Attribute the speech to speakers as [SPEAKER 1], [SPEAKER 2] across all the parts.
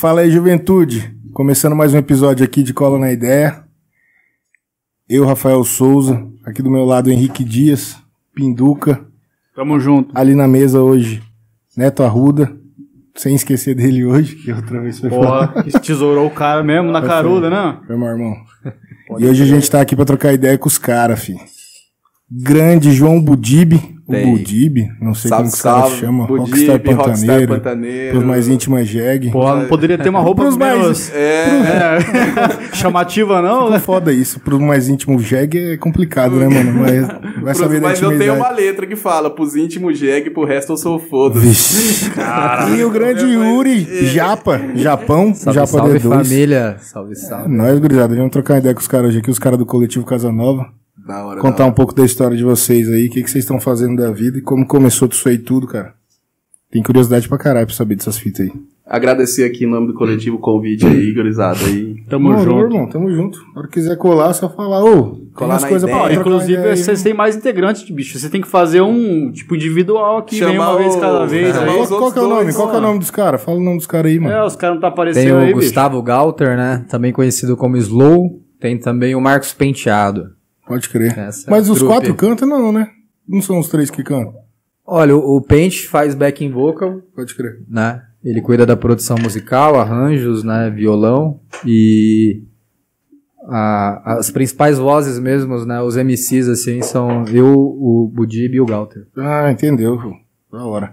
[SPEAKER 1] Fala aí, juventude. Começando mais um episódio aqui de Cola na Ideia. Eu, Rafael Souza, aqui do meu lado Henrique Dias, Pinduca,
[SPEAKER 2] Tamo junto.
[SPEAKER 1] ali na mesa hoje Neto Arruda, sem esquecer dele hoje, que outra vez foi foda.
[SPEAKER 2] Porra, que tesourou o cara mesmo na caruda, né?
[SPEAKER 1] Foi, meu irmão. e hoje a gente tá aqui pra trocar ideia com os caras, fi. Grande João Budib. O
[SPEAKER 3] Tem.
[SPEAKER 1] Budib, não sei
[SPEAKER 3] Salve,
[SPEAKER 1] como que os caras
[SPEAKER 3] salve,
[SPEAKER 1] chamam.
[SPEAKER 3] Budib,
[SPEAKER 1] Rockstar
[SPEAKER 3] Rockstar
[SPEAKER 1] Pantaneiro.
[SPEAKER 3] Pantaneiro.
[SPEAKER 1] Pros mais íntimas jegue.
[SPEAKER 2] Porra, não poderia ter uma roupa
[SPEAKER 1] Pros mais-
[SPEAKER 2] menos é, chamativa, não,
[SPEAKER 1] É
[SPEAKER 2] né?
[SPEAKER 1] foda isso. Pro mais íntimo jegue é complicado, né, mano? Mas vai saber da
[SPEAKER 3] Mas eu
[SPEAKER 1] intimidade.
[SPEAKER 3] tenho uma letra que fala, pros íntimos jegue, pro resto eu sou foda.
[SPEAKER 1] Vixe. E o grande Yuri, Japa, Japão, Japa
[SPEAKER 4] salve
[SPEAKER 1] D2.
[SPEAKER 4] família. Salve,
[SPEAKER 1] É
[SPEAKER 4] salve.
[SPEAKER 1] Nós, gurizada, vamos trocar uma ideia com os caras hoje aqui, os caras do Coletivo Casanova.
[SPEAKER 3] Da hora,
[SPEAKER 1] Contar um pouco da história de vocês aí, o que, que vocês estão fazendo da vida e como começou isso aí tudo, cara. Tem curiosidade pra caralho pra saber dessas fitas aí.
[SPEAKER 3] Agradecer aqui em nome do coletivo o convite aí, gurizada. E...
[SPEAKER 2] Tamo
[SPEAKER 1] Morou,
[SPEAKER 2] junto.
[SPEAKER 1] irmão, tamo junto. Na hora que quiser colar, é só falar, ô, tem
[SPEAKER 3] Colar
[SPEAKER 1] umas
[SPEAKER 3] na
[SPEAKER 1] coisas pra
[SPEAKER 3] ideia.
[SPEAKER 1] trocar uma ideia
[SPEAKER 2] Inclusive,
[SPEAKER 1] aí, né?
[SPEAKER 2] vocês têm mais integrantes, bicho. Você tem que fazer um tipo individual aqui, vem
[SPEAKER 3] Chamar
[SPEAKER 2] uma vez
[SPEAKER 3] o-
[SPEAKER 2] cada vez.
[SPEAKER 3] Chamar
[SPEAKER 2] aí.
[SPEAKER 1] Qual,
[SPEAKER 3] os
[SPEAKER 1] qual que é o
[SPEAKER 3] outros
[SPEAKER 1] nome?
[SPEAKER 3] dois,
[SPEAKER 1] Qual que é o nome dos caras? Fala o nome dos caras aí, mano.
[SPEAKER 2] É, os caras não tá
[SPEAKER 4] Tem
[SPEAKER 2] aparecendo
[SPEAKER 4] o
[SPEAKER 2] aí, bicho.
[SPEAKER 4] Gustavo Galter, né? Também conhecido como Slow. Tem também o Marcos Penteado.
[SPEAKER 1] Pode
[SPEAKER 2] É,
[SPEAKER 1] crer.
[SPEAKER 4] Essa
[SPEAKER 1] Mas os
[SPEAKER 4] trupe.
[SPEAKER 1] quatro cantam, não, né? Não são os três que cantam.
[SPEAKER 4] Olha, o, o Pente faz backing vocal,
[SPEAKER 1] Pode crer.
[SPEAKER 4] né? Ele cuida da produção musical, arranjos, né? Violão e a- as principais vozes mesmo, né? Os MCs, assim, são eu, o Budib e o Galter.
[SPEAKER 1] Ah, entendeu. pô. Da hora.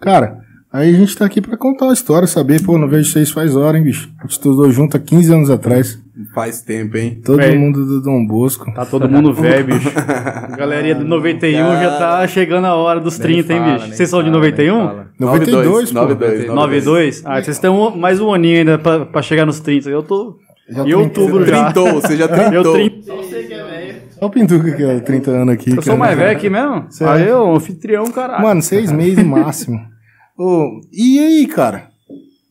[SPEAKER 1] Cara, aí a gente tá aqui pra contar uma história, saber, pô, não vejo vocês faz hora, hein, bicho. A gente estudou junto há 15 anos atrás.
[SPEAKER 3] Faz tempo, hein?
[SPEAKER 1] Todo
[SPEAKER 2] Velho.
[SPEAKER 1] mundo do Dom Bosco.
[SPEAKER 2] Tá todo mundo velho, bicho. A galerinha do 91 já tá chegando a hora dos 30, hein, bicho? Vocês são de 91?
[SPEAKER 1] 92,
[SPEAKER 3] 92,
[SPEAKER 1] pô.
[SPEAKER 3] 92,
[SPEAKER 2] 92? Ah, vocês têm um- mais um aninho ainda pra, pra chegar nos 30. Eu tô.
[SPEAKER 1] Já tô
[SPEAKER 2] em
[SPEAKER 1] em
[SPEAKER 2] outubro já.
[SPEAKER 3] Trintou, você já
[SPEAKER 2] Eu
[SPEAKER 3] trintou.
[SPEAKER 2] 30.
[SPEAKER 1] Só o Pinduca que é 30 anos aqui.
[SPEAKER 2] Eu sou mais velho aqui mesmo?
[SPEAKER 1] Sério?
[SPEAKER 2] Aí eu, anfitrião, caralho.
[SPEAKER 1] né? é. Mano, seis meses no máximo. Ô, e aí, cara?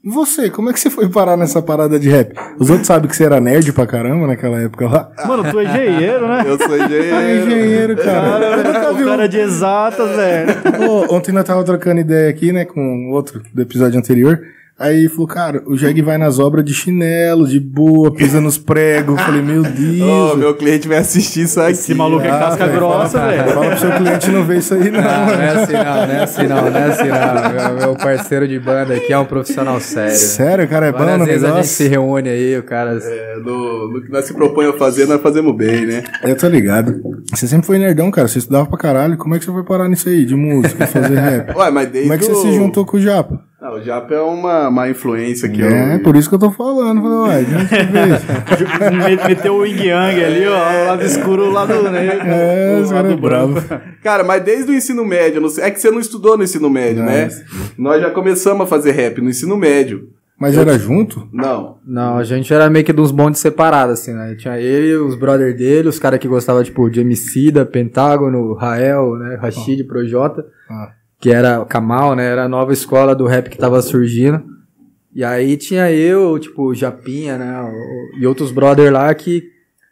[SPEAKER 1] E Você, como é que você foi parar nessa parada de rap? Os outros sabem que você era nerd pra caramba naquela época lá.
[SPEAKER 2] Mano, tu é engenheiro, né?
[SPEAKER 3] Eu sou
[SPEAKER 1] É
[SPEAKER 3] engenheiro.
[SPEAKER 1] engenheiro, cara. Eu nunca vi
[SPEAKER 2] O
[SPEAKER 1] um
[SPEAKER 2] cara é de exatas, velho.
[SPEAKER 1] Ô, ontem nós tava trocando ideia aqui, né, com outro do episódio anterior. Aí falou, cara, o Jeg vai nas obras de chinelo, de boa, pisa nos pregos. Eu Falei, meu Deus.
[SPEAKER 3] Ô, meu cliente vai assistir isso aqui.
[SPEAKER 2] Esse maluco é
[SPEAKER 1] Ah,
[SPEAKER 2] casca
[SPEAKER 1] velho,
[SPEAKER 2] grossa,
[SPEAKER 1] fala-
[SPEAKER 2] velho.
[SPEAKER 1] Fala pro seu cliente não ver isso aí, não.
[SPEAKER 4] Não, não é assim não, não é assim não, não é assim não. Meu, meu parceiro de banda aqui é um profissional sério.
[SPEAKER 1] Sério, cara, é bom
[SPEAKER 4] Várias
[SPEAKER 1] no
[SPEAKER 4] vezes a gente se
[SPEAKER 1] negócio?
[SPEAKER 4] reúne aí, o cara.
[SPEAKER 3] É, no, no que nós se propõe a fazer, nós fazemos bem, né?
[SPEAKER 1] Eu tô ligado. Você sempre foi nerdão, cara. Você estudava pra caralho. Como é que você foi parar nisso aí, de música, fazer rap?
[SPEAKER 3] Ué, mas desde
[SPEAKER 1] Como é que você
[SPEAKER 3] o-
[SPEAKER 1] se juntou com o Japa?
[SPEAKER 3] Não, o Japa é uma, uma influência que
[SPEAKER 1] É,
[SPEAKER 3] eu...
[SPEAKER 1] por isso que eu tô falando. Falei, uai, de onde que veio isso?
[SPEAKER 2] Me- Meteu o Ying Yang ali, ó. O lado escuro, o lado né? negro.
[SPEAKER 1] É,
[SPEAKER 2] o
[SPEAKER 1] esse cara é
[SPEAKER 2] lado branco.
[SPEAKER 1] bravo.
[SPEAKER 3] Cara, mas desde o ensino médio, eu não sei- é que você não estudou no ensino médio, né? Nós já começamos a fazer rap no ensino médio.
[SPEAKER 1] Mas era junto?
[SPEAKER 3] Não.
[SPEAKER 4] Não, a gente era meio que de uns bondes separados, assim, né? Tinha ele, os brother dele, os caras que gostavam, tipo, de Emicida, Pentágono, Rael, né? Rashid, Projota,
[SPEAKER 1] Ah.
[SPEAKER 4] que era o Kamal, né? Era a nova escola do rap que tava surgindo. E aí tinha eu, tipo, o Japinha, né? o- o- E outros brother lá que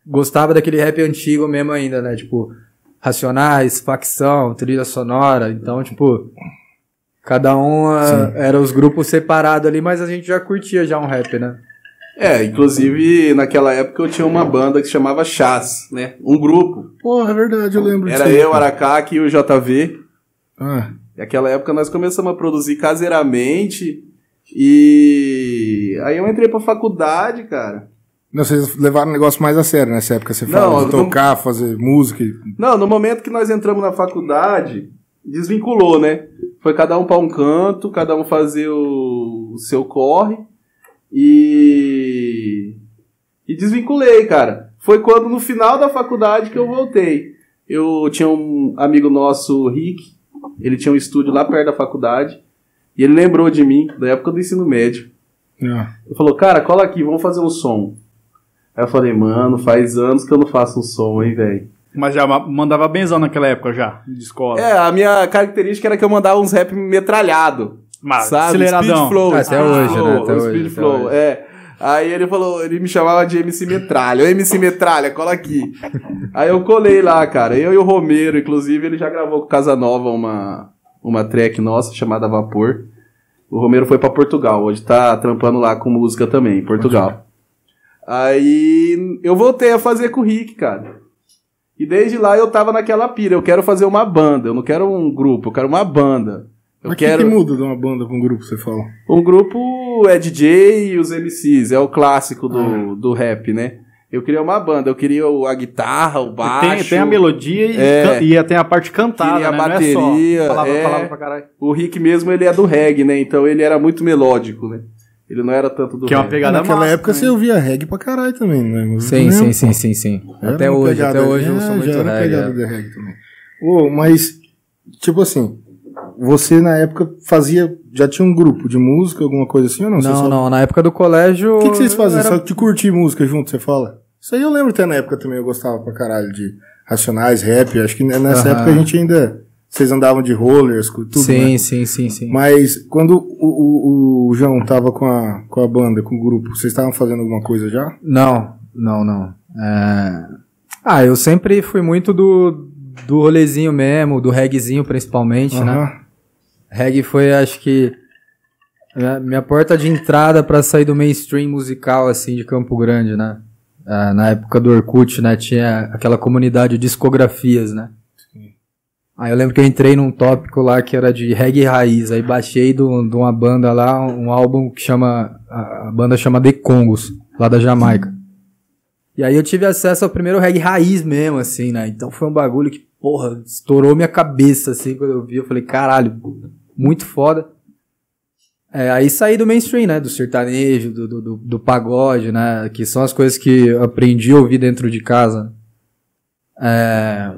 [SPEAKER 4] gostava daquele rap antigo mesmo ainda, né? Tipo, Racionais, Facção, Trilha Sonora. Então, tipo, cada um ah, era os grupos separados ali, mas a gente já curtia já um rap, né?
[SPEAKER 3] É, inclusive naquela época eu tinha uma banda que se chamava Chás, né? Um grupo.
[SPEAKER 1] Porra, é verdade, eu lembro
[SPEAKER 3] Era
[SPEAKER 1] disso aí,
[SPEAKER 3] eu,
[SPEAKER 1] cara.
[SPEAKER 3] Aracaki e o JV.
[SPEAKER 1] Ah,
[SPEAKER 3] Naquela época nós começamos a produzir caseiramente. E aí eu entrei pra faculdade, cara.
[SPEAKER 1] Não, vocês levaram o negócio mais a sério nessa época. Você
[SPEAKER 3] Não,
[SPEAKER 1] fala
[SPEAKER 3] eu
[SPEAKER 1] de
[SPEAKER 3] não-
[SPEAKER 1] tocar, fazer música. e-
[SPEAKER 3] Não, no momento que nós entramos na faculdade, desvinculou, né? Foi cada um pra um canto, cada um fazer o, o seu corre. E. E desvinculei, cara. Foi quando no final da faculdade que eu voltei. Eu tinha um amigo nosso, o Rick, ele tinha um estúdio lá perto da faculdade. E ele lembrou de mim, da época do ensino médio.
[SPEAKER 1] Ah,
[SPEAKER 3] Ele falou, cara, cola aqui, vamos fazer um som. Aí eu falei, mano, faz anos que eu não faço um som, hein, velho.
[SPEAKER 2] Mas já ma- mandava benzão naquela época já, de escola.
[SPEAKER 3] É, a minha característica era que eu mandava uns rap metralhado.
[SPEAKER 2] Mas
[SPEAKER 3] sabe? Speed
[SPEAKER 2] aceleradão.
[SPEAKER 3] flow.
[SPEAKER 4] Até
[SPEAKER 3] speed
[SPEAKER 4] hoje,
[SPEAKER 3] flow,
[SPEAKER 4] né? Até
[SPEAKER 3] o
[SPEAKER 4] hoje,
[SPEAKER 3] speed
[SPEAKER 4] até
[SPEAKER 3] flow,
[SPEAKER 4] hoje.
[SPEAKER 3] é. Aí ele falou, ele me chamava de MC Metralha. Ô, MC Metralha, cola aqui. Aí eu colei lá, cara. Eu e o Romero, inclusive, ele já gravou com Casanova uma, uma track nossa chamada Vapor. O Romero foi pra Portugal, hoje tá trampando lá com música também, em Portugal. Aí eu voltei a fazer com o Rick, cara. E desde lá eu tava naquela pira, eu quero fazer uma banda, eu não quero um grupo, eu quero uma banda. Eu
[SPEAKER 1] Mas o
[SPEAKER 3] quero
[SPEAKER 1] que, que muda de uma banda pra um grupo, você fala?
[SPEAKER 3] um grupo é DJ e os MCs, é o clássico do,
[SPEAKER 2] Ah.
[SPEAKER 3] do rap, né? Eu queria uma banda, eu queria o- a guitarra, o baixo.
[SPEAKER 2] Tem, tem a melodia e,
[SPEAKER 3] É.
[SPEAKER 2] can- e tem a parte cantada,
[SPEAKER 3] Queria a
[SPEAKER 2] né? não
[SPEAKER 3] bateria,
[SPEAKER 2] é só palavra,
[SPEAKER 3] é.
[SPEAKER 2] palavra pra caralho.
[SPEAKER 3] O Rick mesmo, ele é do reggae, né? Então ele era muito melódico, né? Ele não era tanto do
[SPEAKER 2] Que é uma
[SPEAKER 3] reggae.
[SPEAKER 2] pegada
[SPEAKER 1] Naquela
[SPEAKER 2] massa
[SPEAKER 1] época
[SPEAKER 3] né?
[SPEAKER 2] também.
[SPEAKER 1] você ouvia reggae pra caralho também, né?
[SPEAKER 4] Sim, sim, sim, sim, sim.
[SPEAKER 1] Era
[SPEAKER 4] Até
[SPEAKER 1] uma
[SPEAKER 4] hoje,
[SPEAKER 1] pegada-
[SPEAKER 4] até hoje eu
[SPEAKER 1] é,
[SPEAKER 4] sou
[SPEAKER 1] já
[SPEAKER 4] muito
[SPEAKER 1] era
[SPEAKER 4] reggae.
[SPEAKER 1] pegada
[SPEAKER 4] é.
[SPEAKER 1] da reggae também. Ô, mas, tipo assim, você na época fazia, já tinha um grupo de música, alguma coisa assim ou não? Você
[SPEAKER 4] Não,
[SPEAKER 1] só-
[SPEAKER 4] não, na época do colégio.
[SPEAKER 1] O que, que vocês faziam?
[SPEAKER 4] eu era-
[SPEAKER 1] Só de curtir música junto, você fala? Isso aí eu lembro até na época também, eu gostava pra caralho de Racionais, rap, acho que né, nessa
[SPEAKER 4] Aham.
[SPEAKER 1] época a gente ainda... Vocês andavam de rollers, com tudo, né?
[SPEAKER 4] Sim, sim, sim, sim.
[SPEAKER 1] Mas quando o, o- o João tava com a, com a banda, com o grupo, vocês estavam fazendo alguma coisa já?
[SPEAKER 4] Não, não, não. É, Ah, eu sempre fui muito do, do rolezinho mesmo, do reggaezinho principalmente, né?
[SPEAKER 1] Aham.
[SPEAKER 4] Reggae foi, acho que, né, minha porta de entrada pra sair do mainstream musical, assim, de Campo Grande, né? Ah, na época do Orkut, né? Tinha aquela comunidade de discografias, né? Aí eu lembro que eu entrei num tópico lá que era de reggae raiz. Aí baixei de um- de uma banda lá, um álbum que chama. A a banda chama The Congos, lá da Jamaica. E aí eu tive acesso ao primeiro reggae raiz mesmo, assim, né? Então foi um bagulho que, porra, estourou minha cabeça, assim, quando eu vi. Eu falei, caralho, muito foda. É, aí saí do mainstream, né? Do sertanejo, do, do, do- do pagode, né? Que são as coisas que eu aprendi a ouvir dentro de casa. É...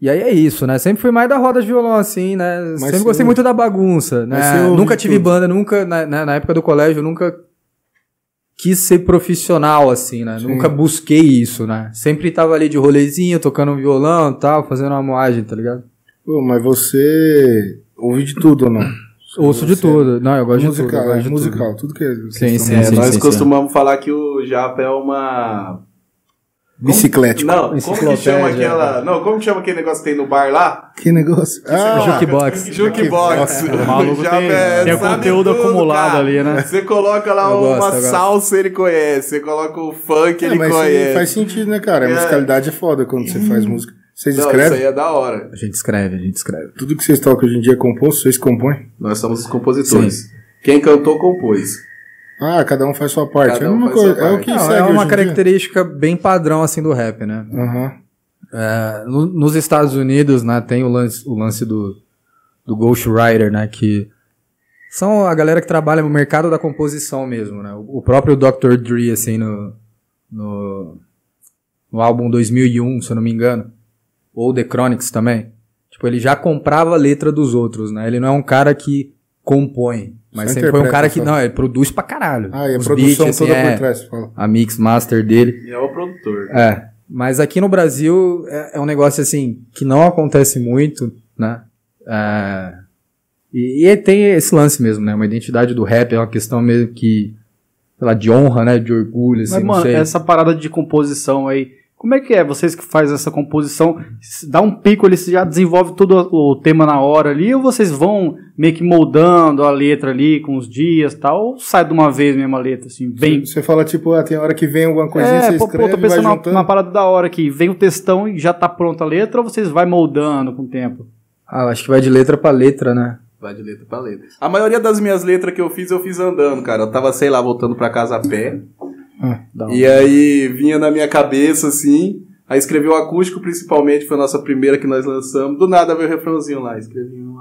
[SPEAKER 4] E aí é isso, né? Sempre fui mais da roda de violão, assim, né? Sempre
[SPEAKER 1] você
[SPEAKER 4] gostei
[SPEAKER 1] ouve-
[SPEAKER 4] muito da bagunça,
[SPEAKER 1] Mas
[SPEAKER 4] né?
[SPEAKER 1] você ouve
[SPEAKER 4] Nunca tive
[SPEAKER 1] tudo.
[SPEAKER 4] banda, nunca, na, na- na época do colégio, eu nunca quis ser profissional, assim, né?
[SPEAKER 1] Sim.
[SPEAKER 4] Nunca busquei isso, né? Sempre tava ali de rolezinho, tocando um violão e tal, fazendo uma moagem, tá ligado?
[SPEAKER 1] Pô, mas você ouve de tudo ou não?
[SPEAKER 4] Ouço de
[SPEAKER 1] Você-
[SPEAKER 4] tudo. Não, eu gosto de tudo.
[SPEAKER 1] musical,
[SPEAKER 4] eu gosto
[SPEAKER 1] é,
[SPEAKER 4] de
[SPEAKER 1] musical, tudo, que vocês
[SPEAKER 4] Sim,
[SPEAKER 1] estão-
[SPEAKER 4] sim,
[SPEAKER 3] É,
[SPEAKER 4] sim,
[SPEAKER 3] nós
[SPEAKER 4] sim.
[SPEAKER 3] costumamos falar que o Japa é uma.
[SPEAKER 2] É
[SPEAKER 1] Bicicleta.
[SPEAKER 2] tipo um
[SPEAKER 3] Não, como que
[SPEAKER 4] Enciclopédia.
[SPEAKER 3] chama
[SPEAKER 2] né?
[SPEAKER 3] aquela. Não, como que chama aquele negócio que tem no bar lá?
[SPEAKER 1] Que negócio? Ah,
[SPEAKER 4] Jukebox.
[SPEAKER 3] Jukebox.
[SPEAKER 2] O maluco
[SPEAKER 3] Japa
[SPEAKER 2] tem,
[SPEAKER 3] é-
[SPEAKER 2] tem o
[SPEAKER 3] sabe
[SPEAKER 2] conteúdo
[SPEAKER 3] tudo,
[SPEAKER 2] acumulado
[SPEAKER 3] cara.
[SPEAKER 2] ali, né?
[SPEAKER 3] Você coloca lá
[SPEAKER 4] Eu
[SPEAKER 3] uma
[SPEAKER 4] gosto, eu gosto.
[SPEAKER 3] salsa, ele conhece. Você coloca o funk,
[SPEAKER 1] é,
[SPEAKER 3] ele
[SPEAKER 1] mas isso aí
[SPEAKER 3] conhece.
[SPEAKER 1] faz sentido, né, cara? A
[SPEAKER 3] É. Uhum.
[SPEAKER 1] musicalidade é foda quando você faz música. Vocês
[SPEAKER 3] Não, isso
[SPEAKER 1] escrevem?
[SPEAKER 3] aí é da hora.
[SPEAKER 4] A gente escreve, a gente escreve.
[SPEAKER 1] Tudo que vocês tocam hoje em dia é composto, vocês compõem?
[SPEAKER 3] Nós somos os compositores. Quem cantou, compôs.
[SPEAKER 1] Ah, cada um faz sua parte.
[SPEAKER 3] Cada
[SPEAKER 1] é
[SPEAKER 3] um
[SPEAKER 1] a mesma
[SPEAKER 3] faz sua
[SPEAKER 1] coisa. É o
[SPEAKER 3] parte.
[SPEAKER 1] que
[SPEAKER 4] Não,
[SPEAKER 1] segue
[SPEAKER 4] é
[SPEAKER 1] hoje
[SPEAKER 4] uma
[SPEAKER 1] em
[SPEAKER 4] característica bem padrão, assim, do rap, né?
[SPEAKER 1] dia. Aham.
[SPEAKER 4] É, no- nos Estados Unidos, né, tem o lance, o lance do, do Ghostwriter, né, que são a galera que trabalha no mercado da composição mesmo, né? O, o próprio Dr. Dre, assim, no, no, no álbum 2001, se eu não me engano, ou The Chronics também. Tipo, ele já comprava a letra dos outros, né? Ele não é um cara que compõe, mas
[SPEAKER 1] Só
[SPEAKER 4] sempre foi um cara que,
[SPEAKER 1] interpreta, só.
[SPEAKER 4] não, ele produz pra caralho.
[SPEAKER 1] Ah, e a
[SPEAKER 4] Os
[SPEAKER 1] produção
[SPEAKER 4] beats, assim,
[SPEAKER 1] toda
[SPEAKER 4] é,
[SPEAKER 1] por trás, fala.
[SPEAKER 4] a mix master dele.
[SPEAKER 3] E é o produtor.
[SPEAKER 4] É. Mas aqui no Brasil é, é um negócio assim que não acontece muito, né? É, e, e tem esse lance mesmo, né? Uma identidade do rap é uma questão meio que, sei lá, de honra, né? De orgulho, assim,
[SPEAKER 2] Mas,
[SPEAKER 4] não
[SPEAKER 2] mano,
[SPEAKER 4] sei.
[SPEAKER 2] essa parada de composição aí, como é que é? Vocês que fazem essa composição, se dá um pico ali, você já desenvolve todo o tema na hora ali, ou vocês vão meio que moldando a letra ali com os dias e tal, ou sai de uma vez mesmo a letra, assim, vem.
[SPEAKER 1] Você fala, tipo, ah, tem hora que vem alguma coisinha,
[SPEAKER 2] É,
[SPEAKER 1] você
[SPEAKER 2] pô, pô,
[SPEAKER 1] escreve,
[SPEAKER 2] tô
[SPEAKER 1] vai
[SPEAKER 2] pensando numa,
[SPEAKER 1] juntando.
[SPEAKER 2] numa parada da hora aqui, vem o textão e já tá pronta a letra, ou vocês vai moldando com o tempo?
[SPEAKER 4] Ah, acho que vai de letra pra letra, né?
[SPEAKER 3] Vai de letra pra letra. A maioria das minhas letras que eu fiz, eu fiz andando, cara. Eu tava, sei lá, voltando pra casa a pé.
[SPEAKER 4] Dá um-
[SPEAKER 3] E aí vinha na minha cabeça, assim. Aí escrevi o acústico, principalmente, foi a nossa primeira que nós lançamos. Do nada veio o refrãozinho lá. Escrevi um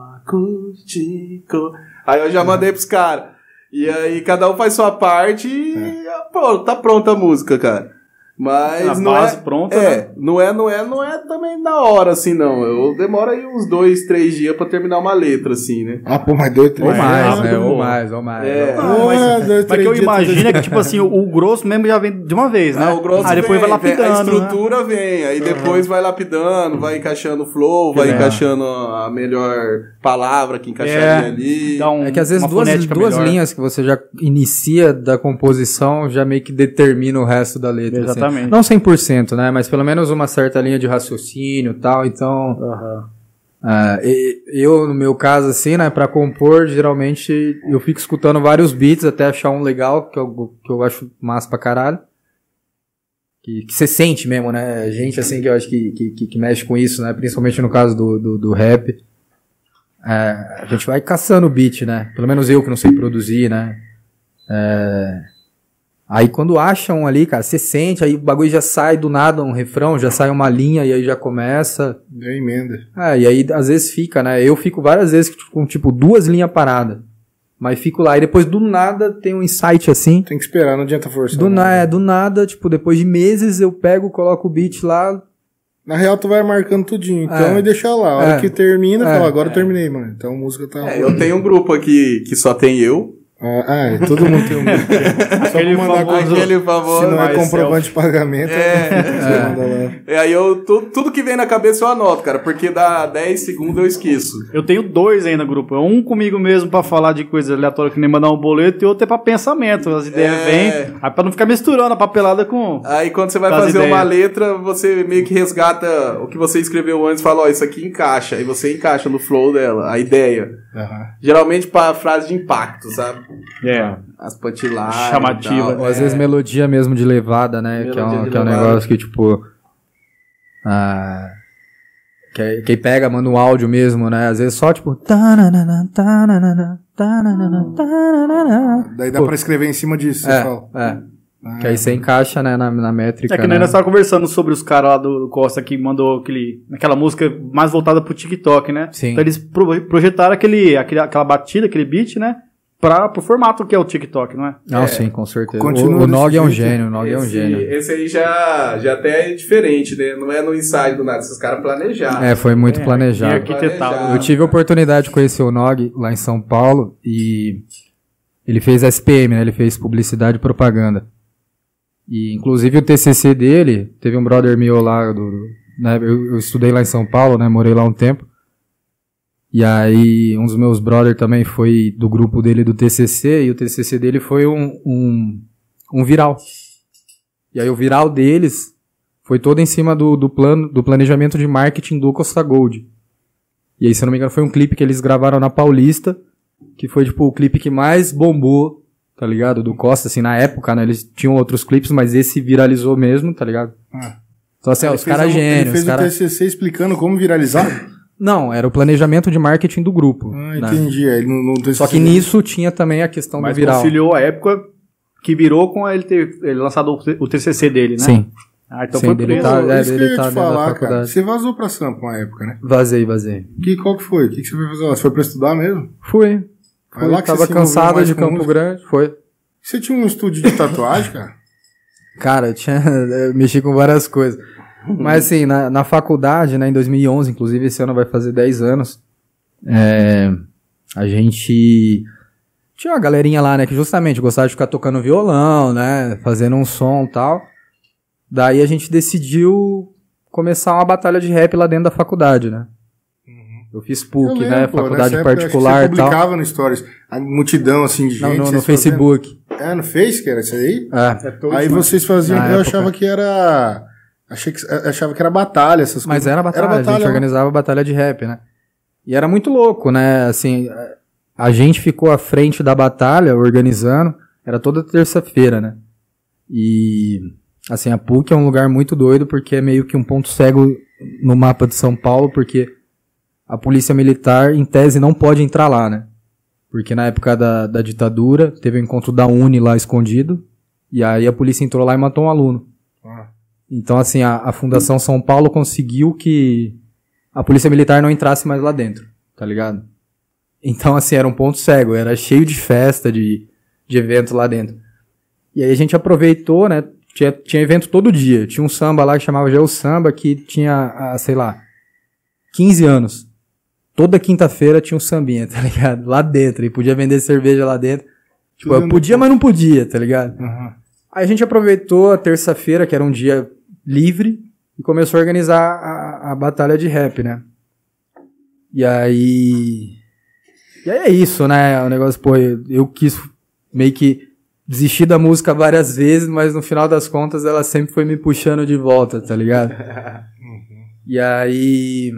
[SPEAKER 3] acústico. Aí eu já mandei pros caras. E aí cada um faz sua parte e pô, tá pronta a música, cara. Mas
[SPEAKER 2] a
[SPEAKER 3] não é.
[SPEAKER 2] base pronta, né?
[SPEAKER 3] É, não é, não é, não é também na hora, assim, não. Eu demoro aí uns dois, três dias pra terminar uma letra, assim, né?
[SPEAKER 1] Ah, pô, mas dois,
[SPEAKER 4] Ou
[SPEAKER 1] três.
[SPEAKER 4] mais,
[SPEAKER 2] rápido,
[SPEAKER 4] né? Ou
[SPEAKER 2] mano.
[SPEAKER 4] mais, ou mais.
[SPEAKER 3] É.
[SPEAKER 4] ou mais.
[SPEAKER 2] Não, mas-
[SPEAKER 1] Ah, dois,
[SPEAKER 2] Mas que
[SPEAKER 1] três
[SPEAKER 2] eu
[SPEAKER 1] dias,
[SPEAKER 2] imagino é que, tipo assim, o, o grosso mesmo já vem de uma vez, né?
[SPEAKER 3] Ah, o grosso
[SPEAKER 2] Aí depois vai
[SPEAKER 3] vem,
[SPEAKER 2] lapidando.
[SPEAKER 3] A
[SPEAKER 2] né?
[SPEAKER 3] estrutura vem, aí depois vai lapidando, vai encaixando o flow, vai
[SPEAKER 4] É.
[SPEAKER 3] encaixando a melhor palavra que encaixaria
[SPEAKER 2] É.
[SPEAKER 3] ali.
[SPEAKER 2] Dá um-
[SPEAKER 4] É que às vezes
[SPEAKER 2] uma
[SPEAKER 4] duas,
[SPEAKER 2] fonética
[SPEAKER 4] duas
[SPEAKER 2] melhor.
[SPEAKER 4] linhas que você já inicia da composição já meio que determina o resto da letra.
[SPEAKER 2] Exatamente.
[SPEAKER 4] assim. Não 100%, né? Mas pelo menos uma certa linha de raciocínio e tal. Então, Ah, e- eu, no meu caso, assim, né, pra compor, geralmente eu fico escutando vários beats até achar um legal, que eu, que eu acho massa pra caralho. Que, que você sente mesmo, né? Gente, assim, que eu acho que, que, que- que mexe com isso, né? Principalmente no caso do, do, do rap. É, a gente vai caçando o beat, né? Pelo menos eu que não sei produzir, né? É, Aí quando acham ali, cara, você sente, aí o bagulho já sai do nada um refrão, já sai uma linha e aí já começa.
[SPEAKER 1] Deu emenda.
[SPEAKER 4] Ah, e aí às vezes fica, né? Eu fico várias vezes com tipo duas linhas paradas. Mas fico lá e depois do nada tem um insight assim.
[SPEAKER 1] Tem que esperar, não adianta forçar.
[SPEAKER 4] Do,
[SPEAKER 1] não.
[SPEAKER 4] na, é, do nada, tipo, depois de meses eu pego, coloco o beat lá.
[SPEAKER 1] Na real, tu vai marcando tudinho, então,
[SPEAKER 4] É.
[SPEAKER 1] e deixa lá. A hora
[SPEAKER 4] É.
[SPEAKER 1] que termina,
[SPEAKER 4] É.
[SPEAKER 1] fala, agora eu terminei, mano. Então a música tá...
[SPEAKER 5] É, eu tenho um grupo aqui que só tem eu.
[SPEAKER 1] Ah, ah, é, todo mundo tem um grupo. Só
[SPEAKER 2] Aquele
[SPEAKER 1] pra mandar
[SPEAKER 2] famoso-
[SPEAKER 1] compro-
[SPEAKER 5] Aquele favor.
[SPEAKER 1] Se não é
[SPEAKER 5] mas-
[SPEAKER 1] comprovante de pagamento, né?
[SPEAKER 5] É.
[SPEAKER 1] você manda lá.
[SPEAKER 5] E aí eu, tu- tudo que vem na cabeça eu anoto, cara, porque dá 10 segundos eu esqueço.
[SPEAKER 2] Eu tenho dois ainda, grupo. Um comigo mesmo pra falar de coisas aleatórias que nem mandar um boleto e outro é pra pensamento. As ideias
[SPEAKER 5] É.
[SPEAKER 2] vêm. Aí pra não ficar misturando a papelada com.
[SPEAKER 5] Aí quando você vai
[SPEAKER 2] Faz
[SPEAKER 5] fazer
[SPEAKER 2] ideia.
[SPEAKER 5] uma letra, você meio que resgata o que você escreveu antes e fala, ó, isso aqui encaixa. E você encaixa no flow dela, a ideia.
[SPEAKER 1] Aham.
[SPEAKER 5] Geralmente pra frase de impacto, sabe?
[SPEAKER 2] É.
[SPEAKER 5] As pantilagens.
[SPEAKER 2] Chamativa.
[SPEAKER 5] e
[SPEAKER 3] né?
[SPEAKER 5] tal.
[SPEAKER 4] Ou às vezes melodia mesmo de levada, né? Que é,
[SPEAKER 5] Melodia
[SPEAKER 4] um,
[SPEAKER 5] de
[SPEAKER 4] que é um
[SPEAKER 5] levada.
[SPEAKER 4] negócio que, tipo. Ah, que, aí- que aí pega, manda um áudio mesmo, né? Às vezes só, tipo. tananana, tananana, tananana, tananana.
[SPEAKER 1] Daí dá
[SPEAKER 4] Pô.
[SPEAKER 1] pra escrever em cima disso, Ah, você fala.
[SPEAKER 4] É, é. Que aí você encaixa, né, na, na métrica.
[SPEAKER 2] É que nós
[SPEAKER 4] né?
[SPEAKER 2] estávamos conversando sobre os caras lá do Costa que mandou aquele, aquela música mais voltada pro TikTok, né?
[SPEAKER 4] Sim.
[SPEAKER 2] Então eles pro- projetaram aquele, aquele, aquela batida, aquele beat, né? Pra, pro formato que é o TikTok, não é?
[SPEAKER 4] Não, sim, com certeza.
[SPEAKER 1] Continua
[SPEAKER 4] O, o Nog
[SPEAKER 1] desse
[SPEAKER 4] é um
[SPEAKER 1] jeito.
[SPEAKER 4] gênio, o Nog é um
[SPEAKER 5] Esse,
[SPEAKER 4] gênio.
[SPEAKER 5] esse aí já, já até é diferente, né? Não é no ensaio do nada, esses caras planejaram.
[SPEAKER 4] É, foi muito
[SPEAKER 2] É,
[SPEAKER 4] planejado.
[SPEAKER 2] e arquitetado.
[SPEAKER 5] Planejado.
[SPEAKER 4] Eu tive a oportunidade de conhecer o Nog lá em São Paulo e ele fez SPM, né? Ele fez publicidade e propaganda. E inclusive o TCC dele, teve um brother meu lá do, do- né, eu, eu estudei lá em São Paulo, né? Morei lá um tempo. E aí um dos meus brother também foi do grupo dele do TCC e o TCC dele foi um um, um viral. E aí o viral deles foi todo em cima do, do plano do planejamento de marketing do Costa Gold. E aí, se eu não me engano, foi um clipe que eles gravaram na Paulista, que foi, tipo, o clipe que mais bombou, tá ligado? Do Costa, assim, na época, né? Eles tinham outros clipes, mas esse viralizou mesmo, tá ligado?
[SPEAKER 1] Ah.
[SPEAKER 4] Então, assim, ó, os
[SPEAKER 1] Ele fez
[SPEAKER 4] caras
[SPEAKER 1] um- Ele
[SPEAKER 4] gênios,
[SPEAKER 1] fez
[SPEAKER 4] os
[SPEAKER 1] o
[SPEAKER 4] caras...
[SPEAKER 1] TCC explicando como viralizar?
[SPEAKER 4] Não, era o planejamento de marketing do grupo,
[SPEAKER 1] Ah,
[SPEAKER 4] né?
[SPEAKER 1] entendi. é, Ele não, não tem
[SPEAKER 4] Só que
[SPEAKER 1] esse-
[SPEAKER 4] nisso tinha também a questão
[SPEAKER 2] Mas
[SPEAKER 4] do viral.
[SPEAKER 2] conciliou a época que virou com ele ter ele lançado o T- o TCC dele, né?
[SPEAKER 4] Sim,
[SPEAKER 2] Ah, então
[SPEAKER 4] Sim,
[SPEAKER 2] foi
[SPEAKER 4] dele
[SPEAKER 2] preso.
[SPEAKER 4] tá- é,
[SPEAKER 1] isso que
[SPEAKER 4] ele
[SPEAKER 1] eu ia
[SPEAKER 4] tá
[SPEAKER 1] te
[SPEAKER 4] dentro da
[SPEAKER 1] falar, cara.
[SPEAKER 4] faculdade.
[SPEAKER 1] Você vazou pra Sampa uma época, né?
[SPEAKER 4] vazei, vazei.
[SPEAKER 1] Que, qual que foi? O que, que você foi fazer lá? Você foi pra estudar mesmo?
[SPEAKER 4] Fui.
[SPEAKER 1] Foi
[SPEAKER 4] Fui,
[SPEAKER 1] lá que você
[SPEAKER 4] tava
[SPEAKER 1] se envolveu
[SPEAKER 4] cansado
[SPEAKER 1] mais
[SPEAKER 4] de
[SPEAKER 1] com
[SPEAKER 4] Campo
[SPEAKER 1] música?
[SPEAKER 4] Grande, foi.
[SPEAKER 1] Você tinha um estúdio de tatuagem, cara?
[SPEAKER 4] Cara, eu, tinha, eu mexi com várias coisas. Mas assim, na, na faculdade, né, em 2011, inclusive esse ano vai fazer 10 anos, é, a gente tinha uma galerinha lá, né, que justamente gostava de ficar tocando violão, né, fazendo um som e tal. Daí a gente decidiu começar uma batalha de rap lá dentro da faculdade, né. Eu fiz PUC,
[SPEAKER 1] Eu
[SPEAKER 4] né,
[SPEAKER 1] lembro, pô,
[SPEAKER 4] faculdade
[SPEAKER 1] nessa época, acho que
[SPEAKER 4] particular
[SPEAKER 1] Você
[SPEAKER 4] e tal.
[SPEAKER 1] publicava no Stories. A multidão, assim, de
[SPEAKER 4] Não,
[SPEAKER 1] gente.
[SPEAKER 4] no, no
[SPEAKER 1] vocês
[SPEAKER 4] Facebook.
[SPEAKER 1] fazendo- É, no Face, que era isso aí?
[SPEAKER 4] É.
[SPEAKER 1] aí vocês faziam...
[SPEAKER 4] Na
[SPEAKER 1] eu
[SPEAKER 4] época.
[SPEAKER 1] achava que era... Achei que, eh, achava que era batalha, essas coisas.
[SPEAKER 4] Mas era batalha, a gente
[SPEAKER 1] né?
[SPEAKER 4] organizava batalha de rap, né? E era muito louco, né? Assim, a- a gente ficou à frente da batalha, organizando, era toda terça-feira, né? E, assim, a PUC é um lugar muito doido porque é meio que um ponto cego no mapa de São Paulo, porque a polícia militar, em tese, não pode entrar lá, né? Porque na época da, da ditadura, teve o encontro da Uni lá escondido, e aí a polícia entrou lá e matou um aluno.
[SPEAKER 1] Ah.
[SPEAKER 4] Então, assim, a, a Fundação São Paulo conseguiu que a Polícia Militar não entrasse mais lá dentro, tá ligado? Então, assim, era um ponto cego, era cheio de festa, de, de evento lá dentro. E aí a gente aproveitou, né? Tinha, tinha evento todo dia. Tinha um samba lá que chamava Geo Samba, que tinha, ah, sei lá, 15 anos. Toda quinta-feira tinha um sambinha, tá ligado? Lá dentro. E podia vender cerveja lá dentro. Tipo, eu
[SPEAKER 1] Tudo
[SPEAKER 4] podia, mas não podia, tá ligado?
[SPEAKER 1] Aham.
[SPEAKER 4] Aí a gente aproveitou a terça-feira, que era um dia livre, e começou a organizar a, a batalha de rap, né? E aí. E aí é isso, né? O negócio, pô, eu, eu quis meio que desistir da música várias vezes, mas no final das contas ela sempre foi me puxando de volta, tá ligado? E aí.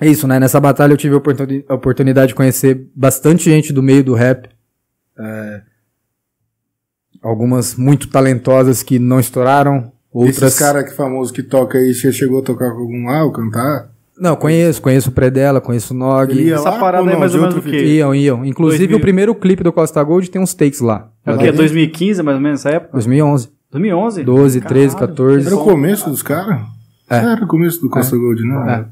[SPEAKER 4] É isso, né? Nessa batalha eu tive a oportuni- a oportunidade de conhecer bastante gente do meio do rap. É, algumas muito talentosas que não estouraram. Outras.
[SPEAKER 1] Esses cara que famoso que toca aí, você chegou a tocar com algum lá ou cantar?
[SPEAKER 4] Não, conheço, conheço o Predella, conheço o Nog.
[SPEAKER 1] Ele ia
[SPEAKER 2] Essa
[SPEAKER 1] lá
[SPEAKER 2] parada
[SPEAKER 1] ou
[SPEAKER 2] aí
[SPEAKER 1] não?
[SPEAKER 2] mais ou
[SPEAKER 1] De
[SPEAKER 2] menos
[SPEAKER 1] outro
[SPEAKER 2] o quê?
[SPEAKER 4] Iam, iam. Inclusive
[SPEAKER 2] 2000.
[SPEAKER 4] o primeiro clipe do Costa Gold tem uns takes lá.
[SPEAKER 2] É
[SPEAKER 1] Tá.
[SPEAKER 2] o quê? 2015, mais ou menos, essa época?
[SPEAKER 4] 2011.
[SPEAKER 2] 2011?
[SPEAKER 4] 12, 13,
[SPEAKER 2] Caralho.
[SPEAKER 4] 14.
[SPEAKER 1] Era o começo dos caras?
[SPEAKER 4] É.
[SPEAKER 1] Era o começo do Costa Gold, né?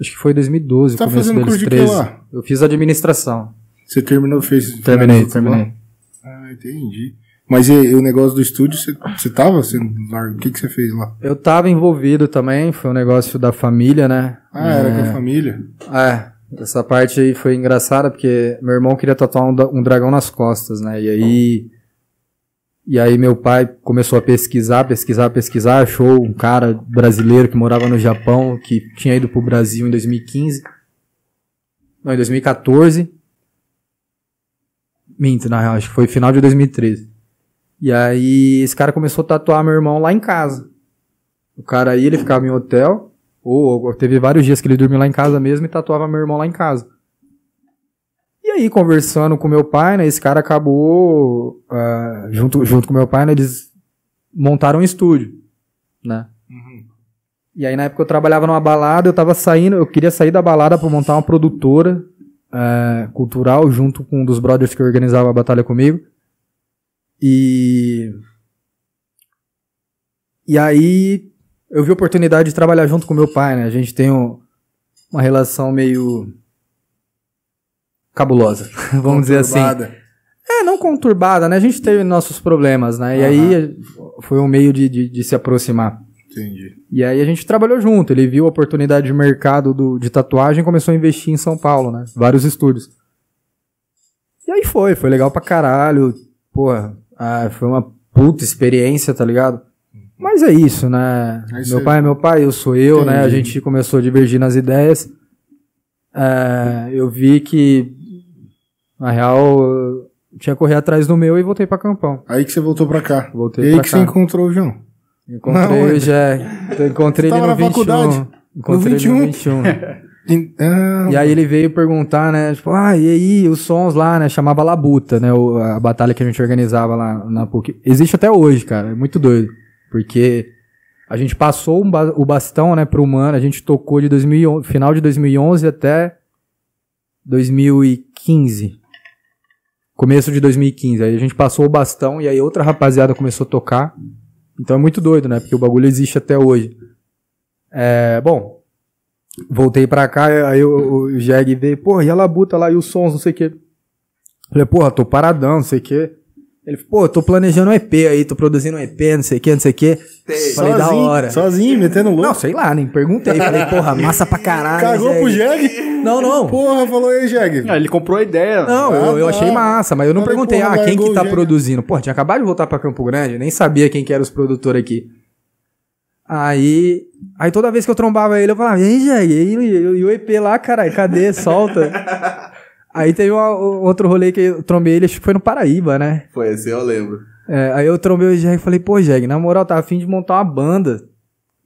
[SPEAKER 4] Acho que foi 2012,
[SPEAKER 1] Você tá
[SPEAKER 4] o começo
[SPEAKER 1] fazendo
[SPEAKER 4] deles,
[SPEAKER 1] curso de quê
[SPEAKER 4] 13.
[SPEAKER 1] lá?
[SPEAKER 4] Eu fiz administração.
[SPEAKER 1] Você terminou, fez...
[SPEAKER 4] Terminei,
[SPEAKER 1] finalizou,
[SPEAKER 4] terminei.
[SPEAKER 1] tá bom? Ah, entendi. Mas e, e o negócio do estúdio, você- você tava? Você, o que que você fez lá?
[SPEAKER 4] Eu tava envolvido também, foi um negócio da família, né?
[SPEAKER 1] Ah, era com a família.
[SPEAKER 4] É, essa parte aí foi engraçada porque meu irmão queria tatuar um, da- um dragão nas costas, né? E aí. E aí meu pai começou a pesquisar, pesquisar, pesquisar, achou um cara brasileiro que morava no Japão, que tinha ido pro Brasil em 2015. Não, em 2014. Minto, na real, acho que foi final de 2013. E aí esse cara começou a tatuar meu irmão lá em casa. O cara aí, ele ficava em hotel, ou ou teve vários dias que ele dormiu lá em casa mesmo e tatuava meu irmão lá em casa. E aí, conversando com meu pai, né, esse cara acabou, ah, junto, junto com meu pai, né, eles montaram um estúdio, né? E aí, na época, eu trabalhava numa balada, eu tava saindo, eu queria sair da balada pra montar uma produtora ah, cultural junto com um dos brothers que organizava a batalha comigo. E... E aí, eu vi a oportunidade de trabalhar junto com meu pai, né? A gente tem um- uma relação meio cabulosa, vamos dizer assim.
[SPEAKER 1] Conturbada.
[SPEAKER 4] É, não conturbada, né? A gente teve nossos problemas, né? E aí foi um meio de, de, de se aproximar.
[SPEAKER 1] Entendi.
[SPEAKER 4] E aí a gente trabalhou junto. Ele viu a oportunidade de mercado do, de tatuagem e começou a investir em São Paulo, né? Vários estúdios. E aí foi, foi legal pra caralho. Porra, ah, foi uma puta experiência, tá ligado? Mas é isso, né?
[SPEAKER 1] É isso
[SPEAKER 4] meu
[SPEAKER 1] aí.
[SPEAKER 4] pai é meu pai, eu sou eu, né? A
[SPEAKER 1] Entendi.
[SPEAKER 4] gente começou a divergir nas ideias. É, eu vi que, na real, eu tinha que correr atrás do meu e voltei pra Campão.
[SPEAKER 1] Aí que você voltou pra cá.
[SPEAKER 4] Voltei
[SPEAKER 1] e aí
[SPEAKER 4] pra
[SPEAKER 1] que
[SPEAKER 4] cá.
[SPEAKER 1] você encontrou o João.
[SPEAKER 4] Encontrei
[SPEAKER 1] Não,
[SPEAKER 4] o Jé. Eu Encontrei
[SPEAKER 1] Você
[SPEAKER 4] ele
[SPEAKER 1] tava
[SPEAKER 4] no
[SPEAKER 1] na faculdade?
[SPEAKER 4] 21. Encontrei ele no
[SPEAKER 1] 21?
[SPEAKER 4] 21.
[SPEAKER 1] E- ah,
[SPEAKER 4] e aí ele veio perguntar, né? Tipo, ah, e aí, os sons lá, né? Chamava Labuta, né? o- a batalha que a gente organizava lá na PUC. Existe até hoje, cara. É muito doido. Porque a gente passou um ba- o bastão, né, pro Mano. A gente tocou de 2011, final de 2011 até 2015. Começo de 2015. Aí a gente passou o bastão e aí outra rapaziada começou a tocar. Então é muito doido, né? Porque o bagulho existe até hoje. É, bom, voltei pra cá, aí o, o Jeg veio, porra, e a labuta lá, e os sons, não sei o quê. Falei, porra, tô paradão, não sei o quê. Ele falou, pô, tô planejando um EP aí, tô produzindo um EP, não sei o quê, não sei o quê. Falei, da hora.
[SPEAKER 1] Sozinho, metendo louco.
[SPEAKER 4] Não, sei lá, nem perguntei. Falei, porra, massa pra caralho.
[SPEAKER 1] Cagou
[SPEAKER 4] Jeg.
[SPEAKER 1] pro Jeg?
[SPEAKER 4] Não, não.
[SPEAKER 1] Porra, falou aí, Jeg.
[SPEAKER 2] Ah, ele comprou a ideia.
[SPEAKER 4] Não, eu, eu
[SPEAKER 1] Ah,
[SPEAKER 4] achei
[SPEAKER 1] tá.
[SPEAKER 4] massa, mas eu não
[SPEAKER 1] Falei,
[SPEAKER 4] perguntei,
[SPEAKER 1] porra,
[SPEAKER 4] ah, quem
[SPEAKER 1] largou
[SPEAKER 4] que
[SPEAKER 1] o
[SPEAKER 4] tá
[SPEAKER 1] gênio.
[SPEAKER 4] produzindo? Pô, tinha acabado de voltar pra Campo Grande, nem sabia quem que eram os produtores aqui. Aí, aí toda vez que eu trombava ele, eu falava, e aí, Jair, e, aí, e- e o EP lá, caralho, cadê? Solta. aí teve uma- um outro rolê que eu trombei ele, acho que foi no Paraíba, né?
[SPEAKER 3] Foi esse, eu lembro.
[SPEAKER 4] É, aí eu trombei o Jeg e falei, pô, Jeg, na moral, tá afim de montar uma banda.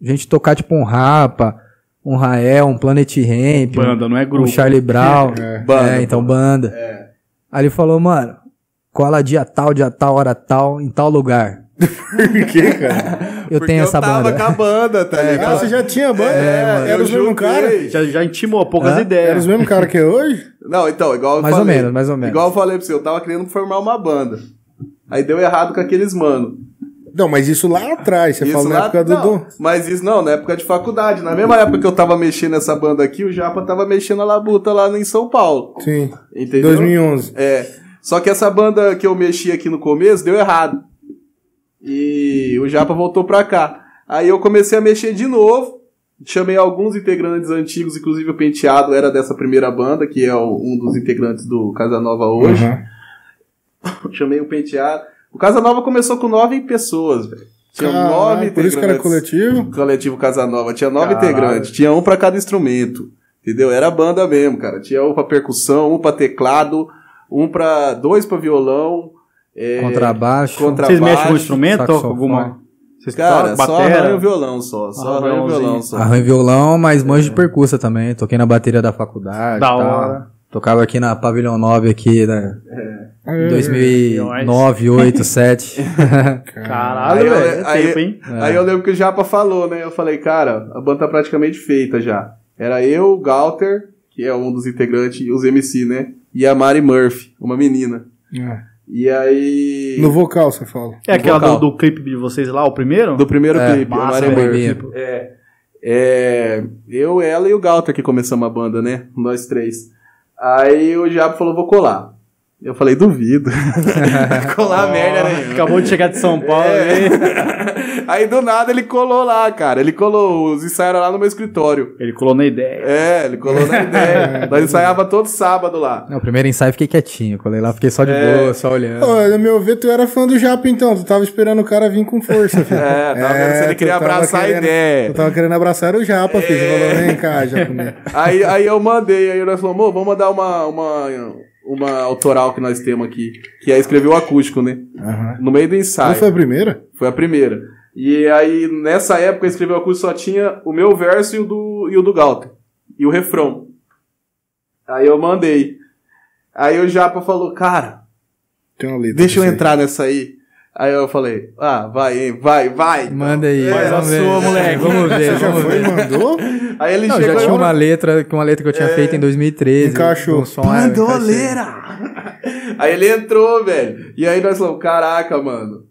[SPEAKER 4] A gente tocar tipo um Rapa, um Rael, um Planet Ramp,
[SPEAKER 2] Banda, não é
[SPEAKER 4] um
[SPEAKER 2] grupo.
[SPEAKER 4] Charlie Brown.
[SPEAKER 3] Banda,
[SPEAKER 4] é, então banda. Aí ele falou, mano, cola dia tal, dia tal, hora tal, em tal lugar.
[SPEAKER 1] Por quê, cara?
[SPEAKER 4] Eu tenho essa
[SPEAKER 3] tava
[SPEAKER 4] banda. É,
[SPEAKER 3] com a banda, tá
[SPEAKER 1] Ah,
[SPEAKER 3] ligado?
[SPEAKER 1] você já tinha banda?
[SPEAKER 3] é,
[SPEAKER 1] É, era
[SPEAKER 4] um
[SPEAKER 1] os mesmos caras?
[SPEAKER 2] Já, já intimou poucas
[SPEAKER 4] Hã?
[SPEAKER 1] Era
[SPEAKER 2] ideias.
[SPEAKER 1] os mesmos caras que é hoje?
[SPEAKER 3] Não, então, igual eu
[SPEAKER 4] Mais ou
[SPEAKER 3] falei.
[SPEAKER 4] menos, mais ou menos.
[SPEAKER 3] Igual eu falei pra você, eu tava querendo formar uma banda. Aí deu errado com aqueles mano.
[SPEAKER 1] Não, mas isso lá atrás, você fala na
[SPEAKER 3] lá-
[SPEAKER 1] época do
[SPEAKER 3] não,
[SPEAKER 1] Dudu.
[SPEAKER 3] Mas isso não, na época de faculdade. Na mesma época que eu tava mexendo nessa banda aqui, o Japa tava mexendo a labuta lá em São Paulo.
[SPEAKER 1] Sim,
[SPEAKER 3] Entendeu?
[SPEAKER 1] 2011.
[SPEAKER 3] É. Só que essa banda que eu mexi aqui no começo deu errado. E o Japa voltou pra cá. Aí eu comecei a mexer de novo. Chamei alguns integrantes antigos, inclusive o Penteado era dessa primeira banda, que é o- um dos integrantes do Casanova hoje.
[SPEAKER 1] Uhum.
[SPEAKER 3] Chamei o Penteado. O Casanova começou com nove pessoas, velho. Tinha um
[SPEAKER 1] Caralho,
[SPEAKER 3] nove
[SPEAKER 1] Por isso que era
[SPEAKER 3] integrantes.
[SPEAKER 1] coletivo.
[SPEAKER 3] Coletivo Casanova. Tinha nove
[SPEAKER 2] Caralho.
[SPEAKER 3] integrantes. Tinha um pra cada instrumento. Entendeu? Era banda mesmo, cara. Tinha um pra percussão, um pra teclado, um pra. dois pra violão. É,
[SPEAKER 4] Contrabaixo.
[SPEAKER 3] Contra-
[SPEAKER 2] Vocês mexem com
[SPEAKER 3] Trabalho,
[SPEAKER 2] instrumento?
[SPEAKER 4] saxofone.
[SPEAKER 2] Alguma... Vocês Vocês
[SPEAKER 3] Cara,
[SPEAKER 2] tocavam
[SPEAKER 3] só
[SPEAKER 2] batera?
[SPEAKER 3] arranha o violão só. Só arranha o
[SPEAKER 2] violãozinho.
[SPEAKER 3] violão só.
[SPEAKER 4] Arranho e violão, mas manjo de percussa também. Toquei na bateria da faculdade.
[SPEAKER 2] Da
[SPEAKER 4] e tal.
[SPEAKER 2] hora.
[SPEAKER 4] Tocava aqui na Pavilhão 9 aqui, né?
[SPEAKER 1] Uhum.
[SPEAKER 4] Em 2009, 8, 7.
[SPEAKER 2] Caralho,
[SPEAKER 3] Aí eu-
[SPEAKER 2] velho. é
[SPEAKER 3] aí-
[SPEAKER 2] tempo, hein?
[SPEAKER 3] Aí eu lembro que o Japa falou, né? Eu falei, cara, a banda tá praticamente feita já. Era eu, o Galter, que é um dos integrantes, os MC, né? E a Mari Murphy, uma menina.
[SPEAKER 1] É.
[SPEAKER 3] E aí.
[SPEAKER 1] No vocal, você fala.
[SPEAKER 2] É aquela do,
[SPEAKER 3] vocal.
[SPEAKER 2] do clipe de vocês lá, o primeiro?
[SPEAKER 3] Do primeiro
[SPEAKER 4] É,
[SPEAKER 3] clipe, a
[SPEAKER 2] massa,
[SPEAKER 3] Mari
[SPEAKER 2] velho.
[SPEAKER 3] Murphy.
[SPEAKER 4] Baby.
[SPEAKER 3] É, eu, ela e o Galter que começamos a banda, né? Nós três. Aí o Japa falou, vou colar. Eu falei, duvido. colar merda, né?
[SPEAKER 2] Acabou de chegar de São Paulo.
[SPEAKER 3] É.
[SPEAKER 2] né?
[SPEAKER 3] Aí do nada ele colou lá, cara. Ele colou, os ensaios eram lá no meu escritório.
[SPEAKER 2] Ele colou na ideia.
[SPEAKER 3] É, ele colou na ideia. Nós ensaiava todo sábado lá.
[SPEAKER 4] Não, o primeiro ensaio eu fiquei quietinho. Colei lá, fiquei só de boa, só olhando.
[SPEAKER 1] Olha, no meu ver, tu era fã do Japa então, tu tava esperando o cara vir com força, filho.
[SPEAKER 3] É, tava vendo se ele
[SPEAKER 1] tu
[SPEAKER 3] queria
[SPEAKER 1] tava
[SPEAKER 3] abraçar a
[SPEAKER 1] querendo-
[SPEAKER 3] ideia.
[SPEAKER 1] Tu tava querendo abraçar o Japa, filho. Você falou, vem cá, Japa. né?
[SPEAKER 3] Aí, aí eu mandei, aí nós falamos, "Mô, vamos mandar uma, uma, uma autoral que nós temos aqui. Que é escrever o acústico, né?
[SPEAKER 1] Aham.
[SPEAKER 3] No meio do
[SPEAKER 1] Não
[SPEAKER 3] ensaio.
[SPEAKER 1] foi a primeira?
[SPEAKER 3] Foi a primeira. E aí, nessa época, eu escrevi o acústico, só tinha o meu verso e o do, e o do Galter. E o refrão. Aí eu mandei. Aí o Japa falou, cara,
[SPEAKER 1] Tem uma letra.
[SPEAKER 3] deixa eu
[SPEAKER 1] disso aí.
[SPEAKER 3] entrar nessa aí. Aí eu falei, ah, vai, hein, vai, vai.
[SPEAKER 4] Manda aí.
[SPEAKER 3] Faz a
[SPEAKER 4] vamos ver.
[SPEAKER 3] sua, moleque.
[SPEAKER 4] Vamos ver,
[SPEAKER 1] Ah, Você já
[SPEAKER 4] vamos
[SPEAKER 1] foi e
[SPEAKER 4] ver.
[SPEAKER 1] mandou?
[SPEAKER 3] Aí ele
[SPEAKER 4] Não,
[SPEAKER 3] chegou
[SPEAKER 4] já
[SPEAKER 3] e
[SPEAKER 4] tinha um
[SPEAKER 3] falou,
[SPEAKER 4] uma letra, que uma letra que eu tinha feito em 2013.
[SPEAKER 1] Encaixou.
[SPEAKER 4] de Um som, é, eu encaixei.
[SPEAKER 3] aí ele entrou, velho. E aí nós falamos, caraca, mano.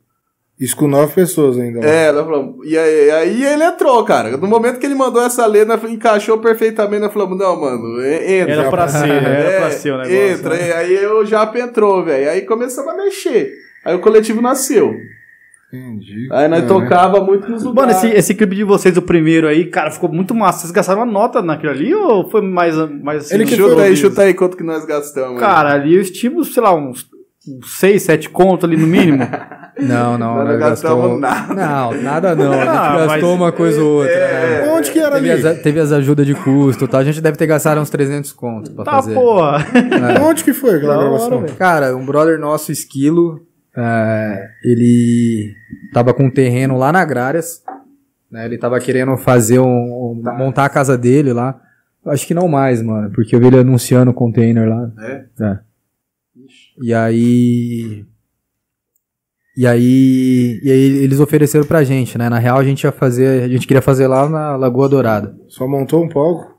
[SPEAKER 1] Isso com nove pessoas ainda. lá.
[SPEAKER 3] É, nós falamos. E aí, aí ele entrou, cara. No momento que ele mandou essa letra, nós encaixou perfeitamente. Nós falamos, não, mano, e- entra.
[SPEAKER 2] Era pra ser, né? era
[SPEAKER 3] É,
[SPEAKER 2] pra ser o negócio.
[SPEAKER 3] Entra,
[SPEAKER 2] né?
[SPEAKER 3] é, aí eu já entrou, velho. Aí começamos a mexer. Aí o coletivo nasceu.
[SPEAKER 1] Entendi.
[SPEAKER 3] Aí nós
[SPEAKER 1] É, né?
[SPEAKER 3] tocava muito nos
[SPEAKER 2] Mano,
[SPEAKER 3] lugares.
[SPEAKER 2] esse, esse clipe de vocês, o primeiro aí, cara, ficou muito massa. Vocês gastaram uma nota naquilo ali ou foi mais, mais assim?
[SPEAKER 1] Ele
[SPEAKER 2] no
[SPEAKER 1] que
[SPEAKER 3] Chuta aí,
[SPEAKER 2] improviso?
[SPEAKER 3] chuta aí quanto que nós gastamos.
[SPEAKER 2] Cara, ali eu estimo, sei lá, uns 6, 7 conto ali no mínimo. Tá,
[SPEAKER 4] Não, não.
[SPEAKER 3] Nós não
[SPEAKER 4] nós
[SPEAKER 3] gastamos um- nada.
[SPEAKER 4] gastou... um Não, nada não. A gente
[SPEAKER 2] Ah, mas-
[SPEAKER 4] gastou uma coisa ou outra. né?
[SPEAKER 1] Onde que é. era ali?
[SPEAKER 4] Teve as, teve as ajudas de custo, tá? A gente deve ter gastado uns 300 conto pra
[SPEAKER 2] tá,
[SPEAKER 4] fazer.
[SPEAKER 2] porra.
[SPEAKER 1] Onde que foi aquela
[SPEAKER 2] Da hora,
[SPEAKER 1] gravação?
[SPEAKER 2] velho.
[SPEAKER 4] Cara, um brother nosso, Esquilo, é, ele tava com um terreno lá na Agrárias, né? Ele tava querendo fazer um, um- montar a casa dele lá. Eu Acho que não mais, mano, porque eu vi ele anunciando o container lá.
[SPEAKER 3] É?
[SPEAKER 4] É. E aí... E aí, e aí eles ofereceram pra gente, né? Na real a gente ia fazer, a gente queria fazer lá na Lagoa Dourada.
[SPEAKER 1] Só montou um palco?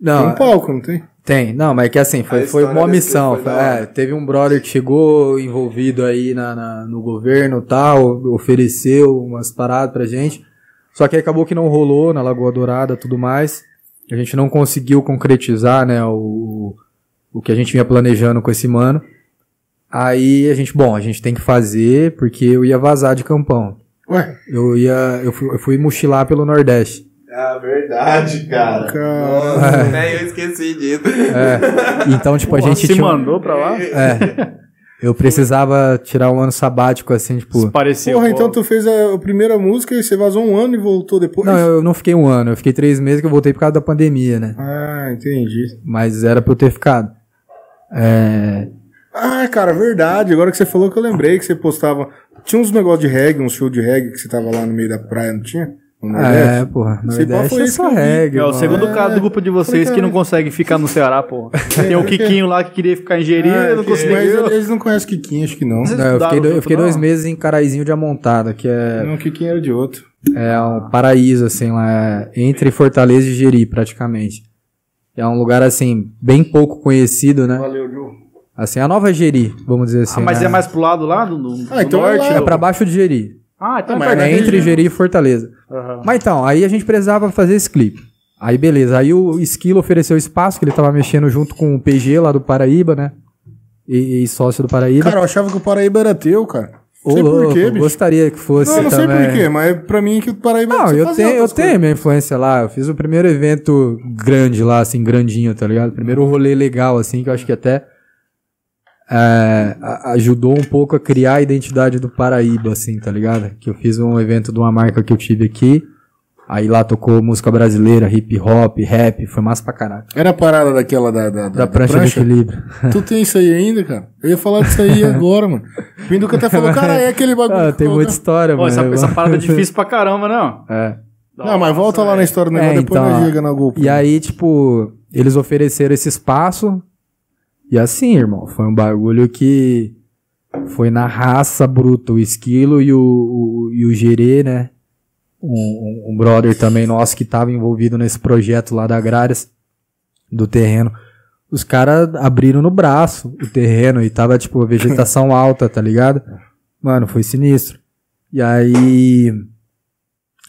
[SPEAKER 4] Não,
[SPEAKER 1] tem um palco, não tem?
[SPEAKER 4] tem, não, mas é que assim,
[SPEAKER 3] A
[SPEAKER 4] foi, foi
[SPEAKER 3] história
[SPEAKER 4] uma
[SPEAKER 3] desse
[SPEAKER 4] missão.
[SPEAKER 3] foi da
[SPEAKER 4] foi- é,
[SPEAKER 3] hora.
[SPEAKER 4] teve um brother que chegou envolvido aí na, na- no governo e tal, ofereceu umas paradas pra gente. Só que acabou que não rolou na Lagoa Dourada tudo mais. A gente não conseguiu concretizar, né, o, o que a gente vinha planejando com esse mano. Aí a gente, bom, a gente tem que fazer porque eu ia vazar de campão.
[SPEAKER 1] Ué,
[SPEAKER 4] Eu ia, eu fui, eu fui mochilar pelo Nordeste.
[SPEAKER 3] Ah, verdade, cara.
[SPEAKER 1] Cara.
[SPEAKER 2] É.
[SPEAKER 3] Nossa, né, eu esqueci disso.
[SPEAKER 4] É, então, tipo, a
[SPEAKER 2] Porra,
[SPEAKER 4] gente
[SPEAKER 2] se
[SPEAKER 4] tinha, um-
[SPEAKER 2] mandou pra lá.
[SPEAKER 4] É. Eu precisava tirar um ano sabático, assim, tipo.
[SPEAKER 2] Pareceu.
[SPEAKER 1] porra, então tu fez a, a primeira música e você vazou um ano e voltou depois?
[SPEAKER 4] Não, eu não fiquei um ano, eu fiquei três meses que eu voltei por causa da pandemia, né?
[SPEAKER 1] Ah, entendi.
[SPEAKER 4] Mas era pra eu ter ficado. É.
[SPEAKER 1] Ah, cara, verdade. Agora que você falou que eu lembrei que você postava. Tinha uns negócios de reggae, uns show de reggae que você tava lá no meio da praia, não tinha? No Nordeste?
[SPEAKER 4] É, porra.
[SPEAKER 1] Sei qual
[SPEAKER 4] Nordeste
[SPEAKER 1] foi
[SPEAKER 4] é
[SPEAKER 1] esse
[SPEAKER 4] só
[SPEAKER 1] que eu vi.
[SPEAKER 4] reggae.
[SPEAKER 2] É o
[SPEAKER 4] mano.
[SPEAKER 2] segundo cara do grupo de vocês
[SPEAKER 1] Falei,
[SPEAKER 2] que não
[SPEAKER 1] cara.
[SPEAKER 2] consegue ficar no Ceará, porra. Tem o Kiquinho lá que queria ficar em Jeri,
[SPEAKER 1] Ah,
[SPEAKER 2] não
[SPEAKER 1] que- mas
[SPEAKER 2] conseguiu.
[SPEAKER 1] eles não conhecem Kikinho, acho que não.
[SPEAKER 4] Não, eu fiquei, do- eu fiquei
[SPEAKER 2] Não.
[SPEAKER 4] dois meses em Caraizinho de Amontada, que é,
[SPEAKER 1] Não, Kikinho era de outro.
[SPEAKER 4] é um paraíso, assim, lá. é Entre Fortaleza e Jeri, praticamente. É um lugar, assim, bem pouco conhecido, né?
[SPEAKER 1] Valeu, Joe.
[SPEAKER 4] Assim, a nova Jeri, vamos dizer assim.
[SPEAKER 2] Ah, mas
[SPEAKER 4] né?
[SPEAKER 2] é mais pro lado lá do, do
[SPEAKER 1] Ah, então é
[SPEAKER 2] norte?
[SPEAKER 1] lá.
[SPEAKER 4] É
[SPEAKER 2] do-
[SPEAKER 4] pra baixo de Jeri.
[SPEAKER 2] Ah, então
[SPEAKER 1] Ah,
[SPEAKER 2] é
[SPEAKER 1] mas
[SPEAKER 2] perto
[SPEAKER 4] É
[SPEAKER 2] daqui.
[SPEAKER 4] entre Jeri e Fortaleza.
[SPEAKER 2] Aham.
[SPEAKER 4] Mas então, aí a gente precisava fazer esse clipe. Aí beleza, aí o Esquilo ofereceu espaço, que ele tava mexendo junto com o PG lá do Paraíba, né? E, e sócio do Paraíba.
[SPEAKER 1] Cara, eu achava que o Paraíba era teu, cara.
[SPEAKER 4] Ô,
[SPEAKER 1] Não sei
[SPEAKER 4] louco,
[SPEAKER 1] por quê, bicho.
[SPEAKER 4] gostaria que fosse
[SPEAKER 1] Não, eu não sei
[SPEAKER 4] também.
[SPEAKER 1] por quê, mas pra mim é que o Paraíba
[SPEAKER 4] Não,
[SPEAKER 1] você
[SPEAKER 4] eu
[SPEAKER 1] fazia
[SPEAKER 4] tenho, eu
[SPEAKER 1] outras
[SPEAKER 4] tenho minha influência lá. Eu fiz o primeiro evento grande lá, assim, grandinho, tá ligado? Primeiro rolê legal, assim, que eu acho que até é, a- ajudou um pouco a criar a identidade do Paraíba, assim, tá ligado? Que eu fiz um evento de uma marca que eu tive aqui. Aí lá tocou música brasileira, hip hop, rap, foi massa pra caralho.
[SPEAKER 1] Era a parada daquela da, da,
[SPEAKER 4] Da prancha, do equilíbrio.
[SPEAKER 1] Tu tem isso aí ainda, cara? Eu ia falar disso aí agora, mano. O Pinduca até falou, cara, é aquele bagulho.
[SPEAKER 4] Ah,
[SPEAKER 1] que
[SPEAKER 4] tem
[SPEAKER 1] coloca-
[SPEAKER 4] muita história,
[SPEAKER 2] Ó,
[SPEAKER 4] mano.
[SPEAKER 2] essa, essa parada é difícil pra caramba, né? ó?
[SPEAKER 4] É.
[SPEAKER 1] Não, mas volta lá na história do negócio,
[SPEAKER 4] É,
[SPEAKER 1] depois
[SPEAKER 4] então,
[SPEAKER 1] nós chega na GoPro.
[SPEAKER 4] E aí, tipo, eles ofereceram esse espaço. E assim, irmão, foi um bagulho que foi na raça bruta. O Esquilo e o, o, e o Gerê, né? Um, um- um brother também nosso que tava envolvido nesse projeto lá da Agrárias, do terreno. Os caras abriram no braço o terreno e tava, tipo, a vegetação alta, tá ligado? Mano, foi sinistro. E aí.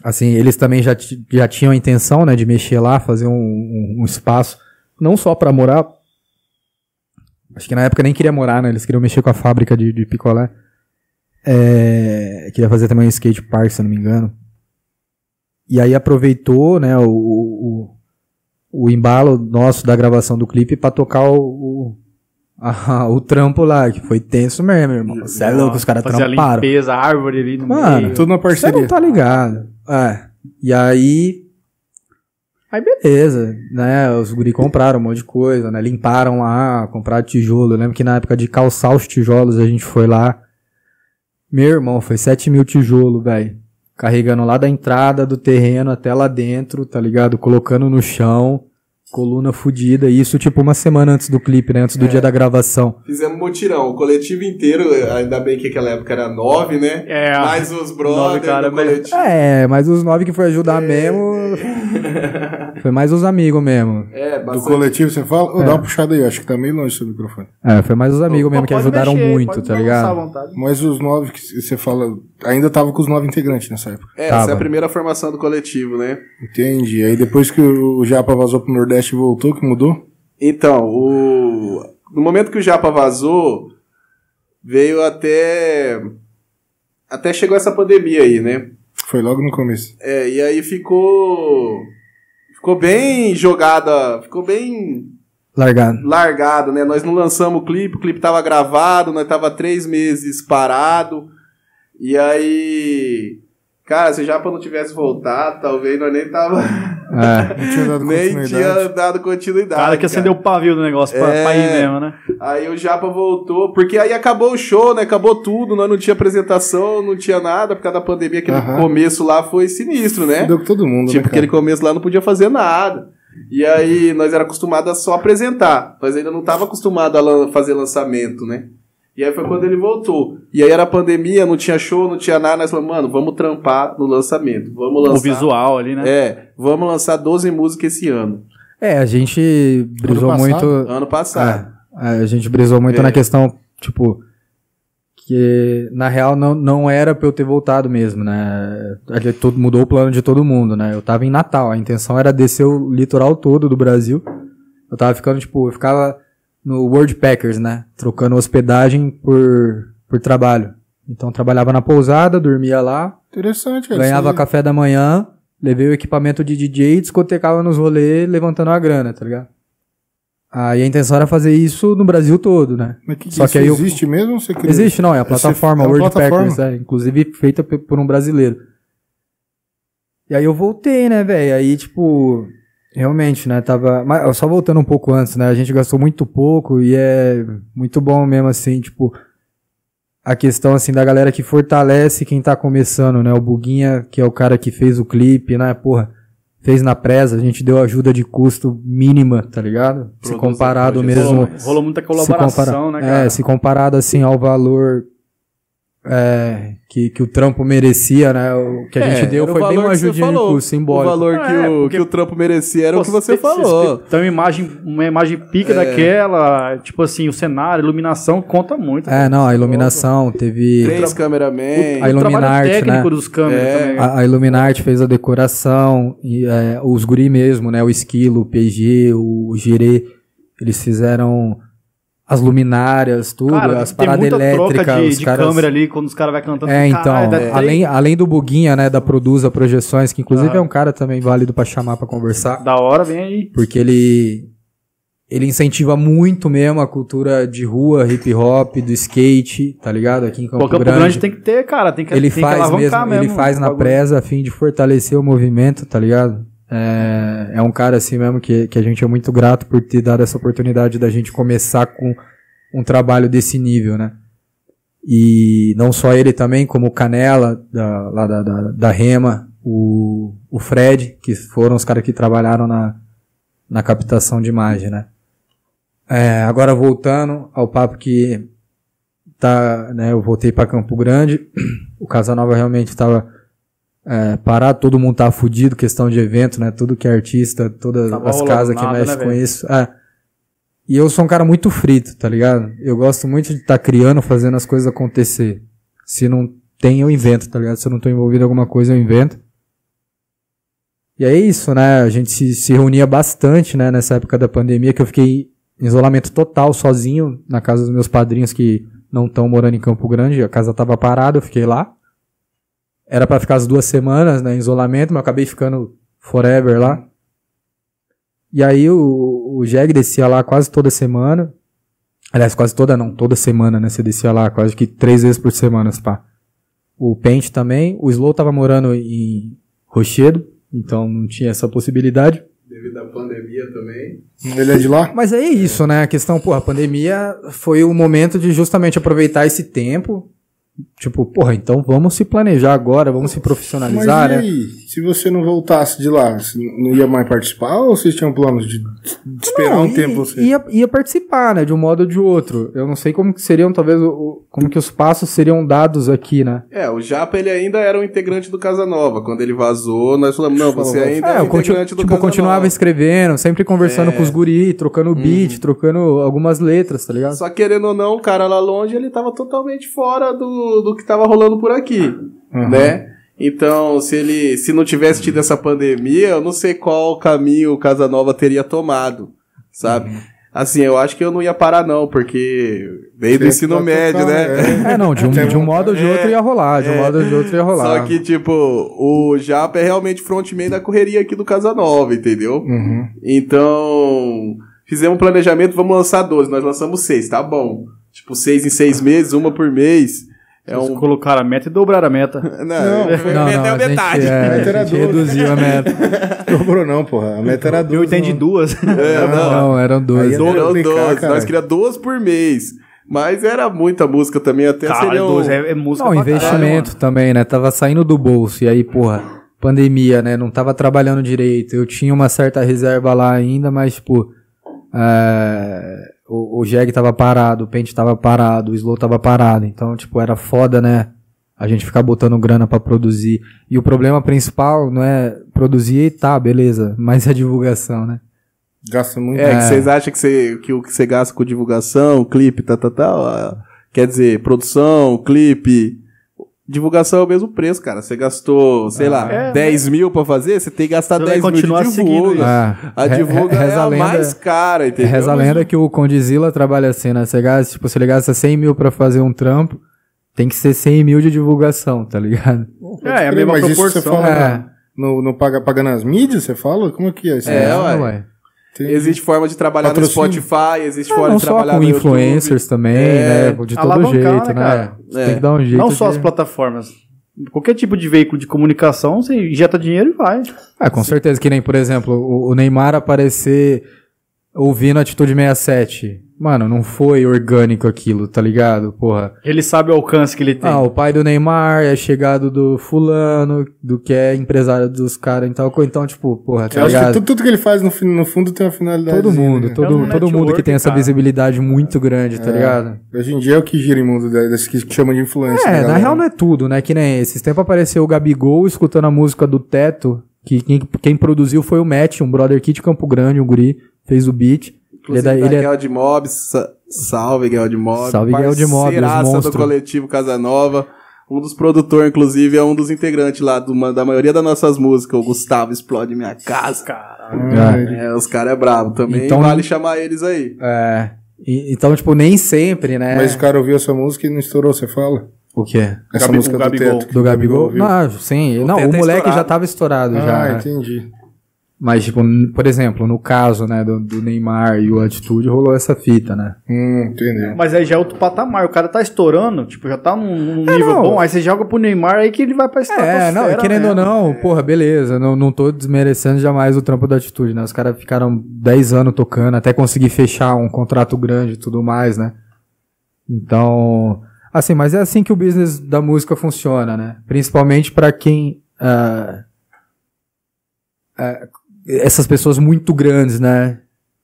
[SPEAKER 4] Assim, eles também já, ti- já tinham a intenção, né, de mexer lá, fazer um, um- um espaço, não só pra morar. Acho que na época nem queria morar, né? Eles queriam mexer com a fábrica de, de picolé. É, queria fazer também um skate park, se eu não me engano. E aí aproveitou, né, o, o, o- o embalo nosso da gravação do clipe pra tocar o, o, a- o trampo lá, que foi tenso mesmo, irmão. Você é louco, os caras
[SPEAKER 2] Fazer a
[SPEAKER 4] tramparam.
[SPEAKER 2] limpeza, a árvore ali no
[SPEAKER 4] Mano,
[SPEAKER 2] meio.
[SPEAKER 1] Tudo na
[SPEAKER 4] Você
[SPEAKER 1] parceria.
[SPEAKER 4] não tá ligado. É. E aí. Aí beleza, né? Os guri compraram um monte de coisa, né? Limparam lá, compraram tijolo. Eu lembro que na época de calçar os tijolos a gente foi lá. Meu irmão, foi 7 mil tijolo, velho. Carregando lá da entrada do terreno até lá dentro, tá ligado? Colocando no chão, coluna fudida. E isso, tipo, uma semana antes do clipe, né? Antes
[SPEAKER 2] É.
[SPEAKER 4] do dia da gravação.
[SPEAKER 3] Fizemos motirão, o coletivo inteiro, ainda bem que aquela época era nove, né?
[SPEAKER 2] É,
[SPEAKER 3] Mais os
[SPEAKER 2] nove
[SPEAKER 3] brothers
[SPEAKER 2] cara
[SPEAKER 3] do
[SPEAKER 2] mesmo.
[SPEAKER 3] coletivo.
[SPEAKER 4] É, mas os nove que foi
[SPEAKER 2] É.
[SPEAKER 4] ajudar mesmo. Foi mais os amigos mesmo.
[SPEAKER 3] É,
[SPEAKER 1] Do
[SPEAKER 3] bastante.
[SPEAKER 1] coletivo, você fala? Ô, Dá uma puxada aí, acho que tá meio longe seu microfone.
[SPEAKER 4] É, foi mais os amigos mesmo que
[SPEAKER 2] Pode
[SPEAKER 4] ajudaram
[SPEAKER 2] mexer,
[SPEAKER 4] muito,
[SPEAKER 2] pode
[SPEAKER 4] tá
[SPEAKER 2] balançar à
[SPEAKER 4] ligado?
[SPEAKER 2] vontade.
[SPEAKER 1] Mas os nove que você fala, ainda tava com os nove integrantes nessa época.
[SPEAKER 3] É,
[SPEAKER 4] Tava.
[SPEAKER 3] essa é a primeira formação do coletivo, né?
[SPEAKER 1] Entendi. Aí depois que o Japa vazou pro Nordeste e voltou, que mudou?
[SPEAKER 3] Então, o... no momento que o Japa vazou, veio até. Até chegou essa pandemia aí, né?
[SPEAKER 1] Foi logo no começo.
[SPEAKER 3] É, e aí ficou. Ficou bem jogada, ficou bem
[SPEAKER 4] Largado.
[SPEAKER 3] largado, né? Nós não lançamos o clipe, o clipe tava gravado, nós tava três meses parado. E aí. Cara, se o Japa não tivesse voltado, talvez nós nem tava.
[SPEAKER 4] É.
[SPEAKER 1] Não tinha dado
[SPEAKER 3] nem tinha
[SPEAKER 1] continuidade.
[SPEAKER 3] dado continuidade.
[SPEAKER 2] Cara que assim, acendeu o pavio do negócio pra,
[SPEAKER 3] Tá É.
[SPEAKER 2] pra ir mesmo, né?
[SPEAKER 3] Aí o Japa voltou, porque aí acabou o show, né? Acabou tudo, nós não tinha apresentação, não tinha nada, por causa da pandemia, aquele
[SPEAKER 1] Aham.
[SPEAKER 3] começo lá foi sinistro, né?
[SPEAKER 1] Deu com todo mundo,
[SPEAKER 3] Tipo,
[SPEAKER 1] né, cara?
[SPEAKER 3] aquele começo lá não podia fazer nada. E aí nós era acostumado a só apresentar. Nós ainda não tava acostumado a lan- fazer lançamento, né? E aí foi quando ele voltou. E aí era pandemia, não tinha show, não tinha nada. Nós falamos, mano, vamos trampar no lançamento. Vamos lançar.
[SPEAKER 2] O visual ali, né?
[SPEAKER 3] É, vamos lançar 12 músicas esse ano.
[SPEAKER 4] É, a gente brisou
[SPEAKER 1] passado?
[SPEAKER 4] muito.
[SPEAKER 3] Ano passado.
[SPEAKER 4] É, a gente brisou muito
[SPEAKER 3] É.
[SPEAKER 4] na questão, tipo. Que na real não, não era pra eu ter voltado mesmo, né? Ali todo, mudou o plano de todo mundo, né? Eu tava em Natal, a intenção era descer o litoral todo do Brasil. Eu tava ficando, tipo, eu ficava no World Packers, né? Trocando hospedagem por, por trabalho. Então eu trabalhava na pousada, dormia lá,
[SPEAKER 1] Interessante, cara.
[SPEAKER 4] Ganhava
[SPEAKER 1] Isso aí.
[SPEAKER 4] café da manhã, levei o equipamento de DJ e discotecava nos rolês, levantando a grana, tá ligado? Aí a intenção era fazer isso no Brasil todo, né?
[SPEAKER 1] Mas que, que
[SPEAKER 4] Só
[SPEAKER 1] isso
[SPEAKER 4] que aí eu-
[SPEAKER 1] existe mesmo? ou Você criou?
[SPEAKER 4] Existe, não, é a
[SPEAKER 1] Essa-
[SPEAKER 4] plataforma
[SPEAKER 1] é uma
[SPEAKER 4] World
[SPEAKER 1] plataforma?
[SPEAKER 4] Packers, é, inclusive feita pe- por um brasileiro. E aí eu voltei, né, velho? Aí, tipo, realmente, né, tava. Mas ó, só voltando um pouco antes, né? A gente gastou muito pouco e é muito bom mesmo, assim, tipo. A questão, assim, da galera que fortalece quem tá começando, né? O Buguinha, que é o cara que fez o clipe, né? Porra, fez na presa, a gente deu ajuda de custo mínima, tá ligado? Se
[SPEAKER 3] Produzir
[SPEAKER 4] comparado
[SPEAKER 3] projetos.
[SPEAKER 4] É mesmo
[SPEAKER 2] Rolou, rolou muita
[SPEAKER 4] se compara-
[SPEAKER 2] colaboração, né,
[SPEAKER 4] É,
[SPEAKER 2] cara?
[SPEAKER 4] se comparado assim ao valor é, que, que o trampo merecia, né? O que a
[SPEAKER 3] É,
[SPEAKER 4] gente deu
[SPEAKER 3] era o
[SPEAKER 4] foi bem
[SPEAKER 3] valor
[SPEAKER 4] uma
[SPEAKER 3] que você
[SPEAKER 4] ajudinha de
[SPEAKER 3] falou.
[SPEAKER 4] custo, simbólico.
[SPEAKER 3] O valor que,
[SPEAKER 2] É,
[SPEAKER 3] o,
[SPEAKER 2] porque-
[SPEAKER 3] que o trampo merecia era o que você falou. É.
[SPEAKER 2] Então, uma imagem, uma imagem pica daquela, tipo assim, o cenário, a iluminação, conta muito.
[SPEAKER 4] É, não, a iluminação teve.
[SPEAKER 3] Três cameramen.
[SPEAKER 4] a
[SPEAKER 2] o trabalho
[SPEAKER 4] Iluminarte,
[SPEAKER 2] técnico
[SPEAKER 4] né?
[SPEAKER 2] dos câmeras
[SPEAKER 3] É.
[SPEAKER 2] também.
[SPEAKER 4] A, a Illuminati fez a decoração, e, é, os guri mesmo, né? O Esquilo, o PG, o Girê, eles fizeram as luminárias, tudo,
[SPEAKER 2] Cara,
[SPEAKER 4] as
[SPEAKER 2] tem
[SPEAKER 4] paradas
[SPEAKER 2] muita
[SPEAKER 4] elétricas,
[SPEAKER 2] troca de,
[SPEAKER 4] os
[SPEAKER 2] de
[SPEAKER 4] caras.
[SPEAKER 2] câmera ali, quando os caras vai cantando.
[SPEAKER 4] É, então,
[SPEAKER 2] caralho, dá
[SPEAKER 4] é.
[SPEAKER 2] três-
[SPEAKER 4] além, além do Buguinha, né, da Produza Projeções, que inclusive é um cara também válido pra chamar pra conversar,
[SPEAKER 2] Da hora, vem aí.
[SPEAKER 4] porque ele Ele incentiva muito mesmo a cultura de rua, hip hop, do skate, tá ligado? Aqui em Campo,
[SPEAKER 2] Pô, Campo Grande. tem que ter, cara. Tem que,
[SPEAKER 4] ele
[SPEAKER 2] tem que
[SPEAKER 4] faz
[SPEAKER 2] alavancar
[SPEAKER 4] mesmo, ele
[SPEAKER 2] mesmo
[SPEAKER 4] faz
[SPEAKER 2] o
[SPEAKER 4] na
[SPEAKER 2] bagulho.
[SPEAKER 4] presa a fim de fortalecer o movimento, tá ligado? É, é um cara assim mesmo que, que a gente é muito grato por ter dado essa oportunidade da gente começar com um trabalho desse nível, né? E não só ele também, como o Canela, da, lá da, da, da Rema, o, o Fred, que foram os caras que trabalharam na, na captação de imagem, né? É, agora voltando ao papo que tá, né, eu voltei para Campo Grande, o Casanova realmente estava é, parado, todo mundo tava fudido, questão de evento, né? Tudo que é artista, todas
[SPEAKER 2] Tava
[SPEAKER 4] as
[SPEAKER 2] rolando
[SPEAKER 4] casas que
[SPEAKER 2] nada,
[SPEAKER 4] mexem
[SPEAKER 2] né,
[SPEAKER 4] com
[SPEAKER 2] velho?
[SPEAKER 4] isso. É. E eu sou um cara muito frito, tá ligado? Eu gosto muito de estar criando, fazendo as coisas acontecer. Se não tem, eu invento, tá ligado? Se eu não tô envolvido em alguma coisa, eu invento. E é isso, né? A gente se, se reunia bastante, né? Nessa época da pandemia, que eu fiquei em isolamento total, sozinho, na casa dos meus padrinhos que não estão morando em Campo Grande. A casa tava parada, eu fiquei lá. Era pra ficar as duas semanas, né? Em isolamento, mas eu acabei ficando forever lá. E aí o, o Jeg descia lá quase toda semana. Aliás, quase toda não, toda semana, né? Você descia lá quase que três vezes por semana, pá. O Pente também. O Slow tava morando em Rochedo, então não tinha essa possibilidade.
[SPEAKER 3] Devido à pandemia também.
[SPEAKER 1] Ele é de lá?
[SPEAKER 4] Mas é isso, né? A questão, porra, a pandemia foi o momento de justamente aproveitar esse tempo. Tipo, porra, então vamos se planejar agora, vamos se
[SPEAKER 1] Mas
[SPEAKER 4] profissionalizar,
[SPEAKER 1] e
[SPEAKER 4] né?
[SPEAKER 1] aí? Se você não voltasse de lá, você não ia mais participar ou vocês tinham planos de, de esperar
[SPEAKER 4] Não,
[SPEAKER 1] um
[SPEAKER 4] e-
[SPEAKER 1] tempo você?
[SPEAKER 4] Ia, ia participar, né? De um modo ou de outro. Eu não sei como que seriam, talvez, o- o- como que os passos seriam dados aqui, né?
[SPEAKER 3] É, o Japa ele ainda era um integrante do Casanova. Quando ele vazou, nós falamos, não, você ainda
[SPEAKER 4] É,
[SPEAKER 3] é, um
[SPEAKER 4] eu continu,
[SPEAKER 3] integrante do
[SPEAKER 4] tipo, eu
[SPEAKER 3] Casanova.
[SPEAKER 4] continuava escrevendo, sempre
[SPEAKER 1] É.
[SPEAKER 4] conversando com os guri, trocando
[SPEAKER 1] Uhum.
[SPEAKER 4] beat, trocando algumas letras, tá ligado?
[SPEAKER 3] Só querendo ou não, o cara lá longe, ele tava totalmente fora do, do que tava rolando por aqui,
[SPEAKER 1] Aham.
[SPEAKER 3] né? Então, se ele se não tivesse tido essa pandemia, eu não sei qual caminho o Casanova teria tomado, sabe? Assim, eu acho que eu não ia parar não, porque veio do
[SPEAKER 1] Sempre
[SPEAKER 3] ensino
[SPEAKER 1] pra
[SPEAKER 3] médio,
[SPEAKER 1] tocar,
[SPEAKER 3] né?
[SPEAKER 4] É, não, de um,
[SPEAKER 1] Até É.
[SPEAKER 4] de um modo ou de outro ia rolar, de um modo ou de outro ia rolar.
[SPEAKER 3] Só que, tipo, o Japa é realmente frontman da correria aqui do Casanova, entendeu?
[SPEAKER 1] Uhum.
[SPEAKER 3] Então, fizemos um planejamento, vamos lançar 12. Nós lançamos seis, tá bom. Tipo, seis em seis meses, uma por mês. É
[SPEAKER 2] Eles
[SPEAKER 3] um.
[SPEAKER 2] colocaram a meta e dobraram a meta.
[SPEAKER 3] Não,
[SPEAKER 1] Não,
[SPEAKER 3] foi
[SPEAKER 4] Não, não,
[SPEAKER 3] meteu
[SPEAKER 4] a gente,
[SPEAKER 3] metade.
[SPEAKER 4] é,
[SPEAKER 1] Meta era
[SPEAKER 4] a gente
[SPEAKER 1] doze.
[SPEAKER 4] reduziu a meta.
[SPEAKER 1] Dobrou não, porra. A meta era 12.
[SPEAKER 2] Eu entendi duas.
[SPEAKER 3] É, não, é
[SPEAKER 4] Não, eram dois.
[SPEAKER 1] Aí
[SPEAKER 3] eram
[SPEAKER 1] Era duplicar,
[SPEAKER 3] 12,
[SPEAKER 1] caralho.
[SPEAKER 3] Nós queríamos 12 por mês. Mas era muita música também, até seria
[SPEAKER 2] Caralho,
[SPEAKER 3] um-
[SPEAKER 2] duas. É, é música
[SPEAKER 4] Não,
[SPEAKER 2] pra caralho,
[SPEAKER 4] investimento
[SPEAKER 2] mano.
[SPEAKER 4] também, né? Tava saindo do bolso. E aí, porra, pandemia, né? Não tava trabalhando direito. Eu tinha uma certa reserva lá ainda, mas, tipo. é, O, o Jeg tava parado, o Pente tava parado, o Slow tava parado. Então, tipo, era foda, né? A gente ficar botando grana pra produzir. E o problema principal não é produzir, tá, beleza. Mas é a divulgação, né?
[SPEAKER 1] Gasta muito.
[SPEAKER 3] É, que vocês acham que, você- que o que você gasta com divulgação, clipe, tá, tá, tá, ó, quer dizer, produção, clipe, divulgação é o mesmo preço, cara. Você gastou, sei lá,
[SPEAKER 2] é,
[SPEAKER 3] 10 mil pra fazer, você tem que gastar
[SPEAKER 2] Você vai
[SPEAKER 3] 10 mil de né?
[SPEAKER 2] continuar seguindo isso.
[SPEAKER 3] divulga.
[SPEAKER 4] Ah,
[SPEAKER 3] A
[SPEAKER 4] re-
[SPEAKER 3] divulga
[SPEAKER 4] re-
[SPEAKER 3] é a mais cara, entendeu?
[SPEAKER 4] Reza a lenda que o Condizila trabalha assim, né? Você gasta, tipo, se ele gasta 100 mil pra fazer um trampo, tem que ser 100 mil de divulgação, tá ligado? É.
[SPEAKER 2] É, é a mesma
[SPEAKER 1] Mas isso você
[SPEAKER 2] proporção.
[SPEAKER 1] fala
[SPEAKER 2] né?
[SPEAKER 1] na- no, no paga, pagando as mídias, você fala? Como é que é isso?
[SPEAKER 3] É,
[SPEAKER 1] Não,
[SPEAKER 3] ué.
[SPEAKER 1] tem-
[SPEAKER 3] Existe forma de trabalhar
[SPEAKER 1] Patrocínio.
[SPEAKER 3] no Spotify, existe
[SPEAKER 4] É, Não,
[SPEAKER 3] forma de
[SPEAKER 4] só
[SPEAKER 3] trabalhar
[SPEAKER 4] com
[SPEAKER 3] no
[SPEAKER 4] influencers também,
[SPEAKER 3] É,
[SPEAKER 4] né? De todo
[SPEAKER 2] alavancar, né,
[SPEAKER 4] jeito, né?
[SPEAKER 2] cara?
[SPEAKER 4] Você
[SPEAKER 3] É.
[SPEAKER 4] Tem que dar um jeito.
[SPEAKER 2] Não só as
[SPEAKER 4] de-
[SPEAKER 2] plataformas. Qualquer tipo de veículo de comunicação, você injeta dinheiro e vai.
[SPEAKER 4] Ah, com certeza, que nem, por exemplo, o, o Neymar aparecer ouvindo Atitude 67. Mano, não foi orgânico aquilo, tá ligado? Porra.
[SPEAKER 2] Ele sabe o alcance que ele tem.
[SPEAKER 4] Ah, o pai do Neymar é chegado do fulano, do que é empresário dos caras e tal. coisa. Então, tipo, porra, tá
[SPEAKER 1] Eu acho que
[SPEAKER 4] ligado?
[SPEAKER 1] tudo, tudo que ele faz no, fin- no fundo tem uma finalidade.
[SPEAKER 4] Todo
[SPEAKER 1] né?
[SPEAKER 4] mundo,
[SPEAKER 2] É um
[SPEAKER 4] todo, todo mundo que tem
[SPEAKER 2] network,
[SPEAKER 4] essa
[SPEAKER 2] cara.
[SPEAKER 4] visibilidade muito grande, tá ligado?
[SPEAKER 1] Hoje em dia é o que gira em mundo da- desse que chama de influência. né,
[SPEAKER 4] É, na
[SPEAKER 1] galera?
[SPEAKER 4] real não é tudo, né? Que nem esses tempos apareceu o Gabigol escutando a música do Teto, que quem, quem produziu foi o Matt, um brother aqui de Campo Grande, um guri, fez o beat. Ele é, da, ele é
[SPEAKER 3] Guerra de Mobs, sa- salve Guerra de Mobs.
[SPEAKER 4] Salve, Guerra de Mobs,
[SPEAKER 3] parceiraça
[SPEAKER 4] monstro.
[SPEAKER 3] do coletivo Casanova. Um dos produtores, inclusive, é um dos integrantes lá do, ma- da maioria das nossas músicas. O Gustavo explode minha casa.
[SPEAKER 1] Ah, ele-
[SPEAKER 3] É, os caras é brabo também.
[SPEAKER 4] Então-
[SPEAKER 3] vale chamar eles aí.
[SPEAKER 4] é, e- então, tipo, nem sempre,
[SPEAKER 2] Ah.
[SPEAKER 4] né?
[SPEAKER 1] Mas o cara ouviu essa música e não estourou, você fala?
[SPEAKER 4] O quê?
[SPEAKER 1] Essa
[SPEAKER 2] Gabi-
[SPEAKER 1] música
[SPEAKER 2] o
[SPEAKER 1] do
[SPEAKER 2] Gabigol.
[SPEAKER 1] teto. que
[SPEAKER 4] Do
[SPEAKER 1] o
[SPEAKER 4] Gabigol?
[SPEAKER 1] ouviu.
[SPEAKER 4] Não, sim. não,
[SPEAKER 3] Teto
[SPEAKER 4] o
[SPEAKER 3] é
[SPEAKER 4] moleque já
[SPEAKER 3] estourado.
[SPEAKER 4] tava estourado
[SPEAKER 1] Ah,
[SPEAKER 4] já. né?
[SPEAKER 1] entendi.
[SPEAKER 4] Mas, tipo, n- por exemplo, no caso, né, do, do Neymar e o Atitude, rolou essa fita, né?
[SPEAKER 1] Hum, entendeu.
[SPEAKER 2] Mas aí já é outro patamar. O cara tá estourando, tipo, já tá num, num nível
[SPEAKER 4] É, não.
[SPEAKER 2] bom. Aí você joga pro Neymar aí que ele vai pra estratosfera.
[SPEAKER 4] É, não, e querendo
[SPEAKER 2] né?
[SPEAKER 4] ou não, porra, beleza. Não, não tô desmerecendo jamais o trampo da atitude, né? Os caras ficaram 10 anos tocando até conseguir fechar um contrato grande e tudo mais, né? Então. Assim, mas é assim que o business da música funciona, né? Principalmente pra quem. ah, ah, essas pessoas muito grandes, né?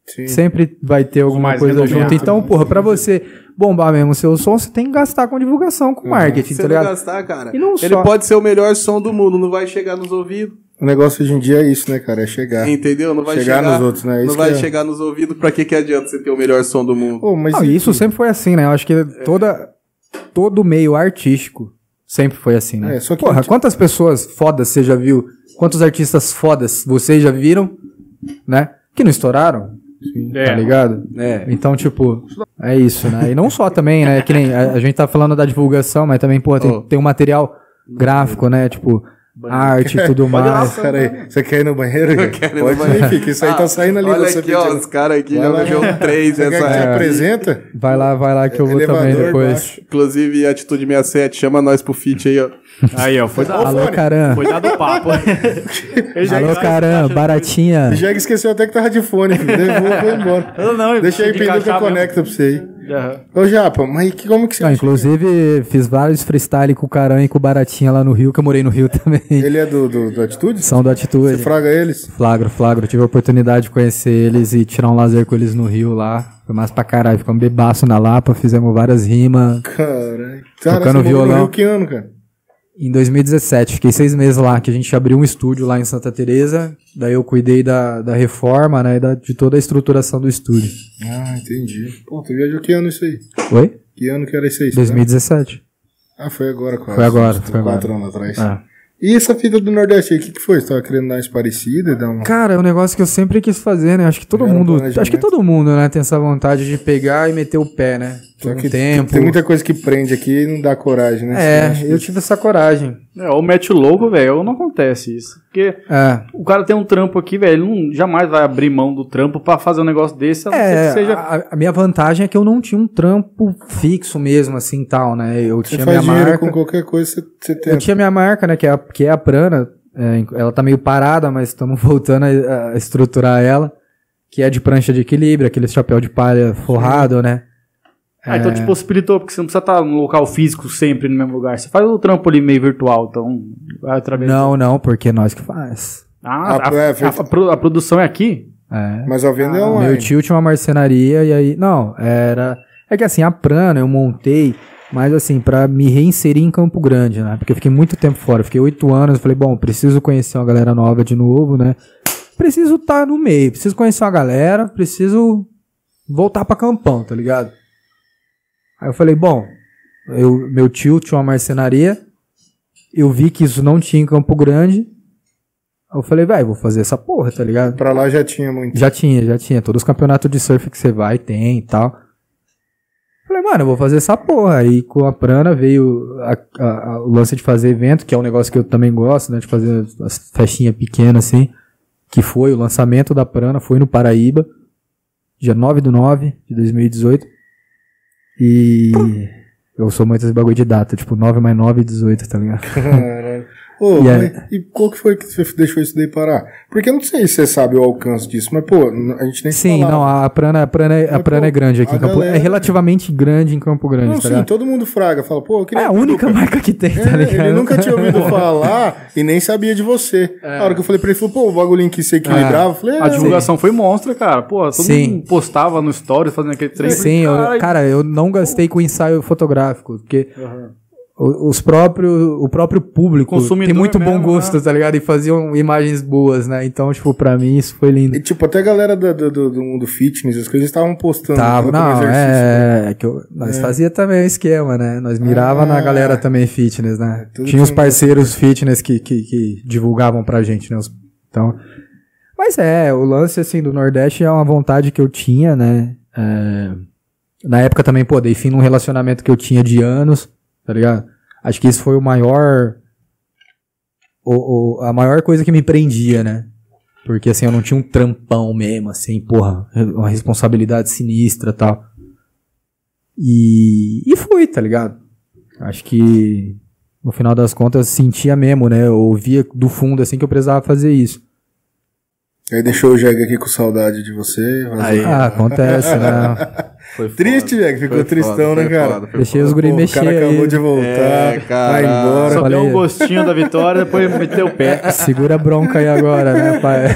[SPEAKER 1] Sim.
[SPEAKER 4] Sempre vai ter alguma
[SPEAKER 2] mais
[SPEAKER 4] coisa
[SPEAKER 2] renomeados,
[SPEAKER 4] junto. Então, porra, pra você bombar mesmo o seu som, você tem que gastar com divulgação, com marketing,
[SPEAKER 3] Se
[SPEAKER 4] tá
[SPEAKER 3] não
[SPEAKER 4] ligado?
[SPEAKER 3] gastar, cara,
[SPEAKER 4] E não
[SPEAKER 3] ele
[SPEAKER 4] só-
[SPEAKER 3] pode ser o melhor som do mundo, não vai chegar nos ouvidos,
[SPEAKER 1] O negócio hoje em dia é isso, né, cara? É chegar.
[SPEAKER 4] Então
[SPEAKER 3] entendeu? Não vai
[SPEAKER 1] chegar,
[SPEAKER 3] chegar,
[SPEAKER 1] nos outros, né? É
[SPEAKER 3] não
[SPEAKER 1] isso
[SPEAKER 3] vai
[SPEAKER 1] que é.
[SPEAKER 3] chegar nos ouvidos, pra que que adianta você ter o melhor som do mundo?
[SPEAKER 1] Pô, mas
[SPEAKER 4] Não, e isso sempre foi assim, né? Eu acho que toda, todo meio artístico sempre foi assim, né?
[SPEAKER 1] É, só que-
[SPEAKER 4] Porra, quantas pessoas fodas você já viu? Quantos artistas fodas vocês já viram, né? Que não estouraram, tá
[SPEAKER 2] É.
[SPEAKER 4] ligado? Então, tipo, é isso, né? E não só também, né? Que nem a, a gente tá falando da divulgação, mas também,
[SPEAKER 1] Oh.
[SPEAKER 4] porra, tem, tem um material gráfico, né? Tipo, arte e tudo mais.
[SPEAKER 1] Nossa, cara aí. Você quer ir no banheiro? cara?
[SPEAKER 3] quero ir no
[SPEAKER 1] Pode ir,
[SPEAKER 3] banheiro.
[SPEAKER 1] fica. Isso aí tá saindo ali.
[SPEAKER 3] É. Ah, Olha
[SPEAKER 1] você
[SPEAKER 3] aqui, ó,
[SPEAKER 1] pedindo.
[SPEAKER 3] os caras aqui
[SPEAKER 1] Vai
[SPEAKER 3] já
[SPEAKER 1] lá.
[SPEAKER 3] bebeu um três
[SPEAKER 1] Você quer que
[SPEAKER 3] nessa
[SPEAKER 1] te
[SPEAKER 3] época.
[SPEAKER 1] apresenta?
[SPEAKER 4] Vai lá, vai lá que eu vou também
[SPEAKER 1] Elevador
[SPEAKER 4] depois.
[SPEAKER 1] baixo.
[SPEAKER 3] Inclusive, Atitude 67, chama nós pro feat aí, ó.
[SPEAKER 2] Aí, ó, foi dado,
[SPEAKER 4] Alô, Caran.
[SPEAKER 2] foi dado papo. Ele já- tá-
[SPEAKER 4] Alô, Caran, baratinha.
[SPEAKER 1] Já que esqueceu até que tava de fone. filho. Devolva e embora.
[SPEAKER 2] Não, não,
[SPEAKER 1] Deixa aí,
[SPEAKER 2] de
[SPEAKER 1] Pinduca
[SPEAKER 2] encaixar
[SPEAKER 3] né?
[SPEAKER 1] conecta pra você aí.
[SPEAKER 2] mesmo. Aham.
[SPEAKER 1] Ô, Japa, mas que- como que você...
[SPEAKER 4] Não, Ah, inclusive, fiz vários freestyle com o Caran e com o Baratinha lá no Rio, que eu morei no Rio também.
[SPEAKER 1] Ele é do, do, do Atitude?
[SPEAKER 4] São da
[SPEAKER 1] Você
[SPEAKER 4] Atitude.
[SPEAKER 1] fraga eles?
[SPEAKER 4] Flagro, flagro. Tive a oportunidade de conhecer eles e tirar um lazer com eles no Rio lá. Foi massa pra caralho. Ficamos bebaço na Lapa, fizemos várias rimas.
[SPEAKER 1] Caralho. Cara,
[SPEAKER 4] Tocando
[SPEAKER 1] você morou no
[SPEAKER 4] violão.
[SPEAKER 1] Rio que ano, cara?
[SPEAKER 4] Em 2017, fiquei seis meses lá, que a gente abriu um estúdio lá em Santa Teresa. Daí eu cuidei da, da reforma, né, e da, de toda a estruturação do estúdio.
[SPEAKER 1] Ah, entendi. Pô, tu viajou que ano isso aí?
[SPEAKER 4] Oi?
[SPEAKER 1] Que ano que era isso né? aí? você
[SPEAKER 4] 2017.
[SPEAKER 1] lembra? Ah, foi agora quase.
[SPEAKER 4] Foi agora,
[SPEAKER 1] Uns
[SPEAKER 4] foi
[SPEAKER 1] Quatro anos atrás.
[SPEAKER 4] Ah.
[SPEAKER 1] E essa fita do Nordeste aí, o que, que foi? Você tava querendo dar uma esparecida? Dar um...
[SPEAKER 4] Cara, é um negócio que eu sempre quis fazer, né? Acho que todo
[SPEAKER 1] Era um
[SPEAKER 4] mundo.
[SPEAKER 1] planejamento.
[SPEAKER 4] Acho que todo mundo, né, tem essa vontade de pegar e meter o pé, né? Por
[SPEAKER 1] Só
[SPEAKER 4] um
[SPEAKER 1] que
[SPEAKER 4] tempo.
[SPEAKER 1] Tem muita né? coisa que prende aqui e não dá coragem, né?
[SPEAKER 4] É, eu tive essa coragem.
[SPEAKER 2] É, o match louco, velho, não acontece isso. Porque
[SPEAKER 4] É.
[SPEAKER 2] o cara tem um trampo aqui, velho, ele não, jamais vai abrir mão do trampo pra fazer um negócio desse, a não ser
[SPEAKER 4] É,
[SPEAKER 2] que seja...
[SPEAKER 4] a, a minha vantagem é que eu não tinha um trampo fixo mesmo, assim, tal, né? Eu
[SPEAKER 1] Você
[SPEAKER 4] tinha minha
[SPEAKER 1] faz dinheiro
[SPEAKER 4] marca.
[SPEAKER 1] com qualquer coisa, você, você
[SPEAKER 4] Eu
[SPEAKER 1] tenta.
[SPEAKER 4] tinha minha marca, né? Que é a, que é a Prana. é, ela tá meio parada, mas estamos voltando a, a estruturar ela. Que é de prancha de equilíbrio, aquele chapéu de palha forrado, né?
[SPEAKER 2] Ah, então te possibilitou, porque você não precisa estar num local físico sempre no mesmo lugar. Você faz o trampo ali meio virtual, então... vai através-
[SPEAKER 4] Não, não, porque é nós que faz.
[SPEAKER 2] Ah,
[SPEAKER 1] A-
[SPEAKER 2] a,
[SPEAKER 1] é, foi-
[SPEAKER 2] a- a pro- a produção é aqui?
[SPEAKER 4] É.
[SPEAKER 1] Mas ao venda é online.
[SPEAKER 4] Meu tio tinha uma marcenaria e aí. Não, era. É que assim, a Prana eu montei, mas assim, pra me reinserir em Campo Grande, né? Porque eu fiquei muito tempo fora, eu fiquei oito anos, eu falei, bom, preciso conhecer uma galera nova de novo, né? Preciso estar no meio, preciso conhecer uma galera, preciso voltar pra campão, tá ligado? Aí eu falei, bom, eu, meu tio tinha uma marcenaria, eu vi que isso não tinha em Campo Grande. Aí eu falei, velho, vou fazer essa porra, tá ligado?
[SPEAKER 1] Pra lá já tinha muito.
[SPEAKER 4] Já tinha, já tinha. Todos os campeonatos de surf que você vai, tem e tal. Falei, mano, eu vou fazer essa porra. Aí com a Prana veio a- a- a- o lance de fazer evento, que é um negócio que eu também gosto, né? De fazer as festinhas pequenas, assim. Que foi o lançamento da Prana, foi no Paraíba. Dia 9 do 9 de 2018. E... Eu sou muito esse bagulho de data, tipo 9 mais 9 e 18, tá ligado?
[SPEAKER 1] Caralho. Ô,
[SPEAKER 4] E
[SPEAKER 1] mas- e qual que foi que você deixou isso daí parar? Porque eu não sei se você sabe o alcance disso, mas, pô, n- a gente nem
[SPEAKER 4] Sim,
[SPEAKER 1] falava.
[SPEAKER 4] não, a Prana, a Prana, é- a
[SPEAKER 1] Mas,
[SPEAKER 4] Prana é
[SPEAKER 1] pô,
[SPEAKER 4] grande aqui
[SPEAKER 1] a
[SPEAKER 4] em Campo
[SPEAKER 1] galera-
[SPEAKER 4] É relativamente grande em Campo Grande,
[SPEAKER 1] Não,
[SPEAKER 4] tá
[SPEAKER 1] sim,
[SPEAKER 4] ligado?
[SPEAKER 1] todo mundo fraga. Fala, pô, eu queria.
[SPEAKER 4] É a única marca que tem, tá
[SPEAKER 1] É,
[SPEAKER 4] ligado?
[SPEAKER 1] ele nunca tinha ouvido falar e nem sabia de você. A hora que eu falei pra ele, ele falou, pô, o bagulhinho que você equilibrava, eu falei,
[SPEAKER 2] A
[SPEAKER 1] é,
[SPEAKER 2] divulgação foi monstra, cara. Pô, todo
[SPEAKER 4] Sim.
[SPEAKER 2] mundo postava no stories fazendo aquele trem.
[SPEAKER 4] Sim, eu- cara, eu não gastei com ensaio fotográfico, porque o- os próprios, o próprio público
[SPEAKER 2] Consumidor
[SPEAKER 4] tem muito bom
[SPEAKER 2] mesmo,
[SPEAKER 1] né?
[SPEAKER 4] gosto, tá ligado? E faziam imagens boas, né? Então, tipo, pra mim isso foi lindo.
[SPEAKER 1] E, tipo, até a galera da- do, do- do mundo fitness, as coisas estavam postando. tava
[SPEAKER 4] Tava, não,
[SPEAKER 1] com né?
[SPEAKER 4] é, é que eu- nós fazia também o esquema, né? Nós mirava na
[SPEAKER 1] Ah.
[SPEAKER 4] galera também fitness, né?
[SPEAKER 1] Tudo
[SPEAKER 4] Tinha os
[SPEAKER 1] tinha-
[SPEAKER 4] parceiros fitness que, que, que divulgavam pra gente, né? Os- Então, mas é, o lance, assim, do Nordeste é uma vontade que eu tinha, né? É, na época também, pô, dei fim num relacionamento que eu tinha de anos, tá ligado? Acho que isso foi o maior... o- o- a maior coisa que me prendia, né? Porque assim, eu não tinha um trampão mesmo, assim, porra, uma responsabilidade sinistra e tal. E, e fui, tá ligado? Acho que no final das contas sentia mesmo, né? Eu ouvia do fundo assim que eu precisava fazer isso.
[SPEAKER 1] Aí deixou o Jeg aqui com saudade de você. vazou.
[SPEAKER 3] Aí.
[SPEAKER 4] Ah, acontece, né?
[SPEAKER 3] Foi foda.
[SPEAKER 1] Triste, Jeg. Ficou
[SPEAKER 3] Foi
[SPEAKER 1] tristão,
[SPEAKER 3] foda,
[SPEAKER 1] né,
[SPEAKER 3] foi
[SPEAKER 1] cara?
[SPEAKER 3] foda, foi
[SPEAKER 4] Deixei
[SPEAKER 3] foda.
[SPEAKER 4] os guri
[SPEAKER 1] Pô, o
[SPEAKER 4] mexer
[SPEAKER 1] cara acabou
[SPEAKER 4] aí.
[SPEAKER 1] de voltar,
[SPEAKER 3] É,
[SPEAKER 1] vai
[SPEAKER 3] caralho.
[SPEAKER 1] embora.
[SPEAKER 2] Só deu
[SPEAKER 4] falei.
[SPEAKER 2] um gostinho da vitória, depois meteu o pé.
[SPEAKER 4] Segura a bronca aí agora, né, pai?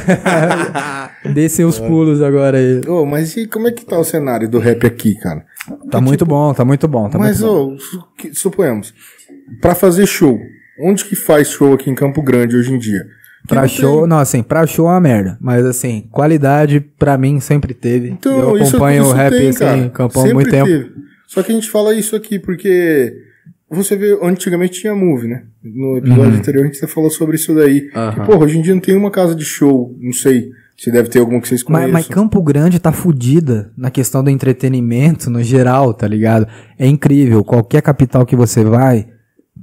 [SPEAKER 4] Descem os pulos agora aí.
[SPEAKER 1] Ô, mas e como é que tá o cenário do rap aqui, cara?
[SPEAKER 4] Tá muito bom, tá muito bom, tá
[SPEAKER 1] Tipo, mas,
[SPEAKER 4] muito bom.
[SPEAKER 1] ô, su- que- suponhamos, pra fazer show, onde que faz show aqui em Campo Grande hoje em dia? Que
[SPEAKER 4] Pra
[SPEAKER 1] não
[SPEAKER 4] show, não, assim, pra show é uma merda. Mas assim, qualidade pra mim sempre teve.
[SPEAKER 1] Então,
[SPEAKER 4] eu
[SPEAKER 1] isso-
[SPEAKER 4] acompanho
[SPEAKER 1] isso
[SPEAKER 4] o rap,
[SPEAKER 1] tem,
[SPEAKER 4] assim,
[SPEAKER 1] cara.
[SPEAKER 4] campão há
[SPEAKER 1] Sempre
[SPEAKER 4] muito tempo.
[SPEAKER 1] teve. Só que a gente fala isso aqui porque você vê, antigamente tinha movie, né? No
[SPEAKER 4] Uhum.
[SPEAKER 1] episódio anterior a gente falou sobre isso daí.
[SPEAKER 2] Tipo,
[SPEAKER 3] Aham.
[SPEAKER 4] Ah.
[SPEAKER 1] Que, porra, hoje em dia não tem uma casa de show, não sei se deve ter alguma que vocês
[SPEAKER 4] Mas,
[SPEAKER 1] conheçam.
[SPEAKER 4] mas Campo Grande tá fudida na questão do entretenimento no geral, tá ligado? É incrível. Qualquer capital que você vai,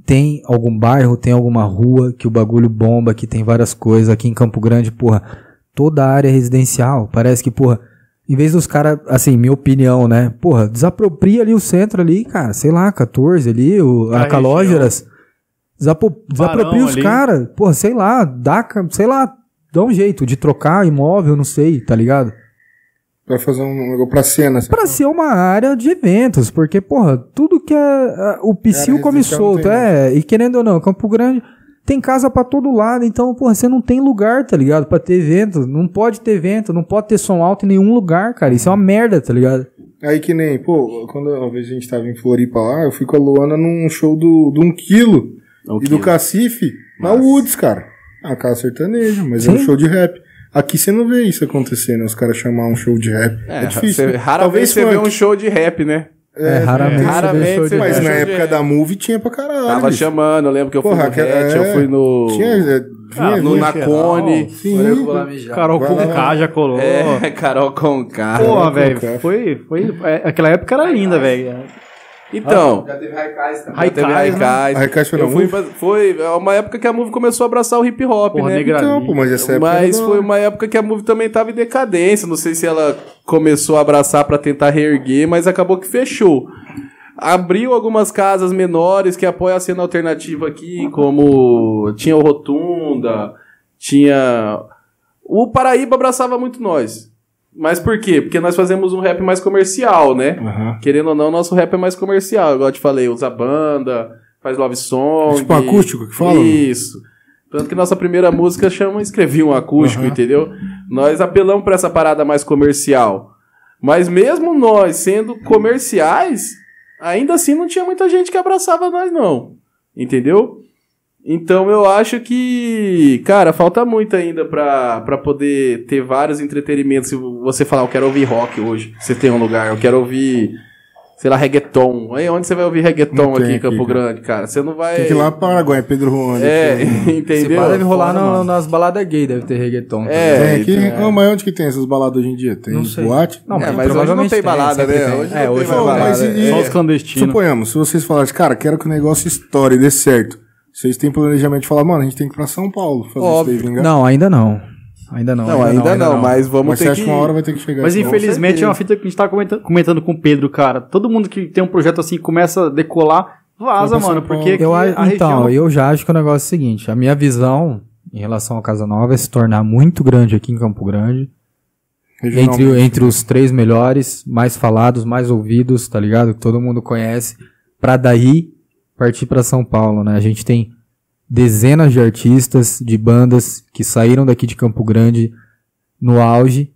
[SPEAKER 4] tem algum bairro, tem alguma rua que o bagulho bomba, que tem várias coisas. Aqui em Campo Grande, porra, toda a área é residencial. Parece que, porra, em vez dos caras, assim, minha opinião, né? Porra, desapropria ali o centro ali, cara. Sei lá, 14 ali, o,
[SPEAKER 2] Da
[SPEAKER 4] a Calógeras. Desapo- Desapropria os
[SPEAKER 2] ali.
[SPEAKER 4] caras. Porra, sei lá, dá, ca- sei lá, dá um jeito de trocar imóvel, não sei, tá ligado?
[SPEAKER 1] Pra fazer um negócio pra cena. assim.
[SPEAKER 4] Pra ser uma área de eventos, porque, porra, tudo que é, é, o
[SPEAKER 1] Área
[SPEAKER 4] psil come
[SPEAKER 1] residencial não
[SPEAKER 4] solto,
[SPEAKER 1] tem,
[SPEAKER 4] é, e querendo ou não, Campo Grande tem casa pra todo lado, então, porra, você não tem lugar, tá ligado? Pra ter evento, não pode ter evento, não pode ter som alto em nenhum lugar, cara, isso é uma merda, tá ligado?
[SPEAKER 1] Aí que nem, pô, quando uma vez a gente tava em Floripa lá, eu fui com a Luana num show do, do Um Quilo
[SPEAKER 3] Um
[SPEAKER 4] É
[SPEAKER 1] e do Cacife na
[SPEAKER 3] Massa.
[SPEAKER 1] Woods, cara. A casa sertaneja, mas é um
[SPEAKER 4] Sim.
[SPEAKER 1] show de rap. Aqui você não vê isso acontecer, né? Os caras chamar um show de rap. É,
[SPEAKER 3] É,
[SPEAKER 1] difícil.
[SPEAKER 3] Você,
[SPEAKER 1] né?
[SPEAKER 3] raramente você vê um show de rap, né?
[SPEAKER 4] É, raramente,
[SPEAKER 3] raramente
[SPEAKER 4] você vê show de
[SPEAKER 3] você
[SPEAKER 1] Mas
[SPEAKER 3] vai-
[SPEAKER 4] rap.
[SPEAKER 1] na
[SPEAKER 3] show de
[SPEAKER 1] época
[SPEAKER 3] rap.
[SPEAKER 1] da Movie tinha pra caralho.
[SPEAKER 3] Tava
[SPEAKER 1] bicho.
[SPEAKER 3] chamando, eu lembro que eu fui
[SPEAKER 1] Porra,
[SPEAKER 3] no
[SPEAKER 1] que-
[SPEAKER 3] Red, eu
[SPEAKER 1] é.
[SPEAKER 3] fui no...
[SPEAKER 1] Tinha, é, vinha,
[SPEAKER 2] Ah,
[SPEAKER 3] no
[SPEAKER 1] vinha.
[SPEAKER 3] Nacone.
[SPEAKER 1] Sim.
[SPEAKER 4] Olha, eu vou lá mijar.
[SPEAKER 2] Carol
[SPEAKER 1] Vai lá,
[SPEAKER 2] com
[SPEAKER 1] vai
[SPEAKER 2] K já colou.
[SPEAKER 3] É, Carol Conká.
[SPEAKER 2] Porra,
[SPEAKER 1] Conká.
[SPEAKER 2] velho. Foi, foi, é, aquela época era linda, velho.
[SPEAKER 3] Então,
[SPEAKER 4] Já teve Raikais também.
[SPEAKER 3] Aí teve
[SPEAKER 2] Raikais,
[SPEAKER 3] Raikais. é.
[SPEAKER 1] né? Raikais foi
[SPEAKER 3] Eu
[SPEAKER 1] na
[SPEAKER 3] fui
[SPEAKER 1] UF?
[SPEAKER 3] pra- Foi é uma época que a Move começou a abraçar o hip hop,
[SPEAKER 2] Porra,
[SPEAKER 3] né?
[SPEAKER 2] negra
[SPEAKER 1] Então, pô, mas essa época.
[SPEAKER 3] Mas
[SPEAKER 1] era da
[SPEAKER 3] foi
[SPEAKER 1] hora.
[SPEAKER 3] uma época que a Move também tava em decadência. Não sei se ela começou a abraçar pra tentar reerguer, mas acabou que fechou. Abriu algumas casas menores que apoiam a cena alternativa aqui, como tinha o Rotunda, tinha. O Paraíba abraçava muito nós. Mas por quê? Porque nós fazemos um rap mais comercial, né?
[SPEAKER 1] Aham.
[SPEAKER 3] Querendo ou não, nosso rap é mais comercial. Igual eu te falei, usa banda, faz love song.
[SPEAKER 1] Tipo acústico que fala?
[SPEAKER 3] Isso. Tanto que nossa primeira música chama Escrevi um Acústico,
[SPEAKER 1] Aham.
[SPEAKER 3] entendeu? Nós apelamos pra essa parada mais comercial. Mas mesmo nós sendo comerciais, ainda assim não tinha muita gente que abraçava nós, não. Entendeu? Então eu acho que, cara, falta muito ainda pra, pra poder ter vários entretenimentos. Se você falar, eu quero ouvir rock hoje, você tem um lugar, eu quero ouvir, sei lá, reggaeton. Aí onde você vai ouvir reggaeton
[SPEAKER 1] Não tem
[SPEAKER 3] aqui em
[SPEAKER 1] aqui,
[SPEAKER 3] Campo
[SPEAKER 1] cara.
[SPEAKER 3] Grande, cara? Você não vai.
[SPEAKER 1] Tem que ir lá para Paraguai, Pedro Juan.
[SPEAKER 3] É,
[SPEAKER 4] Esse
[SPEAKER 3] entendeu?
[SPEAKER 4] bar deve rolar
[SPEAKER 3] Foda,
[SPEAKER 4] no-
[SPEAKER 3] mano.
[SPEAKER 4] nas baladas gay, deve ter reggaeton. tá
[SPEAKER 3] É,
[SPEAKER 1] Tem aqui.
[SPEAKER 3] então,
[SPEAKER 1] Ah, mas onde que tem essas baladas hoje em dia? Tem
[SPEAKER 4] Não sei.
[SPEAKER 1] boate?
[SPEAKER 4] Não,
[SPEAKER 3] É, mas
[SPEAKER 4] mas,
[SPEAKER 3] hoje não
[SPEAKER 4] provavelmente
[SPEAKER 3] tem balada,
[SPEAKER 4] sempre
[SPEAKER 3] né?
[SPEAKER 4] tem.
[SPEAKER 3] Hoje
[SPEAKER 4] é,
[SPEAKER 3] não
[SPEAKER 4] hoje
[SPEAKER 3] tem
[SPEAKER 4] não tem
[SPEAKER 1] balada.
[SPEAKER 4] balada.
[SPEAKER 1] Mas e-
[SPEAKER 4] É.
[SPEAKER 2] Só os clandestinos.
[SPEAKER 1] Suponhamos, se vocês falarem, cara, quero que o negócio estoure, dê certo. Vocês têm planejamento de falar, mano, a gente tem que ir pra São Paulo fazer isso daí vingar?
[SPEAKER 4] Não, ainda não. Ainda não.
[SPEAKER 3] Não, ainda não, mas vamos
[SPEAKER 1] mas você
[SPEAKER 3] ter
[SPEAKER 1] acha
[SPEAKER 3] que.
[SPEAKER 1] que uma hora vai ter que chegar
[SPEAKER 2] Mas
[SPEAKER 1] esse negócio?
[SPEAKER 2] infelizmente é uma fita que a gente tava comentando, comentando com o Pedro, cara. Todo mundo que tem um projeto assim começa a decolar, vaza,
[SPEAKER 1] Vai pra São
[SPEAKER 2] mano.
[SPEAKER 1] Paulo.
[SPEAKER 2] Porque
[SPEAKER 4] Eu, a-
[SPEAKER 2] aqui a
[SPEAKER 4] então,
[SPEAKER 2] região-
[SPEAKER 4] eu já acho que o negócio é o seguinte: a minha visão em relação à Casa Nova é se tornar muito grande aqui em Campo Grande.
[SPEAKER 1] Regional.
[SPEAKER 4] Entre, entre os três melhores, mais falados, mais ouvidos, tá ligado? Que todo mundo conhece. Pra daí partir pra São Paulo, né? A gente tem dezenas de artistas, de bandas que saíram daqui de Campo Grande no auge.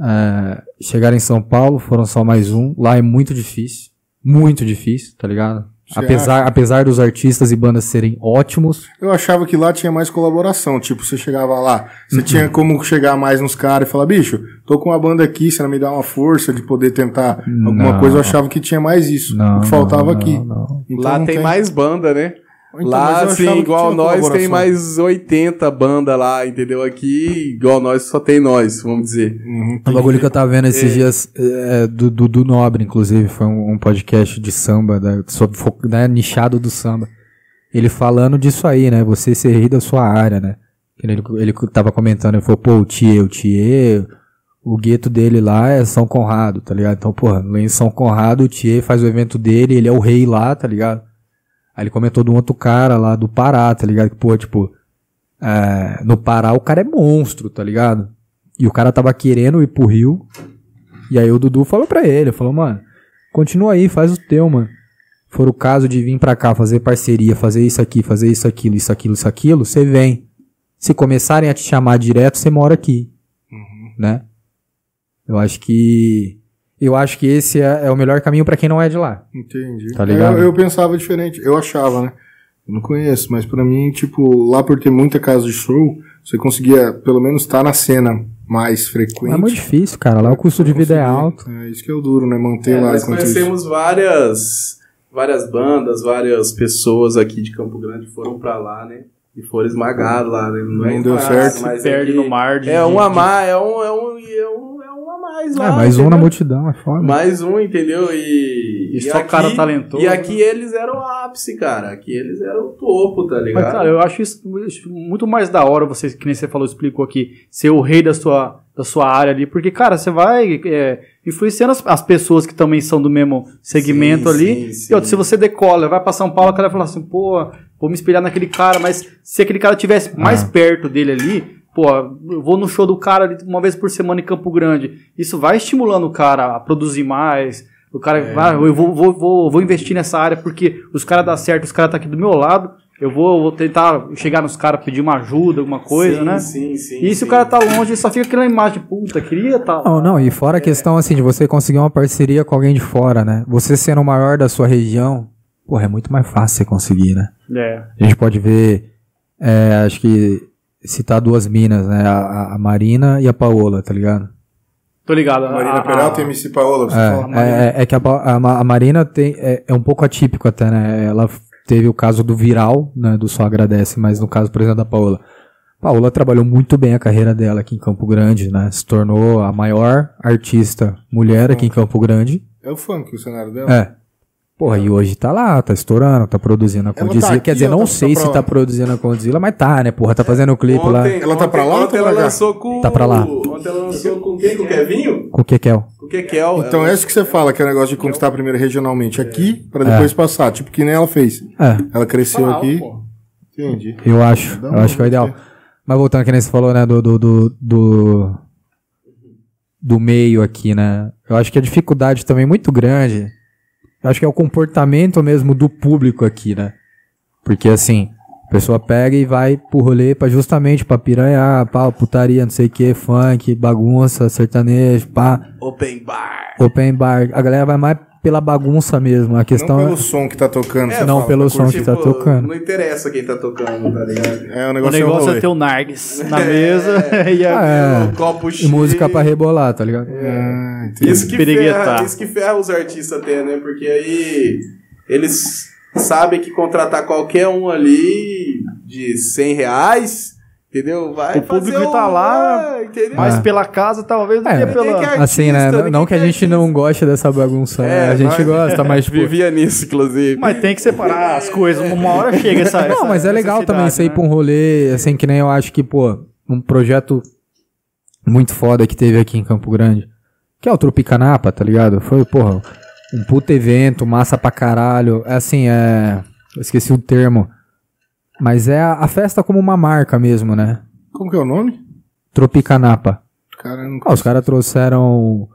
[SPEAKER 4] eh, chegaram em São Paulo, foram só mais um. Lá é muito difícil. Muito difícil, tá ligado?
[SPEAKER 1] Você
[SPEAKER 4] Apesar, apesar dos artistas e bandas serem ótimos,
[SPEAKER 1] Eu achava que lá tinha mais colaboração. Tipo, você chegava lá, você
[SPEAKER 4] Uhum.
[SPEAKER 1] tinha como chegar mais nos caras e falar, bicho, tô com uma banda aqui, você não me dá uma força de poder tentar alguma
[SPEAKER 4] Não.
[SPEAKER 1] coisa. Eu achava que tinha mais isso.
[SPEAKER 4] não.
[SPEAKER 1] o que faltava
[SPEAKER 4] não,
[SPEAKER 1] aqui.
[SPEAKER 4] não.
[SPEAKER 1] Então
[SPEAKER 3] Lá
[SPEAKER 1] não
[SPEAKER 3] tem mais banda, né?
[SPEAKER 1] Então, mas
[SPEAKER 3] lá,
[SPEAKER 1] eu achava
[SPEAKER 3] assim,
[SPEAKER 1] que
[SPEAKER 3] igual
[SPEAKER 1] tinha
[SPEAKER 3] nós, tem
[SPEAKER 1] colaboração.
[SPEAKER 3] mais 80 banda lá, entendeu? Aqui, igual nós, só tem nós, vamos dizer.
[SPEAKER 1] Uhum.
[SPEAKER 4] O É um bagulho que eu tava vendo esses dias é, do, do, do Nobre, inclusive, foi um, um podcast de samba, da, sobre, fo- né, nichado do samba. Ele falando disso aí, né? Você ser rei da sua área, né? Que Ele, ele tava comentando, ele falou, pô, o Thier, o Thier, o gueto dele lá é São Conrado, tá ligado? Então, porra, lá em São Conrado, o Thier faz o evento dele, ele é o rei lá, tá ligado? Aí ele comentou de um outro cara lá do Pará, tá ligado? Que, pô, tipo, é, no Pará o cara é monstro, tá ligado? E o cara tava querendo ir pro Rio. E aí o Dudu falou pra ele, falou, mano, continua aí, faz o teu, mano. For o caso de vir pra cá fazer parceria, fazer isso aqui, fazer isso aquilo, isso aquilo, isso aquilo, você vem. Se começarem a te chamar direto, você mora aqui, né? Eu acho que eu acho que esse é, é o melhor caminho pra quem não é de lá.
[SPEAKER 1] Entendi.
[SPEAKER 4] Tá ligado?
[SPEAKER 1] Eu, eu pensava diferente, eu achava, né? Eu não conheço, mas pra mim, tipo, lá por ter muita casa de show, você conseguia pelo menos estar na cena mais frequente.
[SPEAKER 4] É muito difícil, cara. Lá o custo de vida é
[SPEAKER 1] Conseguia.
[SPEAKER 4] alto.
[SPEAKER 1] É isso que é o duro, né? Manter
[SPEAKER 3] É,
[SPEAKER 1] lá
[SPEAKER 3] nós
[SPEAKER 1] enquanto isso.
[SPEAKER 3] conhecemos várias, várias bandas, várias pessoas aqui de Campo Grande que foram pra lá, né? E foram esmagados lá, né? Não, é
[SPEAKER 1] Não deu
[SPEAKER 3] fácil,
[SPEAKER 1] certo.
[SPEAKER 3] mas é
[SPEAKER 2] Perde
[SPEAKER 3] que
[SPEAKER 2] no mar de.
[SPEAKER 3] É um a
[SPEAKER 2] de-
[SPEAKER 3] mais, é um, é um, é um, é um a mais lá.
[SPEAKER 4] É, mais um na
[SPEAKER 3] entendeu?
[SPEAKER 4] multidão, é foda.
[SPEAKER 3] Mais um, entendeu? E,
[SPEAKER 2] E só cara talentoso, né?
[SPEAKER 3] E aqui eles eram o ápice, cara. Aqui eles eram o topo, tá ligado?
[SPEAKER 2] Mas, cara, eu acho isso isso muito mais da hora, você, que nem você falou, explicou aqui, ser o rei da sua, da sua área ali, porque, cara, você vai é, influenciando as, as pessoas que também são do mesmo segmento
[SPEAKER 3] Sim,
[SPEAKER 2] ali.
[SPEAKER 3] sim,
[SPEAKER 2] E outra,
[SPEAKER 3] sim.
[SPEAKER 2] se você decola, vai pra São Paulo, o cara vai falar assim, pô, vou me espelhar naquele cara, mas se aquele cara tivesse
[SPEAKER 3] Ah.
[SPEAKER 2] mais perto dele ali, pô, eu vou no show do cara ali uma vez por semana em Campo Grande. Isso vai estimulando o cara a produzir mais. O cara
[SPEAKER 3] É.
[SPEAKER 2] vai, eu vou, vou, vou, vou investir nessa área porque os caras dá certo, os caras tá aqui do meu lado. Eu vou, vou tentar chegar nos caras, pedir uma ajuda, alguma coisa,
[SPEAKER 3] sim,
[SPEAKER 2] né?
[SPEAKER 3] Sim, sim.
[SPEAKER 2] E se
[SPEAKER 3] sim.
[SPEAKER 2] o cara tá longe, só fica aquela imagem, puta, queria tá.
[SPEAKER 4] Não, Oh, não, e fora a questão assim de você conseguir uma parceria com alguém de fora, né? Você sendo o maior da sua região, porra, é muito mais fácil você conseguir, né?
[SPEAKER 2] É.
[SPEAKER 4] A gente pode ver, é, acho que citar duas minas, né? A- A, a Marina e a Paola, tá ligado?
[SPEAKER 2] Tô ligado.
[SPEAKER 1] Marina
[SPEAKER 2] a- a-
[SPEAKER 1] Peralta e MC Paola, você
[SPEAKER 4] É,
[SPEAKER 1] fala.
[SPEAKER 4] é, é que a, Pa- a Ma- a Marina tem, é, é um pouco atípico até, né? Ela f- teve o caso do viral, né? Do Só Agradece, mas no caso, por exemplo, da Paola. Paola trabalhou muito bem a carreira dela aqui em Campo Grande, né? Se tornou a maior artista mulher aqui em Campo Grande.
[SPEAKER 1] É o funk o cenário dela.
[SPEAKER 4] É. Porra, e hoje tá lá, tá estourando, tá produzindo a
[SPEAKER 1] Então. tá
[SPEAKER 4] Condzilla.
[SPEAKER 1] aqui,
[SPEAKER 4] Quer dizer,
[SPEAKER 1] ela
[SPEAKER 4] não
[SPEAKER 1] tá- tá pra
[SPEAKER 4] sei
[SPEAKER 1] É.
[SPEAKER 4] se
[SPEAKER 1] lá.
[SPEAKER 4] tá produzindo a Condzilla, mas tá, né, porra? Tá fazendo o clipe lá
[SPEAKER 3] Ontem-
[SPEAKER 1] Ela tá
[SPEAKER 3] ontem-
[SPEAKER 1] pra lá ou
[SPEAKER 3] ontem
[SPEAKER 1] tá
[SPEAKER 3] ela
[SPEAKER 1] pra cá?
[SPEAKER 3] lançou com.
[SPEAKER 4] Tá pra lá.
[SPEAKER 3] Ontem ela lançou com quem? Com o Kevinho?
[SPEAKER 4] com o Kekel.
[SPEAKER 3] Com o Kekel.
[SPEAKER 1] Então é isso que você fala, que é o É. negócio de conquistar primeiro regionalmente aqui, pra depois passar. Tipo que nem ela fez.
[SPEAKER 4] É,
[SPEAKER 1] Ela cresceu aqui.
[SPEAKER 3] pô.
[SPEAKER 1] Entendi.
[SPEAKER 4] eu acho.
[SPEAKER 1] Dá
[SPEAKER 4] Eu
[SPEAKER 1] uma
[SPEAKER 4] acho que é o ideal.
[SPEAKER 1] música.
[SPEAKER 4] Mas voltando que nem você falou, né, do, do, do, do, do meio aqui, né? Eu acho que a dificuldade também é muito grande. Eu acho que é o comportamento mesmo do público aqui, né? Porque assim, a pessoa pega e vai pro rolê pra justamente pra piranhar, pá, putaria, não sei o que, funk, bagunça, sertanejo, pá,
[SPEAKER 3] Open Bar.
[SPEAKER 4] open bar. A galera vai mais pela bagunça mesmo. A
[SPEAKER 1] Não
[SPEAKER 4] questão
[SPEAKER 1] pelo som que tá tocando.
[SPEAKER 4] é
[SPEAKER 1] você
[SPEAKER 4] não
[SPEAKER 1] fala,
[SPEAKER 4] pelo
[SPEAKER 1] tá
[SPEAKER 4] som que tá
[SPEAKER 3] Tipo,
[SPEAKER 4] tocando.
[SPEAKER 3] Não interessa quem tá tocando, tá ligado?
[SPEAKER 1] curtindo. É, o
[SPEAKER 2] O
[SPEAKER 1] negócio,
[SPEAKER 2] negócio
[SPEAKER 1] é,
[SPEAKER 2] é ter o Nargues na mesa e a
[SPEAKER 4] um Ah,
[SPEAKER 3] O copo
[SPEAKER 4] é. E
[SPEAKER 3] cheio.
[SPEAKER 4] música pra rebolar, tá ligado?
[SPEAKER 1] Ah, entendi.
[SPEAKER 3] Isso que,
[SPEAKER 2] Piriguetar.
[SPEAKER 3] ferra, isso que ferra os artistas até, né? Porque aí eles sabem que contratar qualquer um ali de 100 reais, entendeu? Vai
[SPEAKER 2] O público
[SPEAKER 3] fazer
[SPEAKER 2] tá
[SPEAKER 3] um-
[SPEAKER 2] lá,
[SPEAKER 3] é, entendeu?
[SPEAKER 2] mais
[SPEAKER 4] É.
[SPEAKER 2] pela casa, talvez, do
[SPEAKER 4] É,
[SPEAKER 2] que
[SPEAKER 4] mas
[SPEAKER 2] pela.
[SPEAKER 3] tem que-
[SPEAKER 4] Assim, né?
[SPEAKER 3] artista,
[SPEAKER 4] Não, não que a
[SPEAKER 3] ninguém
[SPEAKER 4] gente não goste dessa bagunça, né?
[SPEAKER 3] É,
[SPEAKER 4] a gente
[SPEAKER 3] mas-
[SPEAKER 4] gosta, mas tipo...
[SPEAKER 3] Vivia nisso, inclusive.
[SPEAKER 2] Mas tem que separar as coisas. Uma hora chega essa.
[SPEAKER 4] Não,
[SPEAKER 2] essa
[SPEAKER 4] mas é legal também você
[SPEAKER 3] né?
[SPEAKER 4] ir
[SPEAKER 2] necessidade, né?
[SPEAKER 4] pra um rolê, assim, que nem eu acho que, pô, um projeto muito foda que teve aqui em Campo Grande, que é o Tropicanapa, tá ligado? Foi, porra, um puto evento, massa pra caralho, é assim, é... Eu esqueci o termo, mas é a, a festa como uma marca mesmo, né?
[SPEAKER 1] Como que é o nome?
[SPEAKER 4] Tropicanapa.
[SPEAKER 1] Cara, eu não
[SPEAKER 4] Ah, os caras trouxeram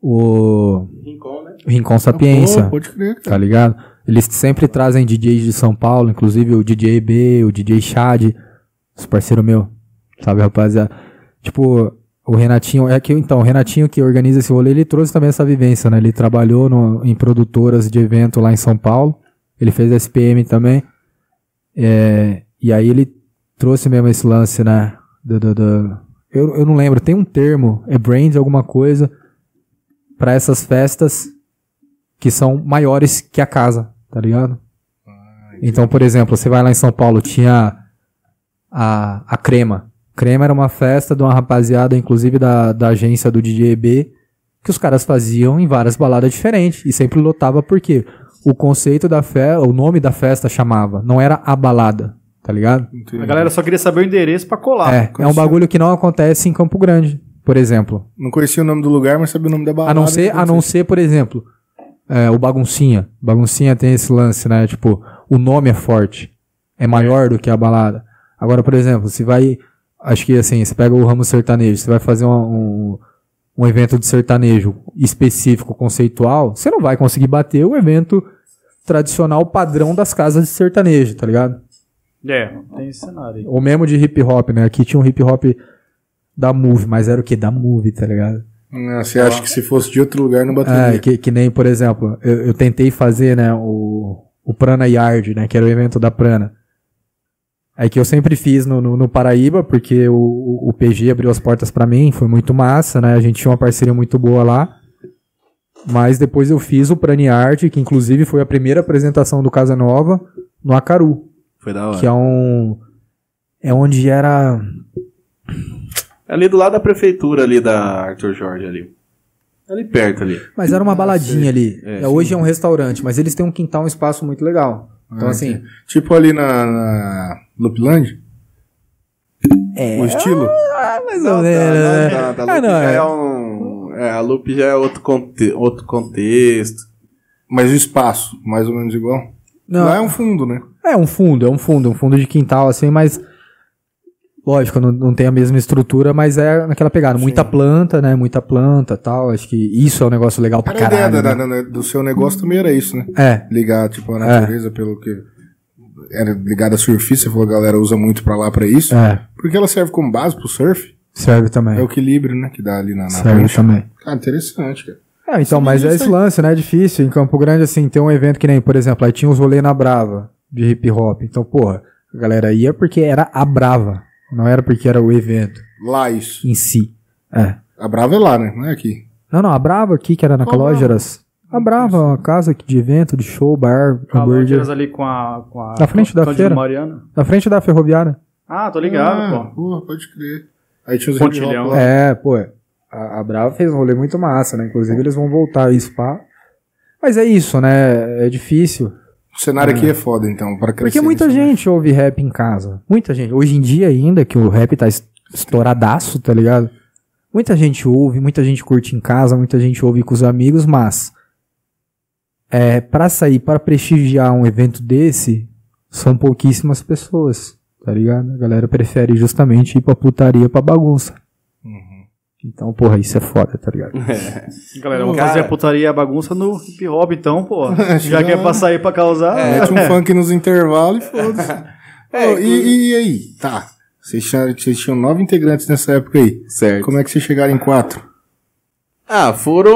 [SPEAKER 4] o
[SPEAKER 3] Rincon, né?
[SPEAKER 4] Rincon
[SPEAKER 1] Pô,
[SPEAKER 4] Sapiência,
[SPEAKER 1] pode crer, cara.
[SPEAKER 4] tá ligado? Eles sempre trazem DJs de São Paulo, inclusive o DJ B, o DJ Chad, os parceiros meu, sabe, rapaziada? Tipo, o Renatinho, é que então, o Renatinho que organiza esse rolê, ele trouxe também essa vivência, né? Ele trabalhou no- em produtoras de evento lá em São Paulo, ele fez SPM também, é, e aí ele trouxe mesmo esse lance, né? Do, do- do- eu, eu não lembro, tem um termo, é brand, alguma coisa, pra essas festas que são maiores que a casa, tá ligado? Então, por exemplo, você vai lá em São Paulo, tinha a, a Crema. Crema era uma festa de uma rapaziada, inclusive da, da agência do DJ EB, que os caras faziam em várias baladas diferentes e sempre lotava porque o conceito da festa, o nome da festa chamava, não era a balada, tá ligado?
[SPEAKER 2] A galera só queria saber o endereço pra colar.
[SPEAKER 4] é, é um bagulho que não acontece em Campo Grande, por exemplo.
[SPEAKER 1] Não conhecia o nome do lugar, mas sabia o nome da balada.
[SPEAKER 4] A não ser, a não ser por exemplo, é, o Baguncinha. Baguncinha tem esse lance, né? Tipo, o nome é forte. É maior do que a balada. Agora, por exemplo, se vai. Acho que assim, você pega o ramo sertanejo, você vai fazer uma- um, um evento de sertanejo específico, conceitual, você não vai conseguir bater o evento tradicional padrão das casas de sertanejo, tá ligado?
[SPEAKER 2] É, tem esse cenário aí.
[SPEAKER 4] Ou mesmo de hip hop, né? Aqui tinha um hip hop da Move, mas era o que? Da Move, tá ligado?
[SPEAKER 1] Não, Ah, você acha que se fosse de outro lugar, não
[SPEAKER 4] É,
[SPEAKER 1] bateria.
[SPEAKER 4] que, que nem, por exemplo, eu, eu tentei fazer, né, o, o Prana Yard, né, que era o evento da Prana. Aí que eu sempre fiz no, no, no Paraíba, porque o, o, o PG abriu as portas pra mim, foi muito massa, né, a gente tinha uma parceria muito boa lá. Mas depois eu fiz o Prana Yard, que inclusive foi a primeira apresentação do Casa Nova, no Acaru,
[SPEAKER 3] Foi da hora.
[SPEAKER 4] que é um... É onde era...
[SPEAKER 3] é Ali do lado da prefeitura ali da Arthur Jorge ali. Ali perto ali.
[SPEAKER 4] Mas era uma baladinha ali.
[SPEAKER 3] É,
[SPEAKER 4] É, hoje é um restaurante, mas eles têm um quintal, um espaço muito legal. Então,
[SPEAKER 1] Ah,
[SPEAKER 4] assim,
[SPEAKER 1] Tipo ali na, na Loopland?
[SPEAKER 4] É.
[SPEAKER 1] O estilo?
[SPEAKER 4] Ah, mais
[SPEAKER 3] Não,
[SPEAKER 4] ou menos. né?
[SPEAKER 3] tá, tá, tá. A
[SPEAKER 4] Ah,
[SPEAKER 3] Lupe
[SPEAKER 4] não,
[SPEAKER 3] já
[SPEAKER 4] é.
[SPEAKER 3] é um. É, a Lupe já é outro, conte outro contexto.
[SPEAKER 1] Mas o espaço, mais ou menos igual.
[SPEAKER 4] Não,
[SPEAKER 1] Lá é um fundo, né?
[SPEAKER 4] é um fundo, é um fundo, um fundo de quintal, assim, mas. Lógico, não, não tem a mesma estrutura, mas é naquela pegada. Muita planta, né? Muita planta tal. Acho que isso é um negócio legal pra
[SPEAKER 1] Era a ideia
[SPEAKER 4] caralho.
[SPEAKER 1] da-
[SPEAKER 4] né?
[SPEAKER 1] da- do seu negócio também era isso, né?
[SPEAKER 4] É,
[SPEAKER 1] Ligar, tipo, a natureza pelo que... Era ligada a surfista, você falou, a galera usa muito pra lá, pra isso.
[SPEAKER 4] é.
[SPEAKER 1] Porque ela serve como base pro surf.
[SPEAKER 4] Serve também.
[SPEAKER 1] É, o equilíbrio, né? Que dá ali na, na
[SPEAKER 4] serve
[SPEAKER 1] prancha.
[SPEAKER 4] também.
[SPEAKER 1] Cara, interessante, cara.
[SPEAKER 4] É, então, mas é esse lance, né? É difícil. Em Campo Grande, assim, tem um evento que nem, por exemplo, aí tinha os rolê na Brava, de hip hop. Então, porra, a galera ia porque era a Brava. Não era porque era o evento
[SPEAKER 1] Lá isso.
[SPEAKER 4] em si. É.
[SPEAKER 1] A Brava é lá, né? Não é aqui.
[SPEAKER 4] Não, não, a Brava aqui, que era na
[SPEAKER 1] Qual
[SPEAKER 4] Calógeras. A Brava, uma casa de evento, de show, bar, hambúrguer.
[SPEAKER 2] Calógeras ali com a. Com a
[SPEAKER 4] Na frente da
[SPEAKER 2] Cândido
[SPEAKER 4] feira.
[SPEAKER 2] Mariana.
[SPEAKER 4] Na frente da ferroviária.
[SPEAKER 2] Ah, tô ligado,
[SPEAKER 1] ah,
[SPEAKER 2] pô.
[SPEAKER 1] Porra, pode crer. Aí tinha os
[SPEAKER 2] Pontilhão.
[SPEAKER 1] hip hop lá.
[SPEAKER 4] É, pô. A, a Brava fez um rolê muito massa, né? Inclusive eles vão voltar aí, spa. Mas é isso, né? É difícil.
[SPEAKER 1] O cenário aqui é foda, então, pra crescer.
[SPEAKER 4] Porque muita
[SPEAKER 1] nisso, né?
[SPEAKER 4] gente ouve rap em casa. Muita gente. Hoje em dia ainda, que o rap tá es- estouradaço, tá ligado? Muita gente ouve, muita gente curte em casa, muita gente ouve com os amigos, mas é, para sair, para prestigiar um evento desse, são pouquíssimas pessoas, tá ligado? A galera prefere justamente ir pra putaria, pra bagunça.
[SPEAKER 3] Uhum.
[SPEAKER 4] Então, porra, isso é foda, tá ligado?
[SPEAKER 2] Galera, vamos
[SPEAKER 3] Cara.
[SPEAKER 2] fazer a putaria e a bagunça no hip hop então, pô. Já
[SPEAKER 1] Acho
[SPEAKER 2] que é
[SPEAKER 1] que
[SPEAKER 2] pra sair pra causar.
[SPEAKER 4] É.
[SPEAKER 2] né?
[SPEAKER 1] Mete um funk nos intervalos e foda-se.
[SPEAKER 3] É,
[SPEAKER 1] Ô, e, e aí? Tá. Vocês tinham, vocês tinham nove integrantes nessa época aí.
[SPEAKER 3] Certo.
[SPEAKER 1] Como é que vocês chegaram em quatro?
[SPEAKER 3] Ah, foram.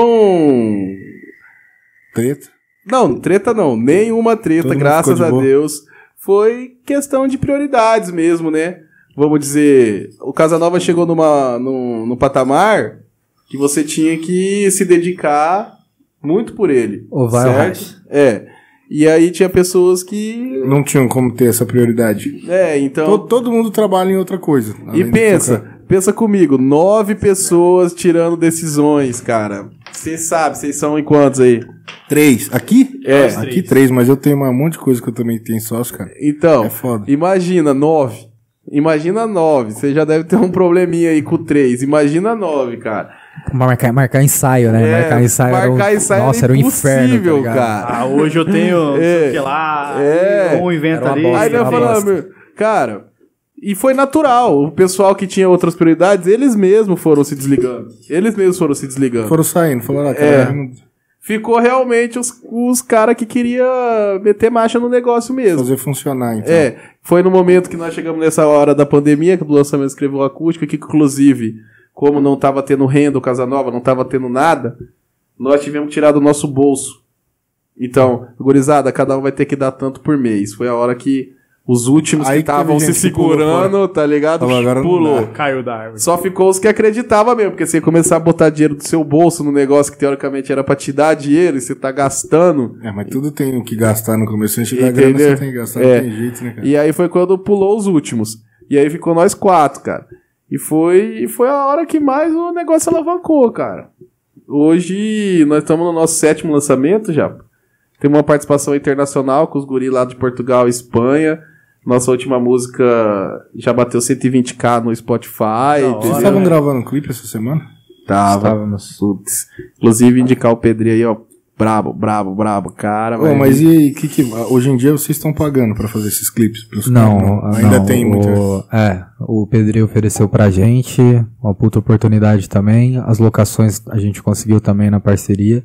[SPEAKER 1] Treta.
[SPEAKER 3] Não, treta não. Nenhuma treta,
[SPEAKER 1] Todo mundo
[SPEAKER 3] graças
[SPEAKER 1] ficou de
[SPEAKER 3] a
[SPEAKER 1] boa.
[SPEAKER 3] Deus. Foi questão de prioridades mesmo, né? Vamos dizer, o Casanova chegou numa, num, num patamar que você tinha que se dedicar muito por ele.
[SPEAKER 4] Ou vai ou racha.
[SPEAKER 3] É. E aí tinha pessoas que.
[SPEAKER 1] Não tinham como ter essa prioridade.
[SPEAKER 3] É, então.
[SPEAKER 1] Todo, todo mundo trabalha em outra coisa. além
[SPEAKER 3] E
[SPEAKER 1] de
[SPEAKER 3] pensa,
[SPEAKER 1] tocar.
[SPEAKER 3] pensa comigo, nove pessoas tirando decisões, cara. Vocês sabem, vocês são em quantos aí?
[SPEAKER 1] Três. Aqui?
[SPEAKER 3] É.
[SPEAKER 1] Aqui três, mas eu tenho um monte de coisa que eu também tenho sócio, cara.
[SPEAKER 3] Então,
[SPEAKER 1] É foda.
[SPEAKER 3] imagina, nove. Imagina nove. Você já deve ter um probleminha aí com três. Imagina nove, cara.
[SPEAKER 4] Marcar, marcar ensaio, né?
[SPEAKER 3] É,
[SPEAKER 4] marcar ensaio era
[SPEAKER 3] marcar
[SPEAKER 4] um,
[SPEAKER 3] ensaio
[SPEAKER 4] Nossa,
[SPEAKER 3] era
[SPEAKER 4] era um inferno, tá
[SPEAKER 3] impossível,
[SPEAKER 4] ligado?
[SPEAKER 3] cara.
[SPEAKER 2] Ah, hoje eu tenho,
[SPEAKER 3] É.
[SPEAKER 2] sei lá,
[SPEAKER 3] É.
[SPEAKER 2] um invento
[SPEAKER 4] Era uma
[SPEAKER 2] ali.
[SPEAKER 4] bosta,
[SPEAKER 3] Aí
[SPEAKER 4] era
[SPEAKER 3] nós
[SPEAKER 4] uma
[SPEAKER 3] falamos, meu, cara. E foi natural. O pessoal que tinha outras prioridades, eles mesmos foram se desligando. Eles mesmos foram se desligando.
[SPEAKER 1] Foram saindo, falaram, ah, cara,
[SPEAKER 3] É.
[SPEAKER 1] vamos
[SPEAKER 3] Ficou realmente os, os caras que queria meter marcha no negócio mesmo.
[SPEAKER 1] fazer funcionar, então.
[SPEAKER 3] É, foi no momento que nós chegamos nessa hora da pandemia, que o lançamento escreveu acústica, que inclusive, como não tava tendo renda o Casanova, não tava tendo nada, nós tivemos que tirar do nosso bolso. Então, gurizada, cada um vai ter que dar tanto por mês. Foi a hora que os últimos
[SPEAKER 1] Aí
[SPEAKER 3] que
[SPEAKER 1] que teve
[SPEAKER 3] estavam se
[SPEAKER 1] gente que pulou
[SPEAKER 3] segurando, tá ligado?
[SPEAKER 1] Falou, agora não
[SPEAKER 3] pulou.
[SPEAKER 2] Ah, Caiu da árvore.
[SPEAKER 3] Só ficou os que acreditavam mesmo, porque você ia começar a botar dinheiro do seu bolso no negócio que teoricamente era pra te dar dinheiro e você tá gastando.
[SPEAKER 1] É, mas tudo tem que gastar no começo. Antes da grana,
[SPEAKER 3] Entendeu?
[SPEAKER 1] você tem que gastar,
[SPEAKER 3] É.
[SPEAKER 1] não tem jeito, né, cara?
[SPEAKER 3] E aí foi quando pulou os últimos. E aí ficou nós quatro, cara. E foi, e foi a hora que mais o negócio alavancou, cara. Hoje nós estamos no nosso sétimo lançamento já. Tem uma participação internacional com os guris lá de Portugal e Espanha. Nossa última música já bateu 120k no Spotify.
[SPEAKER 1] Vocês
[SPEAKER 3] entendeu?
[SPEAKER 1] estavam gravando um clipe essa semana?
[SPEAKER 3] Tava.
[SPEAKER 4] Estávamos.
[SPEAKER 3] Putz. Inclusive, indicar o Pedrinho aí, ó. Brabo, brabo, brabo, cara.
[SPEAKER 1] Ô, mas e aí, que que, hoje em dia vocês estão pagando pra fazer esses clipes? pros
[SPEAKER 4] Não, ah,
[SPEAKER 1] caras, ainda
[SPEAKER 4] não,
[SPEAKER 1] tem muita.
[SPEAKER 4] O, é, o Pedrinho ofereceu pra gente, uma puta oportunidade também. As locações a gente conseguiu também na parceria.
[SPEAKER 3] É.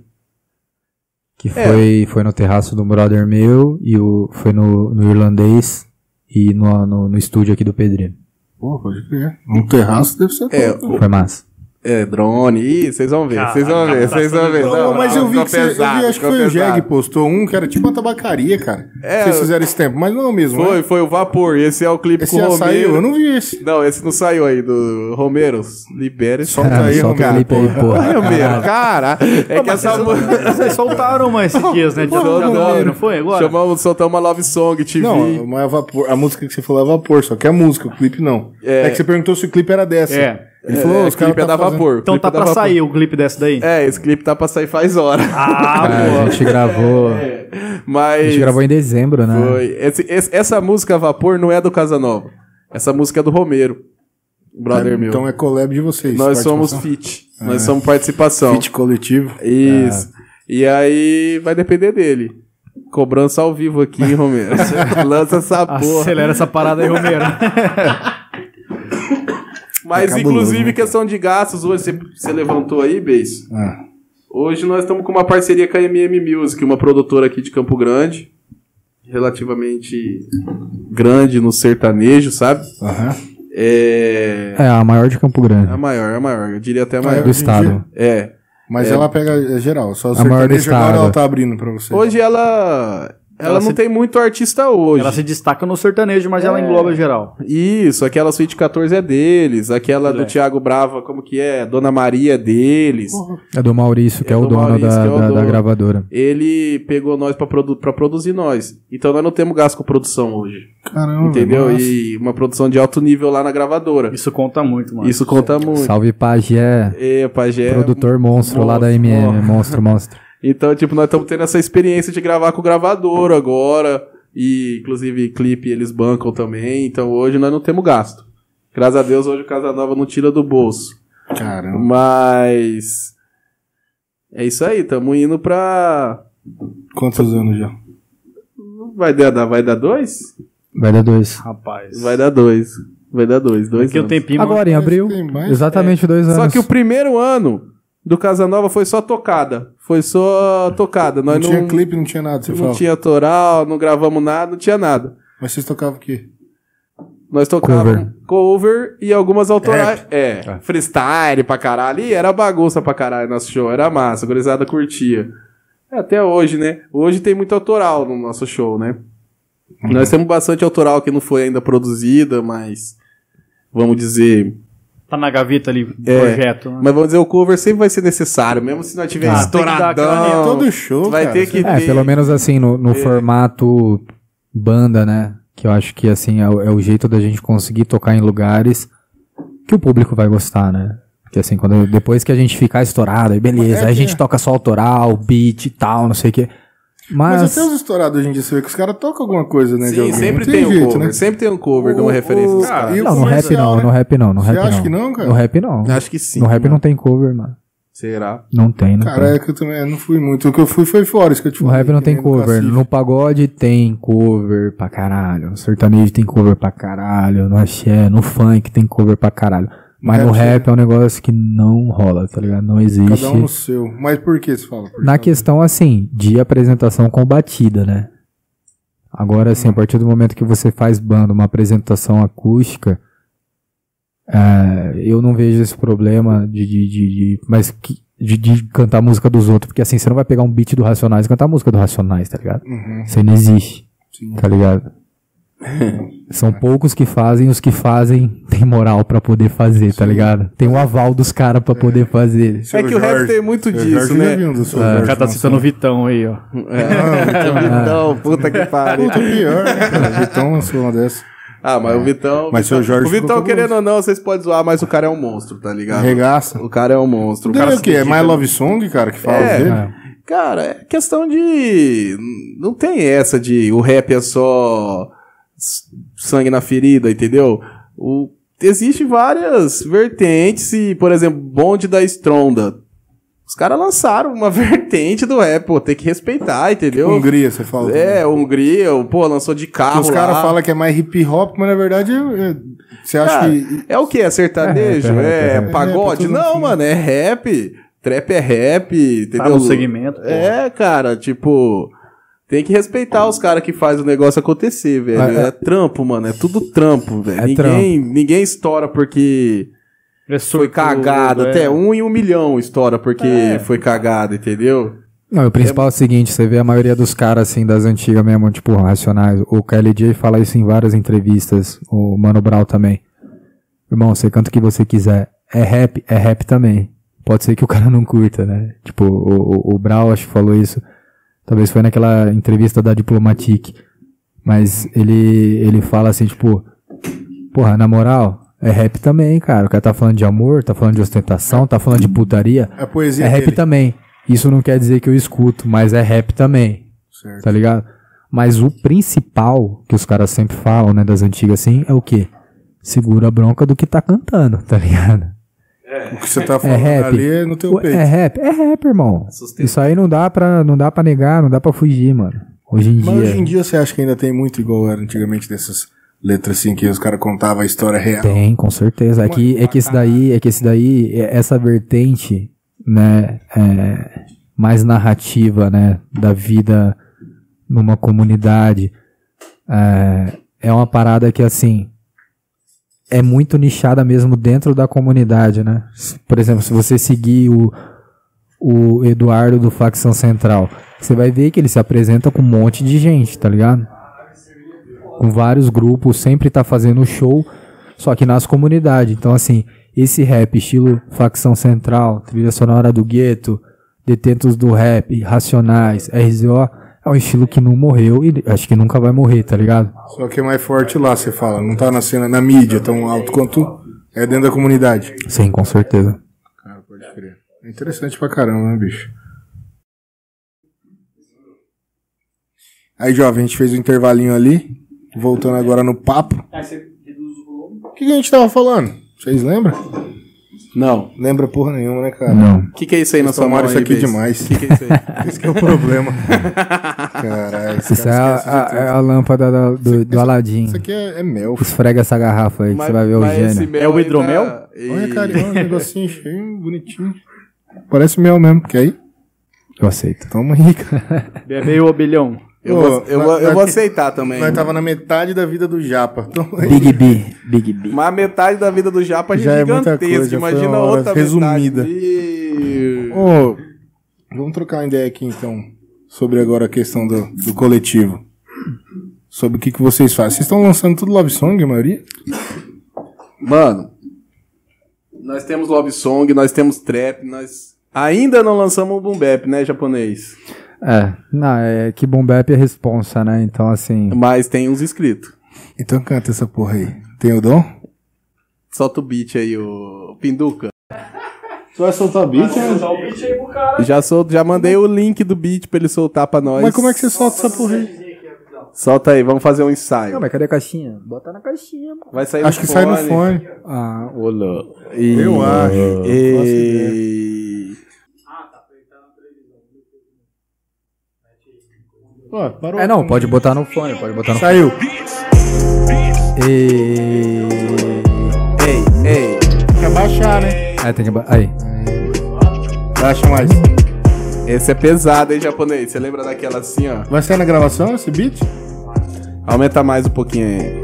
[SPEAKER 4] Que foi, foi no terraço do brother meu e o, foi no, no irlandês e no, no, no estúdio aqui do Pedrinho.
[SPEAKER 1] Pô, pode crer. Um terraço deve ser.
[SPEAKER 3] É,
[SPEAKER 1] bom.
[SPEAKER 3] o-
[SPEAKER 4] Foi massa.
[SPEAKER 3] é, drone, ih, vocês vão ver, vocês vão ver, vocês vão ver.
[SPEAKER 1] Não, tá mas eu vi
[SPEAKER 3] ficou
[SPEAKER 1] que você, eu vi, acho que
[SPEAKER 3] ficou
[SPEAKER 1] foi o
[SPEAKER 3] pesado.
[SPEAKER 1] Jeg postou um que era tipo uma tabacaria, cara.
[SPEAKER 3] É,
[SPEAKER 1] Vocês fizeram esse tempo, mas não é o mesmo.
[SPEAKER 3] Foi,
[SPEAKER 1] né?
[SPEAKER 3] foi o Vapor, esse é o clipe
[SPEAKER 1] Esse
[SPEAKER 3] com o
[SPEAKER 1] já
[SPEAKER 3] Romero.
[SPEAKER 1] saiu, eu não um vi esse.
[SPEAKER 3] Não, esse não saiu aí, do Romero. Libera esse
[SPEAKER 1] Solta aí,
[SPEAKER 4] solta o
[SPEAKER 1] Romero,
[SPEAKER 4] Ah, clipe aí,
[SPEAKER 3] Ai,
[SPEAKER 4] porra.
[SPEAKER 3] Romero, cara. É que essa música.
[SPEAKER 2] Vocês soltaram uma esses dias, né? De
[SPEAKER 3] Não,
[SPEAKER 2] não,
[SPEAKER 3] não.
[SPEAKER 2] não foi agora?
[SPEAKER 3] Chamamos, soltamos uma Love Song É, TV.
[SPEAKER 1] Não, mas a, vapor, a música que você falou é vapor, só que é música, o clipe não. É, que você perguntou se o clipe era dessa.
[SPEAKER 2] É.
[SPEAKER 1] Ele falou,
[SPEAKER 3] é,
[SPEAKER 1] os
[SPEAKER 3] o clipe
[SPEAKER 1] caras
[SPEAKER 3] é da
[SPEAKER 1] fazendo-
[SPEAKER 3] Vapor. o
[SPEAKER 2] Então
[SPEAKER 3] clipe
[SPEAKER 2] tá
[SPEAKER 3] é da
[SPEAKER 2] pra
[SPEAKER 3] Vapor.
[SPEAKER 2] sair o clipe dessa daí?
[SPEAKER 3] É, esse clipe tá pra sair faz hora.
[SPEAKER 2] Ah,
[SPEAKER 4] É, a gente gravou. A
[SPEAKER 3] Mas.
[SPEAKER 4] gente gravou em dezembro, né?
[SPEAKER 3] É Foi. Esse- esse- essa música Vapor não é do Casanova. Essa música é do Romero. Brother meu.
[SPEAKER 1] Então é collab de vocês.
[SPEAKER 3] Nós somos
[SPEAKER 1] participação.
[SPEAKER 3] fit. então. Nós somos participação.
[SPEAKER 1] feat coletivo.
[SPEAKER 3] Isso. E aí vai depender dele. Cobrança ao vivo aqui, hein, Romero. Lança essa porra.
[SPEAKER 2] Acelera essa parada aí, Romero.
[SPEAKER 3] Mas,
[SPEAKER 1] Tá cabuloso,
[SPEAKER 3] inclusive,
[SPEAKER 1] né, cara?
[SPEAKER 3] questão de gastos, hoje você, você levantou aí, Beis.
[SPEAKER 1] Ah.
[SPEAKER 3] Hoje nós estamos com uma parceria com a MM Music, uma produtora aqui de Campo Grande, relativamente grande no sertanejo, sabe?
[SPEAKER 1] Aham.
[SPEAKER 3] É.
[SPEAKER 4] É, a maior de Campo Grande.
[SPEAKER 3] A maior, é a maior. Eu diria até a
[SPEAKER 1] maior.
[SPEAKER 3] maior.
[SPEAKER 4] do
[SPEAKER 1] hoje em
[SPEAKER 4] estado.
[SPEAKER 3] É.
[SPEAKER 1] Mas ela pega é, geral, só o
[SPEAKER 4] A maior do
[SPEAKER 1] sertanejo agora
[SPEAKER 4] estado.
[SPEAKER 1] ela tá abrindo pra você.
[SPEAKER 3] Hoje ela. Ela,
[SPEAKER 2] Ela
[SPEAKER 3] não
[SPEAKER 2] se-
[SPEAKER 3] tem muito artista hoje.
[SPEAKER 2] Ela se destaca no sertanejo, mas ela engloba geral.
[SPEAKER 3] Isso, aquela Suíte 14 é deles, aquela do
[SPEAKER 2] É.
[SPEAKER 3] Thiago Brava, como que é? Dona Maria é deles.
[SPEAKER 4] É do Maurício, que é,
[SPEAKER 3] É
[SPEAKER 4] o
[SPEAKER 3] do
[SPEAKER 4] dono
[SPEAKER 3] Maurício,
[SPEAKER 4] da,
[SPEAKER 3] que é o
[SPEAKER 4] da- da
[SPEAKER 3] dono.
[SPEAKER 4] gravadora.
[SPEAKER 3] Ele pegou nós pra, produ pra produzir nós. Então nós não temos gasto com produção hoje.
[SPEAKER 1] Caramba.
[SPEAKER 3] entendeu?
[SPEAKER 1] Uhum. nossa.
[SPEAKER 3] E uma produção de alto nível lá na gravadora.
[SPEAKER 2] Isso conta muito, mano.
[SPEAKER 3] Isso conta muito.
[SPEAKER 4] Salve Pajé,
[SPEAKER 3] É, pajé.
[SPEAKER 4] produtor monstro, lá da
[SPEAKER 3] monstro,
[SPEAKER 4] MM, monstro, monstro.
[SPEAKER 3] Então, tipo, nós estamos tendo essa experiência de gravar com o gravador agora. E, inclusive, clipe eles bancam também. Então, hoje nós não temos gasto. Graças a Deus, hoje o Casanova não tira do bolso.
[SPEAKER 1] Caramba.
[SPEAKER 3] Mas. É isso aí, tamo indo pra.
[SPEAKER 1] Quantos anos já?
[SPEAKER 3] Vai dar, vai dar dois?
[SPEAKER 4] Vai dar é dois.
[SPEAKER 2] Rapaz.
[SPEAKER 3] Vai dar dois. Vai dar dois. Dois
[SPEAKER 2] Daqui um
[SPEAKER 3] anos.
[SPEAKER 2] tempinho.
[SPEAKER 4] Agora, em abril,
[SPEAKER 1] Tem mais?
[SPEAKER 4] exatamente dois anos.
[SPEAKER 3] É. Só que o primeiro ano do Casanova foi só tocada. Foi só tocada.
[SPEAKER 1] Não
[SPEAKER 3] Nós não,
[SPEAKER 1] tinha clipe, não tinha nada, você
[SPEAKER 3] não
[SPEAKER 1] fala.
[SPEAKER 3] tinha toral, não gravamos nada, não tinha nada.
[SPEAKER 1] Mas vocês tocavam o quê?
[SPEAKER 3] Nós tocávamos cover. e algumas autorais. É, freestyle pra caralho. E era bagunça pra caralho nosso show. Era massa, a gurizada curtia. É, até hoje, né? Hoje tem muito autoral no nosso show, né? Nós temos bastante autoral que não foi ainda produzida, mas. Vamos dizer.
[SPEAKER 2] Tá na gaveta ali, o
[SPEAKER 3] É.
[SPEAKER 2] projeto. né?
[SPEAKER 3] Mas vamos dizer, o cover sempre vai ser necessário, mesmo se nós tiver
[SPEAKER 2] Ah, tem que dar aquela
[SPEAKER 3] estouradão.
[SPEAKER 1] Todo show,
[SPEAKER 3] vai
[SPEAKER 1] cara,
[SPEAKER 3] ter que
[SPEAKER 4] É,
[SPEAKER 3] ter.
[SPEAKER 4] pelo menos assim, no,
[SPEAKER 3] É.
[SPEAKER 4] no formato banda, né? Que eu acho que assim é, o- é o jeito da gente conseguir tocar em lugares que o público vai gostar, né? Porque assim, quando, depois que a gente ficar estourado, aí beleza,
[SPEAKER 1] É
[SPEAKER 4] aí a
[SPEAKER 1] que
[SPEAKER 4] gente
[SPEAKER 1] é.
[SPEAKER 4] toca só autoral, beat e tal, não sei o quê.
[SPEAKER 1] Mas,
[SPEAKER 4] Mas,
[SPEAKER 1] até os estourados hoje em dia, você vê que os caras tocam alguma coisa, né? de
[SPEAKER 3] Sim,
[SPEAKER 1] alguém.
[SPEAKER 3] sempre
[SPEAKER 1] não
[SPEAKER 3] tem, um cover. Sempre tem um cover de
[SPEAKER 1] né? O-
[SPEAKER 3] uma referência
[SPEAKER 1] o-
[SPEAKER 3] dos caras.
[SPEAKER 1] e o
[SPEAKER 4] não, no rap
[SPEAKER 1] comercial,
[SPEAKER 4] não,
[SPEAKER 1] né?
[SPEAKER 4] no rap não, no
[SPEAKER 1] Você
[SPEAKER 4] rap
[SPEAKER 1] acha
[SPEAKER 4] não.
[SPEAKER 1] que não, cara?
[SPEAKER 4] No rap não.
[SPEAKER 3] Acho que sim.
[SPEAKER 4] no rap
[SPEAKER 3] mano.
[SPEAKER 4] não tem cover, mano.
[SPEAKER 3] Será?
[SPEAKER 4] Não tem, não tem.
[SPEAKER 1] Cara, é que eu também não fui muito. O que eu fui foi fora, isso que eu te
[SPEAKER 4] No
[SPEAKER 1] falei,
[SPEAKER 4] rap não
[SPEAKER 1] que
[SPEAKER 4] tem
[SPEAKER 1] nem no
[SPEAKER 4] cover.
[SPEAKER 1] Cacife.
[SPEAKER 4] No pagode tem cover pra caralho. No sertanejo tem cover pra caralho. No axé, no funk tem cover pra caralho. Mas
[SPEAKER 1] No
[SPEAKER 4] no
[SPEAKER 1] rap,
[SPEAKER 4] rap é um negócio que não rola, tá ligado? Não existe.
[SPEAKER 1] Cada um no seu. Mas por que você fala? Por
[SPEAKER 4] Na
[SPEAKER 1] quê?
[SPEAKER 4] questão, assim, de apresentação com batida, né? Agora, assim, a partir do momento que você faz banda, uma apresentação acústica, é, eu não vejo esse problema de, de, de, de- mas que- de, de cantar a música dos outros. Porque, assim, você não vai pegar um beat do Racionais e cantar a música do Racionais, tá ligado?
[SPEAKER 1] Uhum,
[SPEAKER 4] Isso aí não existe,
[SPEAKER 1] sim.
[SPEAKER 4] tá ligado? São poucos que fazem, os que fazem têm moral pra poder fazer, tá ligado? Tem o aval dos caras pra poder fazer.
[SPEAKER 3] É que o rap tem muito disso, né?
[SPEAKER 4] É,
[SPEAKER 2] O cara tá citando o Vitão aí, ó. Tá
[SPEAKER 3] Vitão, puta que pariu.
[SPEAKER 1] Ah. Puta, pior, né, cara? Vitão lançou uma dessa.
[SPEAKER 3] Ah, mas o Vitão.
[SPEAKER 1] Mas seu Jorge
[SPEAKER 3] O Vitão,
[SPEAKER 1] ficou
[SPEAKER 3] querendo ou não, vocês podem zoar, mas o cara é um monstro, tá ligado?
[SPEAKER 1] Regaça.
[SPEAKER 3] O cara é um monstro. O
[SPEAKER 1] Dele
[SPEAKER 3] cara
[SPEAKER 1] é o quê? É
[SPEAKER 3] se
[SPEAKER 1] My
[SPEAKER 3] dedica- né?
[SPEAKER 1] Love Song, cara, que fala
[SPEAKER 3] É.
[SPEAKER 1] dele?
[SPEAKER 4] Ah.
[SPEAKER 3] Cara, é questão de. Não tem essa de o rap é só. s- sangue na ferida, entendeu? O, existe várias vertentes e, por exemplo, bonde da estronda. Os caras lançaram uma vertente do rap, pô, tem que respeitar, entendeu?
[SPEAKER 1] Hungria, você fala.
[SPEAKER 3] É, Hungria, pô, lançou de
[SPEAKER 1] Um Que
[SPEAKER 3] carro
[SPEAKER 1] os
[SPEAKER 3] lá.
[SPEAKER 1] caras falam que é mais hip hop, mas na verdade é- é- você acha
[SPEAKER 3] Cara,
[SPEAKER 1] que.
[SPEAKER 3] É o que? É sertanejo?
[SPEAKER 4] É,
[SPEAKER 3] É,
[SPEAKER 4] é, é,
[SPEAKER 1] é.
[SPEAKER 3] pagode?
[SPEAKER 1] É, é tudo
[SPEAKER 3] Não,
[SPEAKER 1] assim.
[SPEAKER 3] mano, é rap. Trap é rap, entendeu?
[SPEAKER 2] Tá no segmento. pô.
[SPEAKER 3] É, cara, tipo. Tem que respeitar os caras que faz o negócio acontecer, velho.
[SPEAKER 4] É,
[SPEAKER 3] É, trampo, mano. É tudo trampo, velho.
[SPEAKER 6] É
[SPEAKER 3] ninguém, ninguém estoura porque
[SPEAKER 2] É
[SPEAKER 3] foi
[SPEAKER 2] sortudo,
[SPEAKER 3] cagado.
[SPEAKER 2] é.
[SPEAKER 3] Até um em um milhão estoura porque foi cagado, entendeu?
[SPEAKER 4] Não, o principal é o seguinte, você vê a maioria dos caras assim das antigas mesmo, tipo, racionais. O KLJ fala isso em várias entrevistas, o Mano Brown também. Irmão, você canta o que você quiser. É rap, é rap também. Pode ser que o cara não curta, né? Tipo, o, o, o Brown acho que falou isso. Talvez foi naquela entrevista da Diplomatique. Mas ele, ele fala assim, tipo, porra, na moral, é rap também, cara. O cara tá falando de amor, tá falando de ostentação, tá falando de putaria.
[SPEAKER 1] A poesia
[SPEAKER 4] É rap
[SPEAKER 1] dele.
[SPEAKER 4] também. Isso não quer dizer que eu escuto, mas é rap também,
[SPEAKER 1] Certo.
[SPEAKER 4] tá ligado? Mas o principal que os caras sempre falam, né, das antigas assim, é o quê? Segura a bronca do que tá cantando, tá ligado?
[SPEAKER 1] O que você tá
[SPEAKER 4] É
[SPEAKER 1] falando
[SPEAKER 4] rap.
[SPEAKER 1] ali é no teu
[SPEAKER 4] Ué,
[SPEAKER 1] peito.
[SPEAKER 4] É rap, é rap, irmão. Isso aí não dá pra, não dá pra negar, não dá pra fugir, mano. Hoje em
[SPEAKER 1] Mas
[SPEAKER 4] dia.
[SPEAKER 1] hoje em dia você acha que ainda tem muito igual era antigamente dessas letras assim que os caras contavam a história real?
[SPEAKER 4] Tem, com certeza. É que, é que esse daí, é que esse daí, é- essa vertente, né, é, mais narrativa, né, da vida numa comunidade, é, é uma parada que, assim, é muito nichada mesmo dentro da comunidade, né? S- Por exemplo, se você seguir o, o Eduardo do Facção Central, você vai ver que ele se apresenta com um monte de gente, tá ligado? Com vários grupos, sempre tá fazendo show, só que nas comunidades. Então, assim, esse rap, estilo facção central, trilha sonora do gueto, detentos do rap, racionais, RZO, é um estilo que não morreu e acho que nunca vai morrer, tá ligado?
[SPEAKER 1] Só que é mais forte lá, você fala. Não tá na cena, na mídia tão alto quanto é dentro da comunidade.
[SPEAKER 4] Sim, com certeza.
[SPEAKER 1] Cara, pode crer. É interessante pra caramba, né, bicho? Aí, jovem, a gente fez um intervalinho ali. Voltando agora no papo. O que que a gente tava falando? Vocês lembram?
[SPEAKER 3] Não.
[SPEAKER 1] Lembra porra nenhuma, né, cara?
[SPEAKER 4] Não.
[SPEAKER 3] O que, que é isso aí na
[SPEAKER 1] Vocês
[SPEAKER 3] sua mão
[SPEAKER 1] tomaram isso
[SPEAKER 3] aí,
[SPEAKER 1] aqui
[SPEAKER 3] Bez?
[SPEAKER 1] demais.
[SPEAKER 3] Que que é isso aí?
[SPEAKER 1] Esse que é o problema. Caralho, esse
[SPEAKER 4] Isso é
[SPEAKER 1] cara
[SPEAKER 4] a,
[SPEAKER 1] esquece de
[SPEAKER 4] a-
[SPEAKER 1] tudo.
[SPEAKER 4] é a lâmpada da- do, do Aladim.
[SPEAKER 1] Isso aqui é, é mel.
[SPEAKER 4] Esfrega essa garrafa aí que
[SPEAKER 3] Mas-
[SPEAKER 4] você vai ver o
[SPEAKER 3] mas esse
[SPEAKER 4] gênio.
[SPEAKER 3] mel
[SPEAKER 2] É o
[SPEAKER 3] aí tá-
[SPEAKER 2] hidromel?
[SPEAKER 1] Olha,
[SPEAKER 3] E-
[SPEAKER 1] cara, é um negocinho cheio, bonitinho. Parece mel mesmo, que aí?
[SPEAKER 4] Eu aceito.
[SPEAKER 1] Toma aí, cara.
[SPEAKER 2] Bebei o bilhão.
[SPEAKER 3] Eu,
[SPEAKER 1] Ô,
[SPEAKER 3] vou, eu,
[SPEAKER 1] na-
[SPEAKER 3] vou, eu
[SPEAKER 1] na-
[SPEAKER 3] vou aceitar também.
[SPEAKER 1] Nós tava na metade da vida do Japa. Toma aí.
[SPEAKER 4] Big B, Big B.
[SPEAKER 3] Mas metade da vida do Japa
[SPEAKER 1] Já
[SPEAKER 3] é
[SPEAKER 1] é muita
[SPEAKER 3] gigantesca.
[SPEAKER 1] coisa, já foi uma
[SPEAKER 3] Imagina
[SPEAKER 1] hora
[SPEAKER 3] outra
[SPEAKER 1] resumida.
[SPEAKER 3] metade. E...
[SPEAKER 1] Ô, vamos trocar uma ideia aqui então sobre agora a questão do, do coletivo. Sobre o que, que vocês fazem. Vocês estão lançando tudo Love Song, a maioria?
[SPEAKER 3] Mano, nós temos love song, nós temos trap, nós ainda não lançamos o boom bap, né, japonês?
[SPEAKER 4] É, não, é que Bombep é responsa, né? Então, assim.
[SPEAKER 3] Mas tem uns inscritos.
[SPEAKER 1] Então canta essa porra aí. Tem o dom?
[SPEAKER 3] Solta o beat aí, o Pinduca.
[SPEAKER 1] Tu vai soltar beat, né?
[SPEAKER 3] Já solto, já mandei o link do beat pra ele soltar pra nós.
[SPEAKER 1] Mas como é que você solta essa porra aí?
[SPEAKER 3] Solta aí, vamos fazer um ensaio.
[SPEAKER 4] Não, mas cadê a caixinha? Bota na caixinha, pô.
[SPEAKER 3] Vai sair
[SPEAKER 1] Acho que sai no fone.
[SPEAKER 4] Ah,
[SPEAKER 3] Olá. E...
[SPEAKER 1] Eu acho. Faço
[SPEAKER 3] E...
[SPEAKER 1] Ó, parou.
[SPEAKER 4] É, não, pode botar no fone, pode botar no fone.
[SPEAKER 1] Saiu.
[SPEAKER 4] E...
[SPEAKER 3] Ei, ei.
[SPEAKER 1] Tem que abaixar, né?
[SPEAKER 4] É, tem que... ba- Aí.
[SPEAKER 1] Baixa mais.
[SPEAKER 3] Esse é pesado, hein, japonês? Você lembra daquela assim, ó?
[SPEAKER 1] Vai sair na gravação esse beat?
[SPEAKER 3] Aumenta mais um pouquinho aí.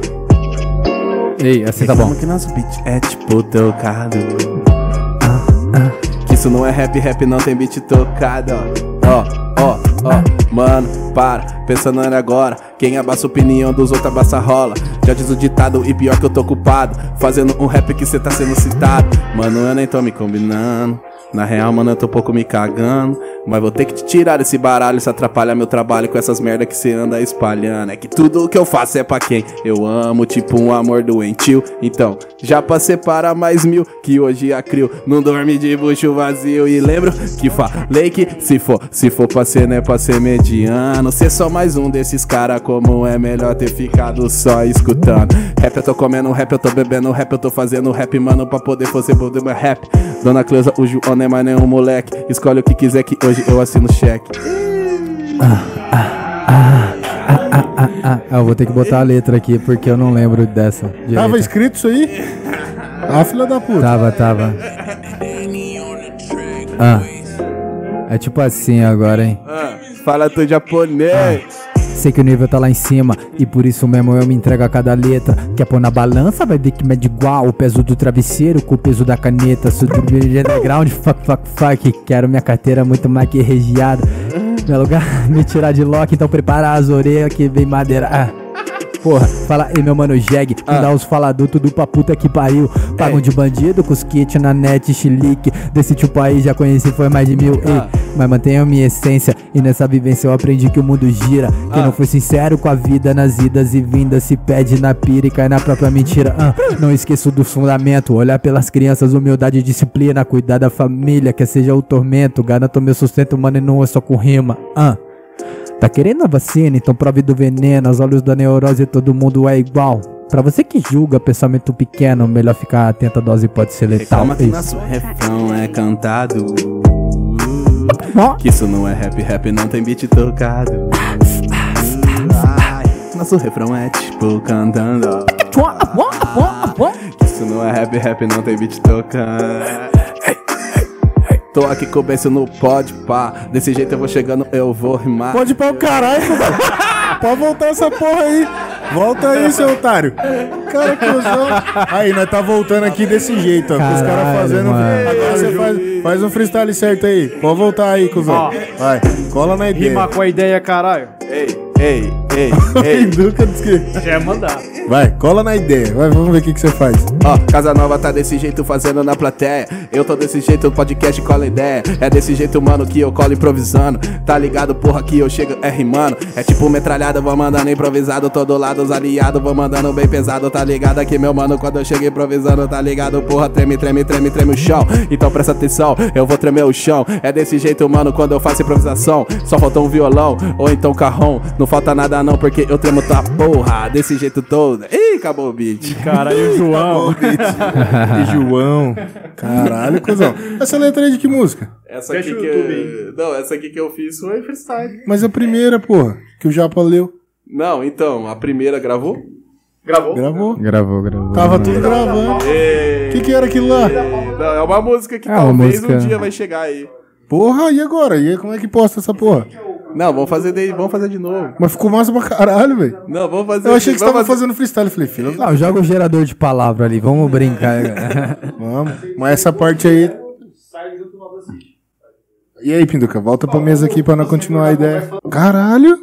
[SPEAKER 4] Ei, assim tá bom.
[SPEAKER 3] Como que nosso beat é tipo tocado. Que isso não é rap, rap não tem beat tocado, ó. Ó, ó, ó. Mano, para, pensando nele agora. Quem abaixa a opinião dos outros abaça a rola. Já diz o ditado e pior que eu tô culpado. Fazendo um rap que cê tá sendo citado. Mano, eu nem tô me combinando. Na real, mano, eu tô um pouco me cagando. Mas vou ter que te tirar esse baralho se atrapalhar meu trabalho com essas merda que cê anda espalhando. É que tudo que eu faço é pra quem eu amo, tipo um amor doentio. Então, já passei para mais mil, que hoje a crio não dorme de bucho vazio. E lembro que falei que se for, se for pra ser, não é pra ser mediano. Ser só mais um desses cara, como é melhor ter ficado só escutando. Rap eu tô comendo, rap eu tô bebendo, rap eu tô fazendo rap, mano, pra poder fazer poder meu rap. Dona Cleusa, o João não é mais nenhum moleque. Escolhe o que quiser que hoje eu assino cheque.
[SPEAKER 4] Ah, ah, eu vou ter que botar a letra aqui porque eu não lembro dessa.
[SPEAKER 1] Tava
[SPEAKER 4] direita.
[SPEAKER 1] escrito isso aí? Ah, filha da puta.
[SPEAKER 4] Tava, tava. Ah. É tipo assim agora, hein?
[SPEAKER 3] Ah, Fala tu japonês.
[SPEAKER 4] Sei que o nível tá lá em cima e por isso mesmo eu me entrego a cada letra. Quer pôr na balança, vai ver que mede igual o peso do travesseiro com o peso da caneta. Sou do underground, fuck, fuck, fuck. Quero minha carteira muito mais que regiada. Meu lugar, me tirar de lock, então prepara as orelhas que vem madeira. Ah. Porra, fala aí meu mano Jeg, me dá os faladutos do pra puta que pariu. Pagam de bandido, com os kits na net, chilique. Desse tipo aí já conheci, foi mais de mil. Ei, mas mantenho minha essência, e nessa vivência eu aprendi que o mundo gira. Quem não foi sincero com a vida nas idas e vindas, se pede na pira e cai na própria mentira. Ah, não esqueço do fundamento, olhar pelas crianças, humildade e disciplina. Cuidar da família, quer seja o tormento. Garanto meu sustento, mano, e não é só com rima. Ah. Tá querendo a vacina? Então prove do veneno. Aos olhos da neurose, todo mundo é igual. Pra você que julga pensamento pequeno, melhor ficar atento, a dose pode ser letal.
[SPEAKER 3] Calma que
[SPEAKER 4] Isso.
[SPEAKER 3] nosso refrão é cantado.
[SPEAKER 4] Ó.
[SPEAKER 3] Que isso não é rap, rap não tem beat tocado. Ai, Nosso refrão é tipo cantando. Que isso não é rap, rap não tem beat tocando. Tô aqui começo no pod pá. Desse jeito eu vou chegando, eu vou rimar.
[SPEAKER 1] Pode ir pra o caralho, cuzão. Pode voltar essa porra aí. Volta aí, seu otário. Cara, cuzão. Aí, nós tá voltando aqui desse jeito, ó. com os caras
[SPEAKER 4] Caralho,
[SPEAKER 1] fazendo.
[SPEAKER 4] mano.
[SPEAKER 1] Agora você faz, faz um freestyle certo aí. Pode voltar aí, cuzão.
[SPEAKER 2] Ó.
[SPEAKER 1] Vai, cola na
[SPEAKER 3] É.
[SPEAKER 1] ideia.
[SPEAKER 2] Rima com a ideia, caralho.
[SPEAKER 3] Ei, ei, ei, ei.
[SPEAKER 1] Pinduca diz que-
[SPEAKER 2] Já ia mandar.
[SPEAKER 1] Vai, cola na ideia. Vai, vamos ver o que, que você faz.
[SPEAKER 3] Ó, Casa Nova tá desse jeito fazendo na plateia. Eu tô desse jeito, podcast cola ideia. É desse jeito, mano, que eu colo improvisando. Tá ligado, porra, que eu chego é rimando. É tipo metralhada, vou mandando improvisado. Todo lado os aliados, vou mandando bem pesado. Tá ligado aqui, meu mano, quando eu chego improvisando. Tá ligado, porra, treme, treme, treme, treme o chão. Então presta atenção, eu vou tremer o chão. É desse jeito, mano, quando eu faço improvisação. Só faltou um violão, ou então carrão. Não falta nada não, porque eu tremo tua porra. Desse jeito todo. Ih, acabou o beat.
[SPEAKER 2] Caralho, João.
[SPEAKER 1] E João. Caralho, cuzão. Essa letra aí é de que música?
[SPEAKER 3] Essa
[SPEAKER 2] Fecha
[SPEAKER 3] aqui
[SPEAKER 2] o
[SPEAKER 3] que
[SPEAKER 2] YouTube
[SPEAKER 3] eu... Não, essa aqui que eu fiz foi freestyle.
[SPEAKER 1] Mas a primeira, porra, que o Japa leu.
[SPEAKER 3] Não, então, a primeira gravou?
[SPEAKER 2] Gravou?
[SPEAKER 1] Gravou.
[SPEAKER 4] Gravou, gravou.
[SPEAKER 1] Tava tudo gravando. O que, que era aquilo lá?
[SPEAKER 3] Não, é uma música que
[SPEAKER 4] É uma
[SPEAKER 3] talvez
[SPEAKER 4] música.
[SPEAKER 3] um dia vai chegar aí.
[SPEAKER 1] Porra, e agora? E aí, como é que posta essa porra?
[SPEAKER 3] Não, vamos fazer de... vamos fazer de novo.
[SPEAKER 1] Mas ficou massa pra caralho, velho.
[SPEAKER 3] Não, vamos fazer
[SPEAKER 1] Eu achei que você
[SPEAKER 3] vamos
[SPEAKER 1] tava fazendo freestyle. Falei, filho,
[SPEAKER 4] Não, joga o gerador de palavra ali, vamos brincar. cara.
[SPEAKER 1] vamos. Mas essa parte aí. E aí, Pinduca, volta pra mesa aqui pra não continuar a ideia. Caralho!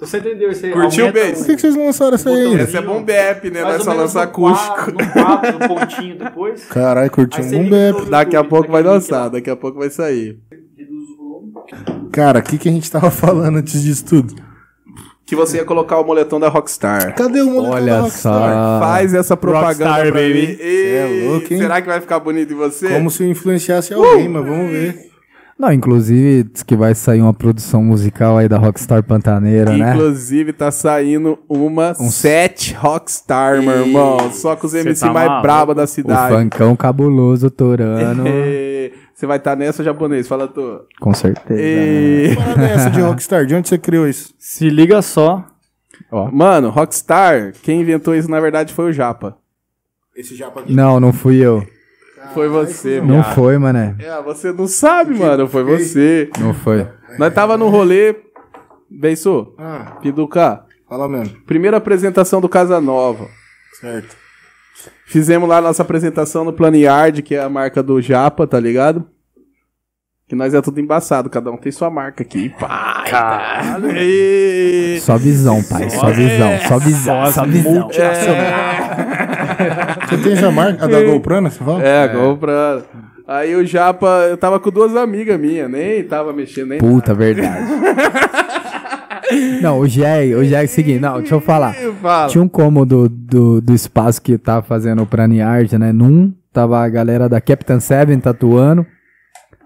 [SPEAKER 2] Se Você entendeu isso aí?
[SPEAKER 3] Curtiu o
[SPEAKER 2] aumenta
[SPEAKER 3] bass?
[SPEAKER 1] Por que, que vocês não lançaram essa aí ainda?
[SPEAKER 3] Essa é bom bap, né? Não é
[SPEAKER 2] mais
[SPEAKER 3] só
[SPEAKER 2] ou menos
[SPEAKER 3] lançar
[SPEAKER 2] no quatro,
[SPEAKER 3] acústico.
[SPEAKER 2] No 4, no pontinho depois.
[SPEAKER 1] Caralho, curtiu
[SPEAKER 2] Aí você
[SPEAKER 1] um
[SPEAKER 2] liga no
[SPEAKER 1] bep.
[SPEAKER 2] YouTube,
[SPEAKER 3] Daqui a pouco vai
[SPEAKER 2] naquele
[SPEAKER 3] lançar, daqui a pouco vai sair.
[SPEAKER 1] Cara, o que, que a gente tava falando antes disso tudo?
[SPEAKER 3] Que você ia colocar o moletom da Rockstar.
[SPEAKER 1] Cadê o moletom da
[SPEAKER 4] Olha
[SPEAKER 1] Rockstar?
[SPEAKER 4] só.
[SPEAKER 3] Faz essa propaganda
[SPEAKER 2] Rockstar,
[SPEAKER 3] pra
[SPEAKER 2] baby.
[SPEAKER 3] mim.
[SPEAKER 1] Ah.
[SPEAKER 3] Ei,
[SPEAKER 1] Cê é louco, hein?
[SPEAKER 3] Será que vai ficar bonito em você?
[SPEAKER 1] Como se eu influenciasse alguém, mas vamos ver.
[SPEAKER 4] Não, inclusive diz que vai sair uma produção musical aí da Rockstar Pantaneira, né?
[SPEAKER 3] Inclusive, tá saindo uma
[SPEAKER 4] Um
[SPEAKER 3] set Rockstar, meu irmão. Só com os
[SPEAKER 2] cê
[SPEAKER 3] MC
[SPEAKER 2] tá
[SPEAKER 3] mais
[SPEAKER 2] maluco.
[SPEAKER 3] braba da
[SPEAKER 4] O né?
[SPEAKER 3] cidade.
[SPEAKER 4] funkão cabuloso, torano,
[SPEAKER 3] Você vai estar tá nessa, japonês? Fala tu.
[SPEAKER 4] com certeza. né?
[SPEAKER 3] Ê,
[SPEAKER 1] Parada é essa de Rockstar? De onde você criou isso?
[SPEAKER 2] Se liga só.
[SPEAKER 3] Mano, Rockstar, quem inventou isso na verdade foi o Japa.
[SPEAKER 1] Esse japa aqui.
[SPEAKER 4] Não, não fui eu.
[SPEAKER 3] Foi você,
[SPEAKER 4] Não
[SPEAKER 3] viado.
[SPEAKER 4] foi, mané.
[SPEAKER 3] É, você não sabe, mano. Foi você.
[SPEAKER 4] Não foi.
[SPEAKER 3] Nós tava no rolê. Bensu,
[SPEAKER 1] Ah,
[SPEAKER 3] Piduca.
[SPEAKER 1] fala mesmo.
[SPEAKER 3] Primeira apresentação do Casa Nova.
[SPEAKER 1] Certo.
[SPEAKER 3] Fizemos lá nossa apresentação no Planyard, que é a marca do Japa, tá ligado? Que nós é tudo embaçado, cada um tem sua marca aqui. Pai, caralho. E...
[SPEAKER 4] Só visão, pai. Só visão. Só visão. Só visão.
[SPEAKER 1] né,
[SPEAKER 4] É.
[SPEAKER 1] Você tem essa marca? A da Golprana, você fala?
[SPEAKER 3] É, é. compra. Aí o Japa, eu tava com duas amigas minhas, nem tava mexendo, nem.
[SPEAKER 4] Puta, verdade. Não, o GEG, o GEG é o seguinte, não, deixa eu falar.
[SPEAKER 3] Fala.
[SPEAKER 4] Tinha um cômodo do, do espaço que tava fazendo o Praniarte, né? Num, tava a galera da Captain Seven tatuando.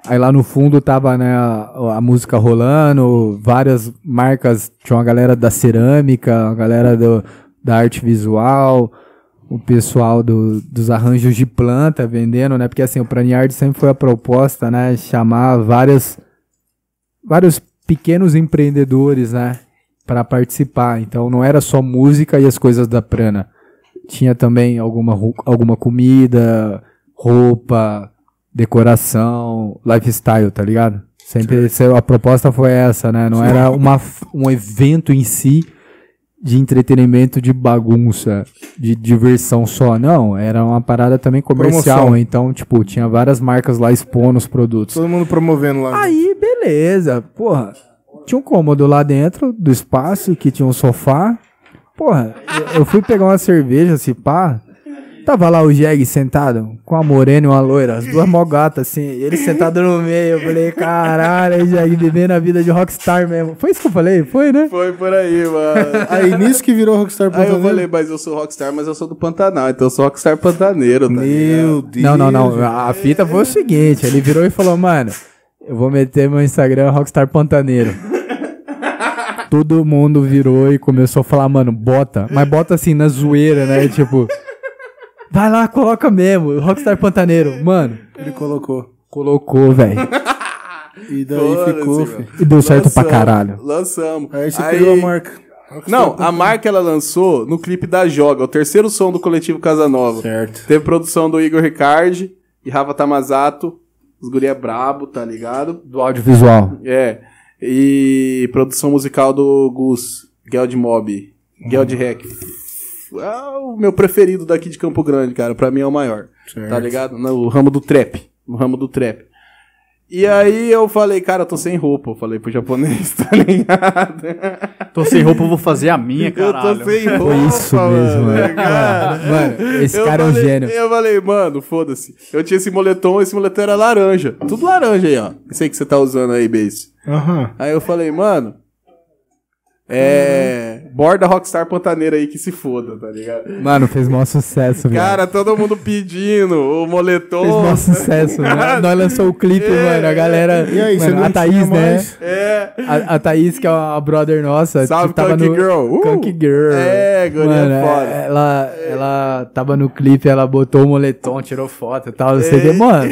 [SPEAKER 4] Aí lá no fundo tava né, a, a música rolando, várias marcas, tinha uma galera da cerâmica, uma galera do, da arte visual, o pessoal do- dos arranjos de planta vendendo, né? Porque assim, o Praniarte sempre foi a proposta, né? Chamar várias, vários pequenos empreendedores, né? Pra participar. Então não era só música e as coisas da Prana. Tinha também alguma, ru- alguma comida, roupa, decoração, lifestyle, tá ligado? Sempre se- a proposta foi essa, né? Não era uma, f- um evento em si de entretenimento, de bagunça, de diversão só. Não, era uma parada também comercial.
[SPEAKER 1] Promoção.
[SPEAKER 4] Então, tipo, tinha várias marcas lá expondo os produtos.
[SPEAKER 1] Todo mundo promovendo lá.
[SPEAKER 4] Aí, beleza, porra. Tinha um cômodo lá dentro do espaço que tinha um sofá. Porra, eu- eu fui pegar uma cerveja, se pá. Tava lá o Jeg sentado com a morena e uma loira, as duas mó gatas, assim, e ele sentado no meio. Eu falei, caralho, Jeg vivendo a vida de rockstar mesmo. Foi isso que eu falei? Foi, né?
[SPEAKER 3] Foi por aí, mano.
[SPEAKER 1] Aí nisso que virou Rockstar
[SPEAKER 3] Aí eu
[SPEAKER 1] Pantaneiro.
[SPEAKER 3] falei, mas eu sou rockstar, mas eu sou do Pantanal, então eu sou rockstar pantaneiro, tá ligado?
[SPEAKER 1] Meu Deus.
[SPEAKER 4] Não, não, não. A fita foi o seguinte: ele virou e falou, mano, eu vou meter meu Instagram Rockstar Pantaneiro. Todo mundo virou e começou a falar, mano, bota. Mas bota assim, na zoeira, né? Tipo, vai lá, coloca mesmo, Rockstar Pantaneiro. Mano,
[SPEAKER 1] Ele colocou.
[SPEAKER 4] colocou, velho.
[SPEAKER 1] E daí
[SPEAKER 3] Foda-se,
[SPEAKER 1] ficou.
[SPEAKER 3] mano.
[SPEAKER 1] filho.
[SPEAKER 4] E deu certo pra
[SPEAKER 3] Lançamos,
[SPEAKER 4] caralho.
[SPEAKER 3] Lançamos.
[SPEAKER 1] Aí você pegou a marca.
[SPEAKER 3] Não, a marca ela lançou no clipe da Joga, o terceiro som do coletivo Casanova.
[SPEAKER 1] Certo.
[SPEAKER 3] Teve produção do Igor Ricardi e Rafa Tamazato. Os guri é brabo, tá ligado?
[SPEAKER 4] Do audiovisual.
[SPEAKER 3] É. E produção musical do Gus, Geld Mob,
[SPEAKER 1] Uhum.
[SPEAKER 3] Geld Hack. É o meu preferido daqui de Campo Grande, cara. Pra mim é o maior.
[SPEAKER 1] Certo.
[SPEAKER 3] Tá ligado? No ramo do trap. No ramo do trap. E aí eu falei, cara, eu tô sem roupa. Eu falei pro japonês, tá ligado?
[SPEAKER 2] Tô sem roupa, eu vou fazer a minha,
[SPEAKER 3] Eu tô
[SPEAKER 2] caralho.
[SPEAKER 3] sem roupa.
[SPEAKER 4] Foi isso mesmo,
[SPEAKER 3] mano,
[SPEAKER 4] mano.
[SPEAKER 3] cara.
[SPEAKER 4] Mano, esse
[SPEAKER 3] Eu
[SPEAKER 4] cara é um
[SPEAKER 3] falei-
[SPEAKER 4] gênio.
[SPEAKER 3] Eu falei, mano, foda-se. Eu tinha esse moletom, esse moletom era laranja. Tudo laranja aí, ó. Esse aí que você tá usando aí, Base.
[SPEAKER 1] Aham.
[SPEAKER 3] Aí eu falei, mano. É. Borda Rockstar Pantaneira aí que se foda, tá ligado?
[SPEAKER 4] Mano, fez maior sucesso, velho.
[SPEAKER 3] Cara, todo mundo pedindo o moletom.
[SPEAKER 4] Fez maior sucesso, né? Nós lançou o clipe, mano. A galera.
[SPEAKER 1] É. E aí, você
[SPEAKER 4] mano,
[SPEAKER 1] não tinha
[SPEAKER 4] a Thaís, né?
[SPEAKER 1] mais?
[SPEAKER 3] É.
[SPEAKER 4] A, a Thaís, que é uma brother nossa,
[SPEAKER 3] Salve,
[SPEAKER 4] tava
[SPEAKER 3] Kanky
[SPEAKER 4] no
[SPEAKER 3] Girl. Uh!
[SPEAKER 4] Kanky Girl.
[SPEAKER 3] É, guria
[SPEAKER 4] Mano,
[SPEAKER 3] foda.
[SPEAKER 4] é, Ela, ela tava no clipe, ela botou o moletom, tirou foto e tal, não sei o que, mano.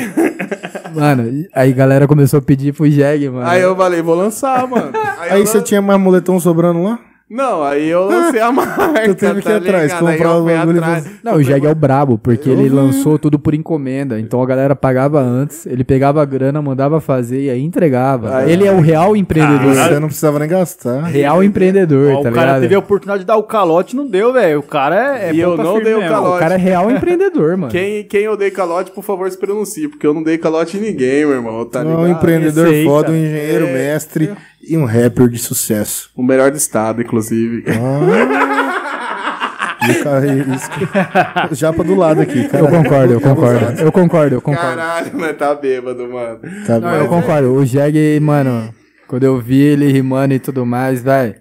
[SPEAKER 4] Mano, e- aí a galera começou a pedir pro Jeg, mano.
[SPEAKER 3] Aí eu falei, vou lançar, mano.
[SPEAKER 1] Aí
[SPEAKER 3] eu
[SPEAKER 1] você
[SPEAKER 3] lan-
[SPEAKER 1] tinha mais moletom sobrando lá?
[SPEAKER 3] Não, aí eu lancei a marca.
[SPEAKER 1] Tu teve que ir
[SPEAKER 3] tá
[SPEAKER 1] atrás,
[SPEAKER 3] ligado? Aí
[SPEAKER 1] comprar
[SPEAKER 3] eu
[SPEAKER 1] o
[SPEAKER 3] fui
[SPEAKER 1] bagulho e
[SPEAKER 3] atrás.
[SPEAKER 4] Não, o Jeg é o brabo, porque ele
[SPEAKER 3] Uhum.
[SPEAKER 4] lançou tudo por encomenda. Então a galera pagava antes, ele pegava a grana, mandava fazer e aí entregava.
[SPEAKER 3] Ah.
[SPEAKER 4] ele é o real empreendedor.
[SPEAKER 1] Você não precisava nem gastar.
[SPEAKER 4] Real
[SPEAKER 2] Ó,
[SPEAKER 4] empreendedor, tá
[SPEAKER 2] o cara
[SPEAKER 4] ligado?
[SPEAKER 2] teve a oportunidade de dar o calote, não deu, velho. O cara é. é
[SPEAKER 3] E eu
[SPEAKER 2] ponta
[SPEAKER 3] não
[SPEAKER 2] firme
[SPEAKER 3] dei o
[SPEAKER 2] mesmo.
[SPEAKER 3] calote.
[SPEAKER 4] O cara é real empreendedor, mano.
[SPEAKER 3] Quem, quem eu dei calote, por favor, se pronuncie, porque eu não dei calote em ninguém, meu irmão, tá
[SPEAKER 1] Não, um
[SPEAKER 3] ligado? É.
[SPEAKER 1] empreendedor
[SPEAKER 2] Esse aí,
[SPEAKER 1] foda, um
[SPEAKER 2] cara.
[SPEAKER 1] engenheiro mestre e um rapper de sucesso.
[SPEAKER 3] O melhor do estado, inclusive.
[SPEAKER 1] E o cara- é isso que- Japa do lado aqui,
[SPEAKER 4] Eu
[SPEAKER 1] cara.
[SPEAKER 4] concordo, eu concordo. Eu concordo, eu concordo.
[SPEAKER 3] Caralho, mas tá bêbado, mano.
[SPEAKER 1] Tá
[SPEAKER 4] Não, eu
[SPEAKER 1] bom.
[SPEAKER 4] concordo. O Jeg, mano, quando eu vi ele rimando e tudo mais, velho.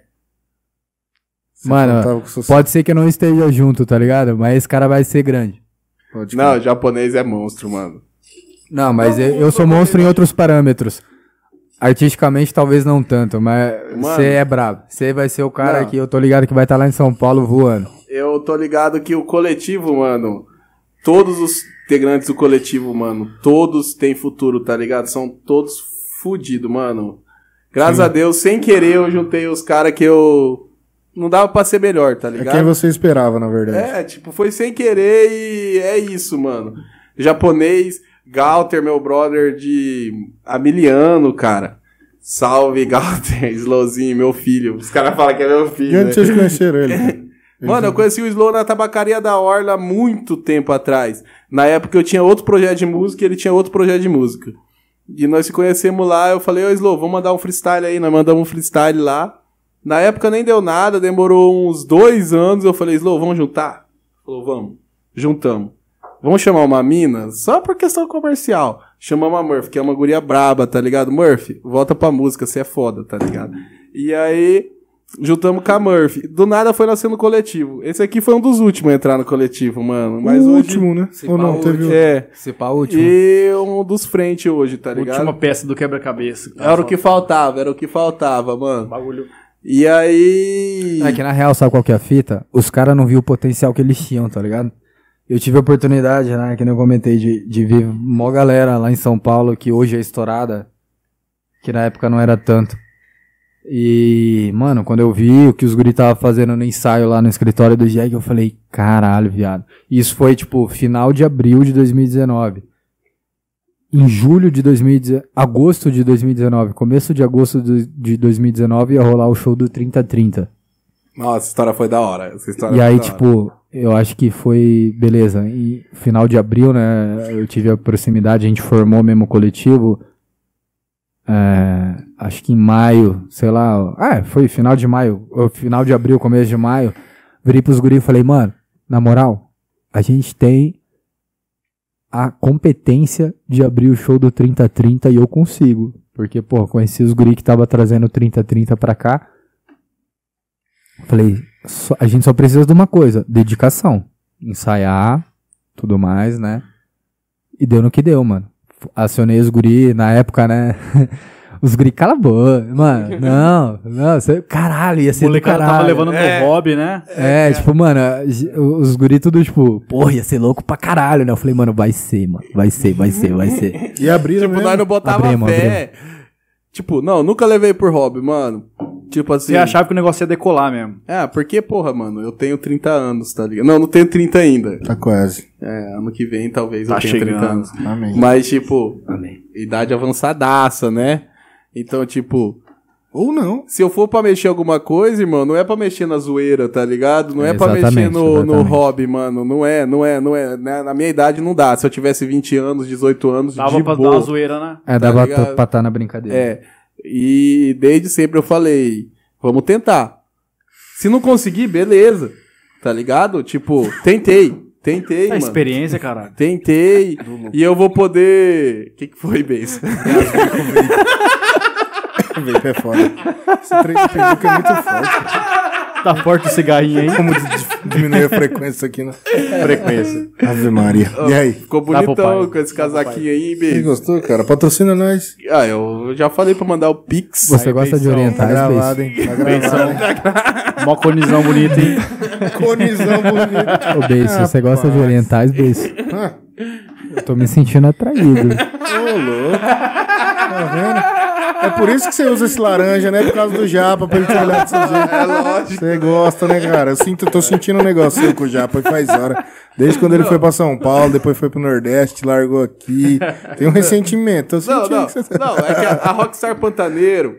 [SPEAKER 4] Mano,
[SPEAKER 1] Tava tá com sucesso.
[SPEAKER 4] pode ser que eu não esteja junto, tá ligado? Mas esse cara vai ser grande.
[SPEAKER 1] Pode
[SPEAKER 3] Não, o japonês é monstro, mano.
[SPEAKER 4] Não, mas eu, eu sou monstro em outros parâmetros. Artisticamente, talvez não tanto, mas
[SPEAKER 3] Mano.
[SPEAKER 4] você é brabo. Você vai ser o cara
[SPEAKER 3] Não.
[SPEAKER 4] que eu tô ligado que vai estar lá em São Paulo voando.
[SPEAKER 3] Eu tô ligado que o coletivo, mano, todos os integrantes do coletivo, mano, todos têm futuro, tá ligado? São todos fudidos, mano. Graças a Deus, sem querer, eu juntei os caras que eu. Não dava pra ser melhor, tá
[SPEAKER 1] É
[SPEAKER 3] ligado?
[SPEAKER 1] quem você esperava, na verdade.
[SPEAKER 3] É, tipo, foi sem querer e é isso, mano. Japonês, Galter, meu brother de Amiliano, cara. Salve, Galter, Slowzinho, meu filho. Os caras falam que é meu
[SPEAKER 1] E
[SPEAKER 3] filho.
[SPEAKER 1] onde
[SPEAKER 3] Né?
[SPEAKER 1] vocês conheceram ele?
[SPEAKER 3] Mano, eu conheci o Slow na tabacaria da Orla muito tempo atrás. Na época eu tinha outro projeto de música e ele tinha outro projeto de música. E nós se conhecemos lá, eu falei, ô Slow, vamos mandar um freestyle aí, nós mandamos um freestyle lá. Na época nem deu nada, demorou uns dois anos, eu falei, Slow, vamos juntar? Ele Falou, vamos. Juntamos. Vamos chamar uma mina só por questão comercial. Chamamos a Murphy, que é uma guria braba, tá ligado? Murphy, volta pra música, você é foda, tá ligado? E aí, juntamos com a Murphy. Do nada foi nascendo coletivo. Esse aqui foi um dos últimos a entrar no coletivo, mano. Mas
[SPEAKER 1] o
[SPEAKER 3] hoje.
[SPEAKER 1] último, né?
[SPEAKER 7] Se
[SPEAKER 1] Ou
[SPEAKER 7] pá,
[SPEAKER 1] não,
[SPEAKER 7] o
[SPEAKER 1] teve
[SPEAKER 7] último.
[SPEAKER 1] outro.
[SPEAKER 3] É.
[SPEAKER 7] Se pá, o último.
[SPEAKER 3] E um dos frente hoje, tá ligado?
[SPEAKER 2] Última peça do quebra-cabeça. tá um
[SPEAKER 3] Era o que faltava, era o que faltava, mano.
[SPEAKER 2] Bagulho.
[SPEAKER 3] E aí.
[SPEAKER 4] É que na real, sabe qual que é a fita? Os caras não viu o potencial que eles tinham, tá ligado? Eu tive a oportunidade, né, que nem eu comentei, de, de ver mó galera lá em São Paulo que hoje é estourada, que na época não era tanto. E, mano, quando eu vi o que os guri tava fazendo no ensaio lá no escritório do JEG, eu falei, caralho, viado. E Isso foi, tipo, final de abril de 2019. Em julho de 2019, agosto de 2019, começo de agosto de de 2019, ia rolar o show do 3030.
[SPEAKER 3] Nossa, essa história foi da hora. Essa história
[SPEAKER 4] E
[SPEAKER 3] foi
[SPEAKER 4] aí,
[SPEAKER 3] da hora.
[SPEAKER 4] tipo, eu acho que foi. Beleza, e final de abril, né? Eu tive a proximidade, a gente formou mesmo o coletivo. É, acho que em maio, sei lá. Ah, foi final de maio, ou final de abril, começo de maio. Virei pros guris e falei, mano, na moral, a gente tem a competência de abrir o show do 3030 e eu consigo. Porque, pô, conheci os guri que tava trazendo o 3030 pra cá. Falei, só- a gente só precisa de uma coisa, dedicação. Ensaiar, tudo mais, né? E deu no que deu, mano. F- Acionei os guri, na época, né? Os guri, cala a boca, mano. Não, não, você- caralho, ia
[SPEAKER 2] O
[SPEAKER 4] ser do
[SPEAKER 2] molecada
[SPEAKER 4] caralho.
[SPEAKER 2] tava levando pro hobby, né?
[SPEAKER 4] É, tipo, mano, a ge- os guri tudo, tipo, porra, ia ser louco pra caralho, né? Eu falei, mano, vai ser, mano. Vai ser, vai ser, vai ser.
[SPEAKER 1] E abriram,
[SPEAKER 3] Tipo,
[SPEAKER 1] né?
[SPEAKER 3] nós não botava
[SPEAKER 4] Abrimos,
[SPEAKER 3] fé. Tipo, não, nunca levei por hobby, mano. Tipo assim.
[SPEAKER 2] Você achava que o negócio ia decolar mesmo.
[SPEAKER 3] Ah, porque, porra, mano, eu tenho 30 anos, tá ligado? Não, não tenho 30 ainda.
[SPEAKER 1] Tá quase.
[SPEAKER 3] É, ano que vem talvez
[SPEAKER 2] Tá
[SPEAKER 3] eu tenha 30
[SPEAKER 2] chegando.
[SPEAKER 3] anos.
[SPEAKER 1] Amém.
[SPEAKER 3] Mas, tipo, idade avançadaça, né? Então, tipo,
[SPEAKER 1] Ou não.
[SPEAKER 3] se eu for pra mexer alguma coisa, irmão, não é pra mexer na zoeira, tá ligado? Não é,
[SPEAKER 4] É,
[SPEAKER 3] pra mexer
[SPEAKER 4] exatamente,
[SPEAKER 3] no, no
[SPEAKER 4] exatamente.
[SPEAKER 3] hobby, mano. Não é, não é, não é. Na, na minha idade não dá. Se eu tivesse 20 anos, 18 anos,
[SPEAKER 2] Dava
[SPEAKER 3] de
[SPEAKER 2] pra dar
[SPEAKER 3] boa.
[SPEAKER 2] uma zoeira, né?
[SPEAKER 4] É, dava
[SPEAKER 3] ligado?
[SPEAKER 4] pra estar na brincadeira.
[SPEAKER 3] É. E desde sempre eu falei, vamos tentar. Se não conseguir, beleza. Tá ligado? Tipo, tentei. Tentei,
[SPEAKER 2] É
[SPEAKER 3] mano.
[SPEAKER 2] experiência, caralho.
[SPEAKER 3] Tentei.
[SPEAKER 2] Tá
[SPEAKER 3] E eu vou poder. O que, que foi, Beis?
[SPEAKER 1] Vape é foda. Esse trem de peruca é muito forte.
[SPEAKER 2] Tá forte o cigarrinho aí.
[SPEAKER 1] Como di- diminuir a frequência aqui, né? Frequência. Ave Maria. E aí?
[SPEAKER 3] Ficou
[SPEAKER 2] Dá pro
[SPEAKER 3] bonitão
[SPEAKER 2] pai.
[SPEAKER 3] com esse casaquinho aí, hein,
[SPEAKER 1] Você
[SPEAKER 3] Beis?
[SPEAKER 1] gostou, cara? Patrocina nós.
[SPEAKER 3] Ah, eu já falei pra mandar o Pix.
[SPEAKER 4] Você gosta de
[SPEAKER 2] pensão.
[SPEAKER 1] Tá
[SPEAKER 4] orientar é as
[SPEAKER 1] gravado, hein? Tá gravado. hein?
[SPEAKER 2] Mó conizão bonito, hein?
[SPEAKER 1] Conizão bonito.
[SPEAKER 4] Ô, Beijo, se você gosta de orientais, Beijo.
[SPEAKER 1] Ah,
[SPEAKER 4] Eu tô me sentindo atraído.
[SPEAKER 1] ô, louco. Tá vendo? É por isso que você usa esse laranja, né? Por causa do japa, pra ele te olhar desse jeito. É lógico. Você gosta, né, cara? Eu sinto, eu tô sentindo um negócio seu com o japa faz hora. Desde quando ele foi pra São Paulo, depois foi pro Nordeste, largou aqui. Tem um ressentimento. Eu
[SPEAKER 3] Não,
[SPEAKER 1] senti
[SPEAKER 3] não.
[SPEAKER 1] que você...
[SPEAKER 3] Não, é que a, a Rockstar Pantaneiro.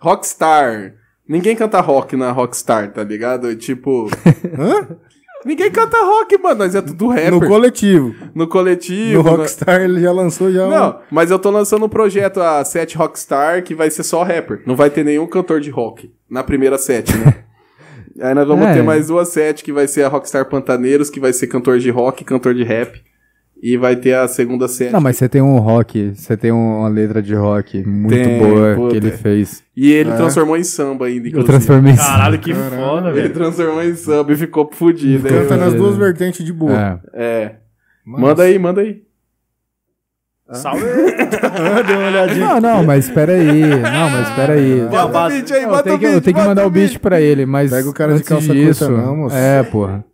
[SPEAKER 3] Rockstar. Ninguém canta rock na Rockstar, tá ligado? Tipo.
[SPEAKER 1] Hã?
[SPEAKER 3] Ninguém canta rock, mano. Nós é tudo rapper.
[SPEAKER 1] No coletivo.
[SPEAKER 3] No
[SPEAKER 1] No
[SPEAKER 3] coletivo. na-
[SPEAKER 1] Rockstar ele já lançou já um...
[SPEAKER 3] Não, mas eu tô lançando um projeto, a set Rockstar, que vai ser só rapper. Não vai ter nenhum cantor de rock na primeira set, né? Aí nós vamos
[SPEAKER 4] É.
[SPEAKER 3] ter mais duas sets, que vai ser a Rockstar Pantaneiros, que vai ser cantor de rock, cantor de rap. E vai ter a segunda set.
[SPEAKER 4] Não, mas você tem um rock, você tem um- uma letra de rock muito
[SPEAKER 3] Tem,
[SPEAKER 4] boa
[SPEAKER 3] puta.
[SPEAKER 4] que ele fez.
[SPEAKER 3] E ele
[SPEAKER 1] É.
[SPEAKER 3] transformou em samba ainda,
[SPEAKER 4] Eu
[SPEAKER 3] inclusive.
[SPEAKER 4] transformei isso.
[SPEAKER 2] Caralho, que foda,
[SPEAKER 3] Ele
[SPEAKER 2] velho.
[SPEAKER 3] transformou em samba e Tá ficou fudido. hein?
[SPEAKER 1] Canta nas
[SPEAKER 4] É.
[SPEAKER 1] duas vertentes de boa.
[SPEAKER 4] É.
[SPEAKER 3] É. Manda aí, manda aí.
[SPEAKER 2] Salve.
[SPEAKER 1] Ah,
[SPEAKER 4] Não, não, mas espera aí. Não, mas espera aí.
[SPEAKER 2] Bota
[SPEAKER 3] Bota o
[SPEAKER 2] base.
[SPEAKER 3] beat aí,
[SPEAKER 4] Não,
[SPEAKER 3] bota
[SPEAKER 4] tem
[SPEAKER 3] o
[SPEAKER 4] que-
[SPEAKER 3] beat.
[SPEAKER 4] eu tenho que
[SPEAKER 3] bota
[SPEAKER 4] mandar o
[SPEAKER 3] beat.
[SPEAKER 4] beat pra ele, mas.
[SPEAKER 1] Pega o cara de
[SPEAKER 4] antes
[SPEAKER 1] calça curta
[SPEAKER 4] disso,
[SPEAKER 1] não, moço.
[SPEAKER 4] É, porra.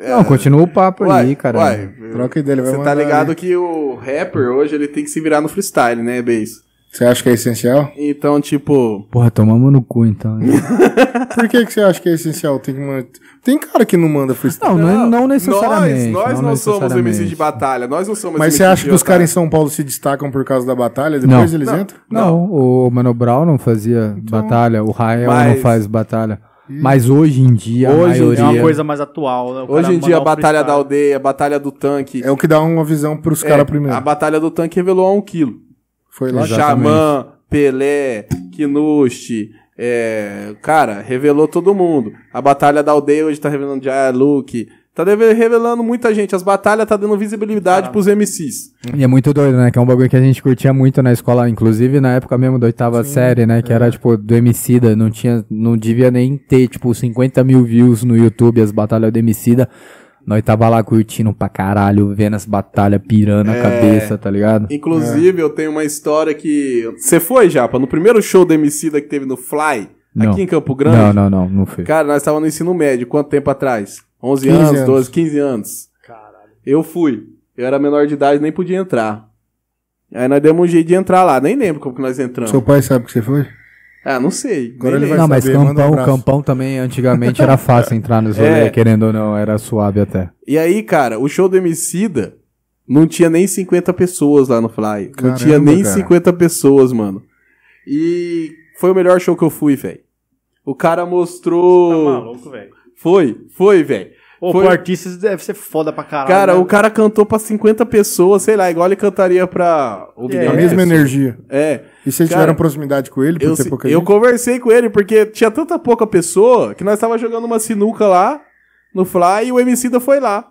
[SPEAKER 3] É.
[SPEAKER 4] Não, continua o papo aí, cara.
[SPEAKER 3] Uai,
[SPEAKER 1] Troca ideia, ele vai
[SPEAKER 3] Você tá
[SPEAKER 1] mandar
[SPEAKER 3] ligado
[SPEAKER 1] ali.
[SPEAKER 3] que o rapper hoje ele tem que se virar no freestyle, né, Beis?
[SPEAKER 1] Você acha que é essencial?
[SPEAKER 3] Então, tipo.
[SPEAKER 4] Porra, tomamos no cu então.
[SPEAKER 1] Por que, que você acha que é essencial? Tem, que man- Tem cara que não manda freestyle.
[SPEAKER 4] Não, é não, não necessariamente.
[SPEAKER 3] Nós, nós não, somos
[SPEAKER 4] necessariamente.
[SPEAKER 3] MC de batalha, nós não é somos
[SPEAKER 1] Mas
[SPEAKER 3] MC
[SPEAKER 1] você acha que
[SPEAKER 3] de
[SPEAKER 1] os caras em
[SPEAKER 3] otário.
[SPEAKER 1] São Paulo se destacam por causa da batalha? Depois
[SPEAKER 4] Não.
[SPEAKER 1] eles entram?
[SPEAKER 4] Não, o Mano Brown não fazia batalha, o Rael
[SPEAKER 3] Mas-
[SPEAKER 4] não faz batalha. Mas hoje em dia, a
[SPEAKER 3] Hoje em
[SPEAKER 2] É
[SPEAKER 4] maioria.
[SPEAKER 2] uma coisa mais atual, né? O cara
[SPEAKER 3] Hoje em dia, a
[SPEAKER 2] mandar um
[SPEAKER 3] Batalha da
[SPEAKER 2] freestyle.
[SPEAKER 3] Aldeia, a Batalha do Tanque.
[SPEAKER 1] É o que dá uma visão pros caras primeiro.
[SPEAKER 3] É, A Batalha do Tanque revelou a um quilo.
[SPEAKER 1] Foi lá.
[SPEAKER 4] Exato. Exatamente.
[SPEAKER 3] Xamã, Pelé, Kinushi. é, cara, revelou todo mundo. A Batalha da Aldeia hoje tá revelando Jair Luke, Tá deve- revelando muita gente. As batalhas tá dando visibilidade pros MCs.
[SPEAKER 4] E é muito doido, né? Que é um bagulho que a gente curtia muito na escola, inclusive na época mesmo da oitava série, né? Que era, tipo, do Emicida, não tinha, não devia nem ter, tipo, 50 mil views no YouTube, as batalhas do Emicida. Nós tava lá curtindo pra caralho, vendo as batalhas, pirando a cabeça, tá ligado?
[SPEAKER 3] Inclusive, eu tenho uma história que. Você foi, Japa? No primeiro show do MC da que teve no Fly,
[SPEAKER 4] Não.
[SPEAKER 3] aqui em Campo Grande.
[SPEAKER 4] Não, não, não, não foi.
[SPEAKER 3] Cara, nós estávamos no ensino médio, quanto tempo atrás? 11
[SPEAKER 1] 15
[SPEAKER 3] anos,
[SPEAKER 1] anos.
[SPEAKER 3] 12, 15 anos. Caralho. Eu fui. Eu era menor de idade, nem podia entrar. Aí nós demos um jeito de entrar lá, nem lembro como que nós entramos.
[SPEAKER 1] Seu pai sabe que você foi?
[SPEAKER 3] Ah, não sei.
[SPEAKER 1] Agora
[SPEAKER 3] nem
[SPEAKER 1] ele vai
[SPEAKER 4] Não, mas
[SPEAKER 1] saber, manda um
[SPEAKER 4] campão,
[SPEAKER 1] abraço.
[SPEAKER 4] campão também antigamente era fácil entrar nos rolê,
[SPEAKER 3] É.
[SPEAKER 4] querendo ou não, era suave até.
[SPEAKER 3] E aí, cara, o show do Emicida não tinha nem 50 pessoas lá no Fly. não
[SPEAKER 1] Caramba,
[SPEAKER 3] tinha nem
[SPEAKER 1] cara.
[SPEAKER 3] 50 pessoas, mano. E foi o melhor show que eu fui, velho. O cara
[SPEAKER 2] Tá
[SPEAKER 3] mostrou.
[SPEAKER 2] maluco, velho.
[SPEAKER 3] foi, foi, velho.
[SPEAKER 2] Ô,
[SPEAKER 3] Foi-
[SPEAKER 2] pro artista isso deve ser foda pra caralho.
[SPEAKER 3] Cara,
[SPEAKER 2] né?
[SPEAKER 3] o cara cantou pra 50 pessoas, sei lá, igual ele cantaria pra. um milhão
[SPEAKER 1] A
[SPEAKER 3] de
[SPEAKER 1] mesma
[SPEAKER 3] pessoas.
[SPEAKER 1] energia.
[SPEAKER 3] É.
[SPEAKER 1] E vocês
[SPEAKER 3] Cara,
[SPEAKER 1] tiveram proximidade
[SPEAKER 2] É
[SPEAKER 1] com ele por
[SPEAKER 3] Eu,
[SPEAKER 1] ter
[SPEAKER 3] se-
[SPEAKER 1] pouca
[SPEAKER 3] eu
[SPEAKER 1] gente?
[SPEAKER 3] conversei com ele porque tinha tanta pouca pessoa que nós tava jogando uma sinuca lá no Fly e o Emicida foi lá.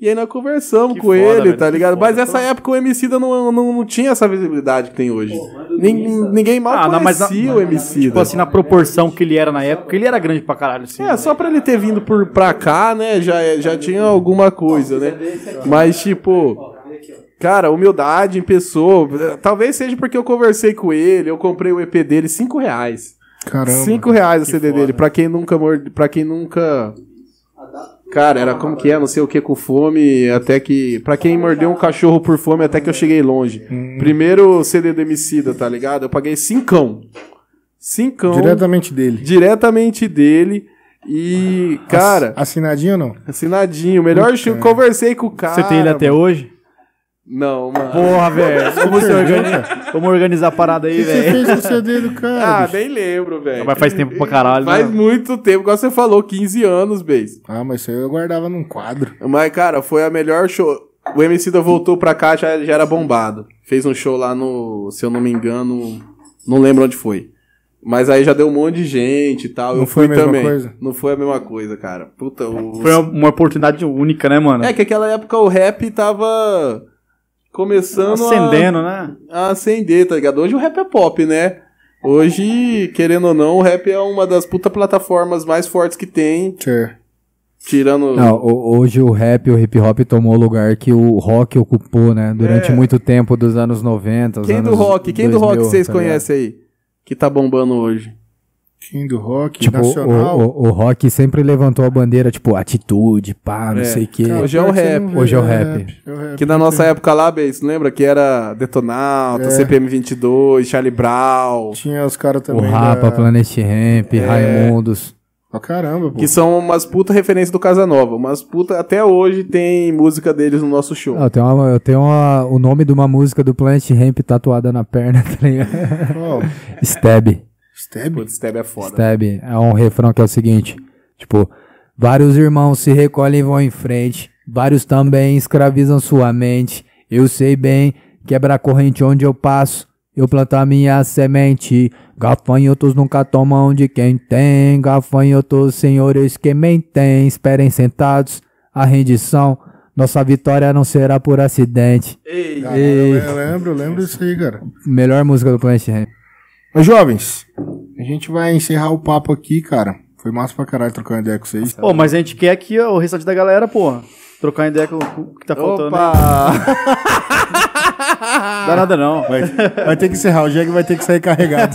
[SPEAKER 3] E aí nós conversamos
[SPEAKER 2] Que
[SPEAKER 3] com
[SPEAKER 2] foda,
[SPEAKER 3] ele,
[SPEAKER 2] velho,
[SPEAKER 3] tá
[SPEAKER 2] que
[SPEAKER 3] ligado?
[SPEAKER 2] foda,
[SPEAKER 3] Mas essa
[SPEAKER 2] pô.
[SPEAKER 3] época o Emicida não, não, não tinha essa visibilidade que tem hoje. Nin- ninguém mal
[SPEAKER 2] Ah, não, mas na-
[SPEAKER 3] conhecia o Emicida.
[SPEAKER 2] Tipo assim, na proporção que ele era na época, ele era grande pra caralho, assim.
[SPEAKER 3] É, só pra ele ter vindo por, pra cá, né, já, é- já tinha alguma coisa, né? Mas, tipo, cara, humildade em pessoa. Talvez seja porque eu conversei com ele, eu comprei o EP dele, cinco reais.
[SPEAKER 1] Caramba.
[SPEAKER 3] 5 reais o CD dele, pra quem nunca morde, pra quem nunca. Cara, era como que é, não sei o que com fome, até que. Pra quem mordeu um cachorro por fome, até que eu cheguei longe.
[SPEAKER 2] Hum.
[SPEAKER 3] Primeiro CD do Emicida, tá ligado? Eu paguei cincão. Cincão.
[SPEAKER 1] Diretamente dele.
[SPEAKER 3] Diretamente dele. E, cara,
[SPEAKER 1] Ass- Assinadinho ou não?
[SPEAKER 3] assinadinho. Melhor show. Conversei com o cara.
[SPEAKER 2] Você tem ele até hoje?
[SPEAKER 3] Não, mano.
[SPEAKER 2] Porra, velho. Vamos, se organizar- vamos organizar a parada aí,
[SPEAKER 1] O que você
[SPEAKER 2] velho.
[SPEAKER 1] fez com o CD do cara?
[SPEAKER 3] Ah,
[SPEAKER 1] bicho?
[SPEAKER 3] nem lembro, velho.
[SPEAKER 2] Mas faz tempo pra caralho, né?
[SPEAKER 3] Faz muito tempo, igual você falou, 15 anos, base.
[SPEAKER 1] Ah, mas isso aí eu guardava num quadro.
[SPEAKER 3] Mas, cara, foi a melhor show. O MC da voltou pra cá, já, já era bombado. Fez um show lá no, se eu não me engano, não lembro onde foi. Mas aí já deu um monte de gente e tal.
[SPEAKER 1] Não
[SPEAKER 3] eu
[SPEAKER 1] foi a
[SPEAKER 3] fui
[SPEAKER 1] mesma
[SPEAKER 3] também.
[SPEAKER 1] coisa?
[SPEAKER 3] Não foi a mesma coisa, cara. Puta, o...
[SPEAKER 2] Foi uma, uma oportunidade única, né, mano?
[SPEAKER 3] É que aquela época o rap tava começando a-
[SPEAKER 2] Acendendo, né?
[SPEAKER 3] a acender, tá ligado? Hoje o rap é pop, né? Hoje, querendo ou não, o rap é uma das puta plataformas mais fortes que tem,
[SPEAKER 1] Tchê.
[SPEAKER 3] tirando...
[SPEAKER 4] Não, ho- hoje o rap, o hip hop tomou o lugar que o rock ocupou, né? Durante muito tempo, dos anos 90, os
[SPEAKER 3] É. Quem do
[SPEAKER 4] anos
[SPEAKER 3] rock? Quem do
[SPEAKER 4] 2000,
[SPEAKER 3] rock vocês
[SPEAKER 4] tá ligado?
[SPEAKER 3] conhecem aí? Que tá bombando hoje.
[SPEAKER 1] King do Rock,
[SPEAKER 4] Tipo,
[SPEAKER 1] Nacional.
[SPEAKER 4] o, o, o rock sempre levantou a bandeira, tipo, atitude, pá, não
[SPEAKER 3] É.
[SPEAKER 4] sei o quê.
[SPEAKER 1] Cara,
[SPEAKER 3] hoje é o
[SPEAKER 1] pior que você
[SPEAKER 3] rap.
[SPEAKER 1] não vê,
[SPEAKER 4] Hoje é o
[SPEAKER 1] É o rap.
[SPEAKER 3] Que na nossa época lá, Bass, lembra? Que era Detonauta,
[SPEAKER 1] É.
[SPEAKER 3] CPM 22, Charlie Brown.
[SPEAKER 1] Tinha os caras
[SPEAKER 4] O
[SPEAKER 1] também. né? da-
[SPEAKER 4] Rapa, Planet Ramp,
[SPEAKER 3] É.
[SPEAKER 4] Raimundos.
[SPEAKER 1] Pra caramba, pô.
[SPEAKER 3] Que são umas puta referências do Casanova. Umas puta... Até hoje tem música deles no nosso show.
[SPEAKER 4] Ah, Eu tenho, uma- eu tenho uma- o nome de uma música do Planet Ramp tatuada na perna, tá ligado?
[SPEAKER 1] Ó,
[SPEAKER 4] Stab.
[SPEAKER 1] Stab.
[SPEAKER 3] Putz, Steb é foda.
[SPEAKER 4] Stab. É um refrão que é o seguinte: Tipo, vários irmãos se recolhem e vão em frente, vários também escravizam sua mente. Eu sei bem, quebra a corrente onde eu passo, eu planto a minha semente. Gafanhotos nunca tomam de quem tem, gafanhotos, senhores que mentem. Esperem sentados a rendição, nossa vitória não será por acidente.
[SPEAKER 1] Caramba, eu lembro, eu lembro disso aí, cara.
[SPEAKER 4] Melhor música do Planet Ramp.
[SPEAKER 1] Mas, jovens, a gente vai encerrar o papo aqui, cara. Foi massa pra caralho trocar uma ideia com vocês.
[SPEAKER 2] Pô, mas a gente quer que o restante da galera, porra, trocar ideia com com o que tá faltando. Né?
[SPEAKER 3] Opa!
[SPEAKER 2] Não dá nada, não.
[SPEAKER 1] Vai, vai ter que encerrar. O Jeg vai ter que sair carregado.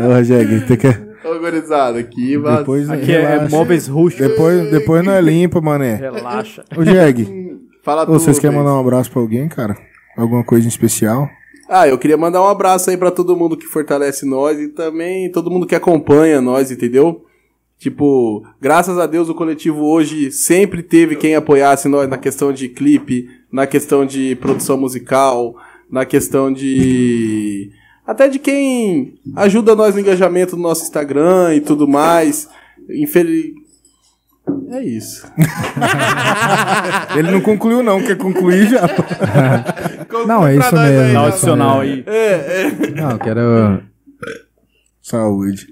[SPEAKER 1] Ô, Jeg, tem que...
[SPEAKER 3] Ô, gurizada, aqui, mas...
[SPEAKER 1] depois
[SPEAKER 2] Aqui é, é
[SPEAKER 1] relaxa.
[SPEAKER 2] móveis rústicos.
[SPEAKER 1] Depois, depois não é limpa, mané.
[SPEAKER 2] Relaxa.
[SPEAKER 1] Ô, Jeg,
[SPEAKER 3] Fala
[SPEAKER 1] ô, vocês querem
[SPEAKER 3] Bass.
[SPEAKER 1] mandar um abraço pra alguém, cara? Alguma coisa em especial?
[SPEAKER 3] Ah, eu queria mandar um abraço aí pra todo mundo que fortalece nós e também todo mundo que acompanha nós, entendeu? Tipo, graças a Deus o coletivo hoje sempre teve quem apoiasse nós na questão de clipe, na questão de produção musical, na questão de. Até de quem ajuda nós no engajamento no nosso Instagram e tudo mais. Infeliz. É isso.
[SPEAKER 1] Ele não concluiu, não. Quer concluir já?
[SPEAKER 4] Não, é isso mesmo.
[SPEAKER 2] Dá um adicional aí.
[SPEAKER 3] É, é.
[SPEAKER 4] Não, eu quero
[SPEAKER 1] Saúde.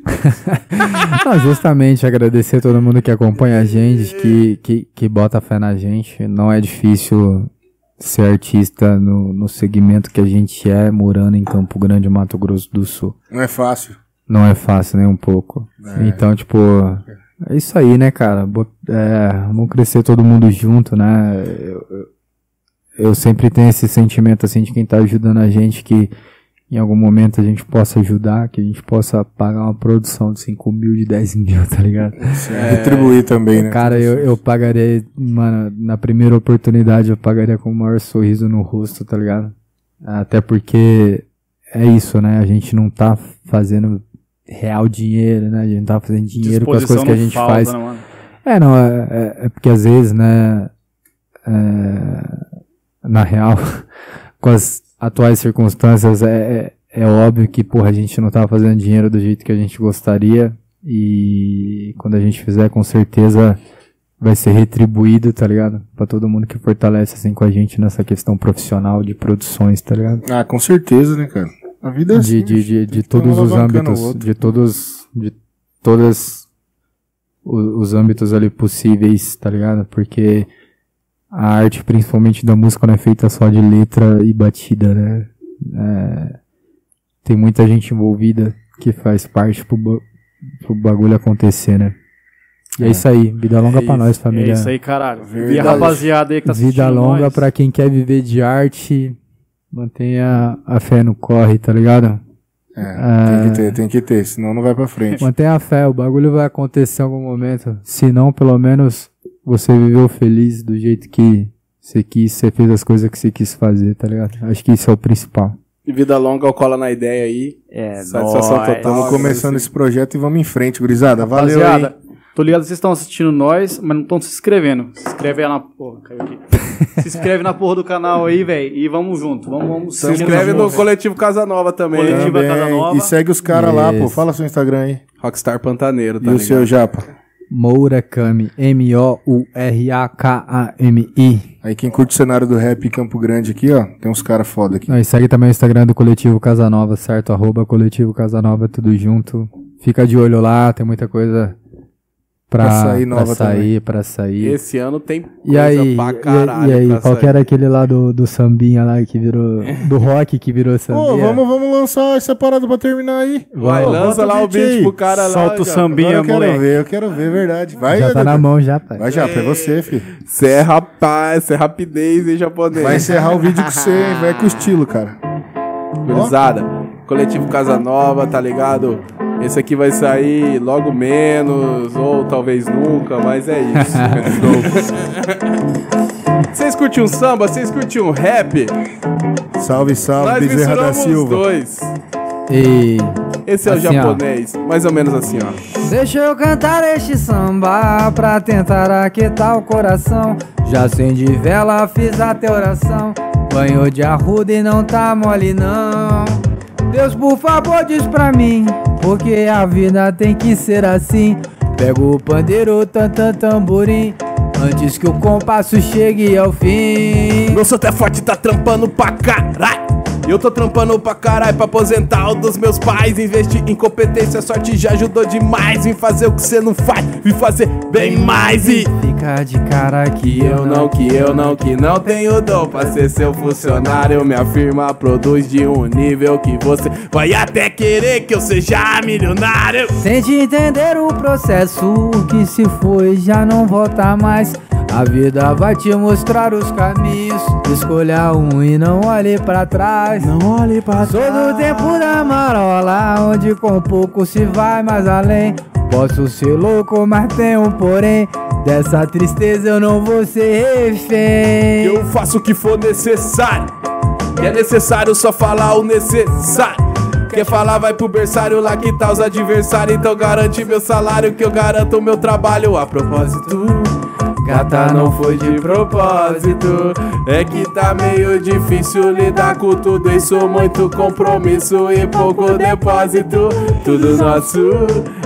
[SPEAKER 4] Não, justamente agradecer a todo mundo que acompanha a gente, que, que, que bota fé na gente. Não é difícil ser artista no, no segmento que a gente é, morando em Campo Grande, Mato Grosso do Sul.
[SPEAKER 1] Não é fácil.
[SPEAKER 4] Não é fácil nem um pouco.
[SPEAKER 1] É.
[SPEAKER 4] Então, tipo, é isso aí, né, cara? Bo- é, vamos crescer todo mundo junto, né? Eu, eu- eu sempre tenho esse sentimento, assim, de quem tá ajudando a gente, que em algum momento a gente possa ajudar, que a gente possa pagar uma produção de 5 mil, de 10 mil, tá ligado?
[SPEAKER 1] Retribuir também, né?
[SPEAKER 4] Cara, eu, eu pagaria, mano, na primeira oportunidade eu pagaria com o maior sorriso no rosto, tá ligado? Até porque é isso, né? A gente não tá fazendo real dinheiro, né? A gente não tá fazendo dinheiro com as coisas que a gente faz.
[SPEAKER 2] né, mano?
[SPEAKER 4] É, não, é, é- é porque às vezes, né, é, na real, com as atuais circunstâncias, é, é, é óbvio que, porra, a gente não tá fazendo dinheiro do jeito que a gente gostaria e quando a gente fizer, com certeza vai ser retribuído, tá ligado? Pra todo mundo que fortalece, assim, com a gente nessa questão profissional de produções, tá ligado?
[SPEAKER 1] Ah, com certeza, né, cara? A vida é
[SPEAKER 4] de,
[SPEAKER 1] assim.
[SPEAKER 4] de, de, de
[SPEAKER 1] tem que
[SPEAKER 4] todos
[SPEAKER 1] um
[SPEAKER 4] os
[SPEAKER 1] alavancando o
[SPEAKER 4] âmbitos,
[SPEAKER 1] outro.
[SPEAKER 4] de todos, de todas o- os âmbitos ali possíveis, tá ligado? Porque a arte, principalmente da música, não é feita só de letra e batida, né? É, tem muita gente envolvida que faz parte pro, ba- pro bagulho acontecer, né? E é, isso aí, vida longa pra nós,
[SPEAKER 2] É
[SPEAKER 4] família.
[SPEAKER 2] isso aí, caralho. E a
[SPEAKER 1] Verdade.
[SPEAKER 2] rapaziada aí que tá assistindo
[SPEAKER 4] Vida longa
[SPEAKER 2] nós.
[SPEAKER 4] pra quem quer viver de arte, mantenha a fé no corre, tá ligado?
[SPEAKER 1] É,
[SPEAKER 4] Ah.
[SPEAKER 1] tem que ter, tem que ter, senão não vai pra frente.
[SPEAKER 4] Mantenha a fé, o bagulho vai acontecer em algum momento. Se não, pelo menos você viveu feliz do jeito que você quis, você fez as coisas que você quis fazer, tá ligado? Acho que isso é o principal.
[SPEAKER 3] Vida longa, eu cola na ideia aí.
[SPEAKER 2] É,
[SPEAKER 3] Satisfação
[SPEAKER 2] nóis.
[SPEAKER 3] total.
[SPEAKER 1] Estamos começando esse projeto e vamos em frente, gurizada. Valeu aí.
[SPEAKER 2] Rapaziada, tô ligado que vocês estão assistindo nós, mas não estão se inscrevendo. Se inscreve aí na porra, caiu aqui. se inscreve na porra do canal aí, velho, e vamos junto. Vamos, vamos.
[SPEAKER 3] Se inscreve no Coletivo Casa Nova também.
[SPEAKER 2] Coletivo. Curitiba, Casa Nova.
[SPEAKER 1] E segue os caras lá, pô.
[SPEAKER 4] Yes.
[SPEAKER 1] Fala seu Instagram aí.
[SPEAKER 3] Rockstar Pantaneiro,
[SPEAKER 1] e
[SPEAKER 3] tá
[SPEAKER 1] o seu Japa.
[SPEAKER 4] Mourakami, M-O-U-R-A-K-A-M-I.
[SPEAKER 1] Aí quem curte o cenário do rap em Campo Grande aqui, ó. Tem uns caras foda aqui.
[SPEAKER 4] Não, E segue também o Instagram do Coletivo Casanova, certo? Arroba Coletivo Casanova, tudo junto. Fica de olho lá, tem muita coisa pra,
[SPEAKER 1] Pra sair nova
[SPEAKER 4] pra sair, pra sair.
[SPEAKER 3] Esse ano tem coisa
[SPEAKER 4] E aí,
[SPEAKER 3] pra
[SPEAKER 4] e-
[SPEAKER 3] caralho.
[SPEAKER 4] e aí,
[SPEAKER 3] pra
[SPEAKER 4] qual
[SPEAKER 3] sair.
[SPEAKER 4] que era aquele lá do, do sambinha lá que virou. Do rock que virou sambinha?
[SPEAKER 1] Pô, vamos, vamos lançar essa parada pra terminar aí.
[SPEAKER 3] Vai,
[SPEAKER 1] Pô,
[SPEAKER 3] lança
[SPEAKER 1] bota
[SPEAKER 3] lá o
[SPEAKER 1] beat aí.
[SPEAKER 3] beat pro cara lá.
[SPEAKER 2] Solta o
[SPEAKER 3] já.
[SPEAKER 1] Agora
[SPEAKER 2] sambinha,
[SPEAKER 1] eu quero
[SPEAKER 2] moleque.
[SPEAKER 1] ver, eu quero ver, verdade. Vai,
[SPEAKER 4] já
[SPEAKER 3] né,
[SPEAKER 4] tá na mão já, pai.
[SPEAKER 1] Vai, Japa, é você, filho.
[SPEAKER 3] Cê é rapaz, cê é rapidez, hein, japonês.
[SPEAKER 1] Vai encerrar o vídeo com você, hein? Vai com estilo, cara.
[SPEAKER 3] Gurizada, Coletivo Casa Nova, tá ligado? Esse aqui vai sair logo menos, ou talvez nunca, mas é isso. Vocês curtiam um samba? Vocês curtiam um rap?
[SPEAKER 1] Salve, salve,
[SPEAKER 3] Nós
[SPEAKER 1] Bezerra da
[SPEAKER 3] misturamos os
[SPEAKER 1] Silva.
[SPEAKER 3] dois.
[SPEAKER 4] E
[SPEAKER 3] Esse é
[SPEAKER 4] Assim, ó.
[SPEAKER 3] o japonês, mais ou menos assim, ó.
[SPEAKER 4] deixa eu cantar este samba pra tentar aquietar o coração. Já acendi vela, fiz até oração. Banho de arruda e não tá mole, não. Deus, por favor, diz pra mim, porque a vida tem que ser assim. Pego o pandeiro, tan, tan tamborim, antes que o compasso chegue ao fim.
[SPEAKER 3] Meu santo é forte, tá trampando pra caralho. E eu tô trampando pra caralho pra aposentar o dos meus pais. Investir em competência, sorte já ajudou demais. Vim fazer o que você não faz, vim fazer bem mais e.
[SPEAKER 4] Fica de cara
[SPEAKER 3] Que eu não, que eu não, que não tenho dom pra ser seu funcionário. Minha firma produz de um nível que você vai até querer que eu seja milionário.
[SPEAKER 4] Tente entender o processo que se foi já não volta mais. A vida vai te mostrar os caminhos. Escolha um e não olhe pra trás.
[SPEAKER 3] Não olhe pra
[SPEAKER 4] Sou do tempo da marola, onde com pouco se vai mais além. Posso ser louco, mas tenho um porém. Dessa tristeza eu não vou ser refém.
[SPEAKER 3] Eu faço o que for necessário. E é necessário só falar o necessário. Quer falar, vai pro berçário lá que tá os adversários. Então garante meu salário, que eu garanto meu trabalho. A propósito, gata não foi de propósito. É que tá meio difícil lidar com tudo. Isso muito compromisso e pouco depósito. Tudo nosso,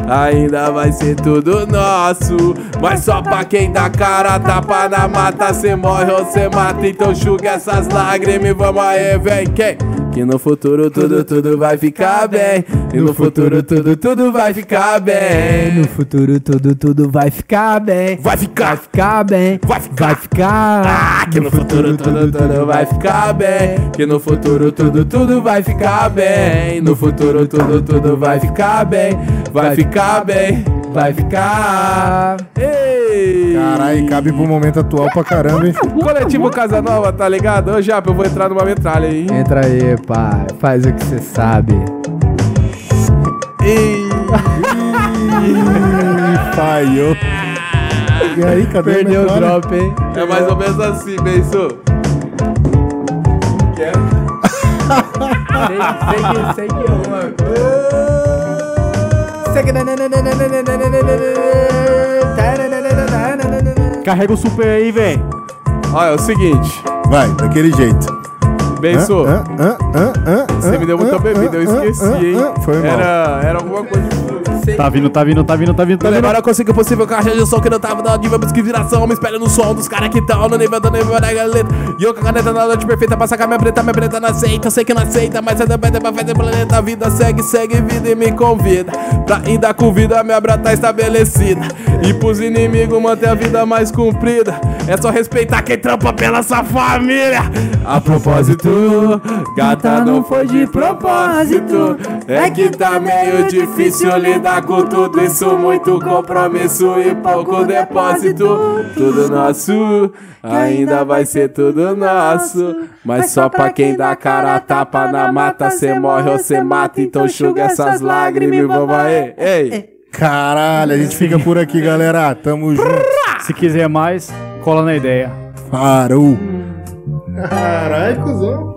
[SPEAKER 3] ainda vai ser tudo nosso. Mas só pra quem dá cara, tapa na mata. Cê morre ou cê mata. Então enxuga essas lágrimas e vamos aí, vem quem? E no futuro tudo, tudo vai ficar bem. E no futuro tudo, tudo vai ficar
[SPEAKER 8] No
[SPEAKER 3] bem.
[SPEAKER 8] futuro tudo, tudo vai ficar bem.
[SPEAKER 3] Vai ficar,
[SPEAKER 8] Ficar bem.
[SPEAKER 3] vai
[SPEAKER 8] Vai
[SPEAKER 3] ficar.
[SPEAKER 8] ficar.
[SPEAKER 3] Ah, que no futuro tudo, tudo vai ficar bem. Que no futuro tudo, tudo vai ficar bem. No futuro tudo, tudo vai ficar bem. Vai ficar bem, vai ficar. Ei!
[SPEAKER 1] Caralho, cabe pro momento atual pra caramba, hein?
[SPEAKER 3] Coletivo Casanova, tá ligado? Ô, Japa, eu vou entrar numa metralha aí.
[SPEAKER 8] Entra aí, pai. Faz o que você sabe.
[SPEAKER 1] Ih, Falhou. E aí, cadê
[SPEAKER 8] Perdeu o
[SPEAKER 1] metralha?
[SPEAKER 8] drop, hein?
[SPEAKER 3] É mais ou menos assim, é? Benço. Quer?
[SPEAKER 4] Sei que, é sei que uma
[SPEAKER 2] Carrega o super aí, véi.
[SPEAKER 3] Olha, é o seguinte.
[SPEAKER 1] Vai, daquele jeito.
[SPEAKER 3] Benço,
[SPEAKER 1] Hã, hã, hã, hã, hã,
[SPEAKER 3] você me deu muita
[SPEAKER 1] hã,
[SPEAKER 3] bebida, eu
[SPEAKER 1] hã,
[SPEAKER 3] esqueci,
[SPEAKER 1] hã,
[SPEAKER 3] hein?
[SPEAKER 1] hã. Foi mal.
[SPEAKER 3] Era, era alguma coisa de fruta.
[SPEAKER 2] Tá vindo, tá vindo, tá vindo, tá vindo, tá vindo.
[SPEAKER 3] Levaram a consigo possível caixa de som que não tava na nível que viração. Me espelho no som dos caras que tão no nível do nível da galera. E eu com a caneta na noite perfeita pra sacar minha preta, minha preta não aceita. Eu sei que não aceita, mas ainda bem é pra frente do planeta. A vida segue, segue vida e me convida. Pra ainda com vida, minha brata tá estabelecida. E pros inimigos manter a vida mais comprida. É só respeitar quem trampa pela sua família. A propósito, gata não foi de propósito. É que tá meio difícil lidar com tudo isso. Muito compromisso e pouco depósito. Tudo nosso, ainda vai ser tudo nosso. Mas só pra quem dá a cara a tapa na mata, cê morre ou cê mata. Então enxuga essas lágrimas e vamos aí. Ei!
[SPEAKER 1] Caralho, a gente fica por aqui, galera. Tamo junto.
[SPEAKER 2] Se quiser mais, cola na ideia.
[SPEAKER 1] Parou. Caralho, cuzão.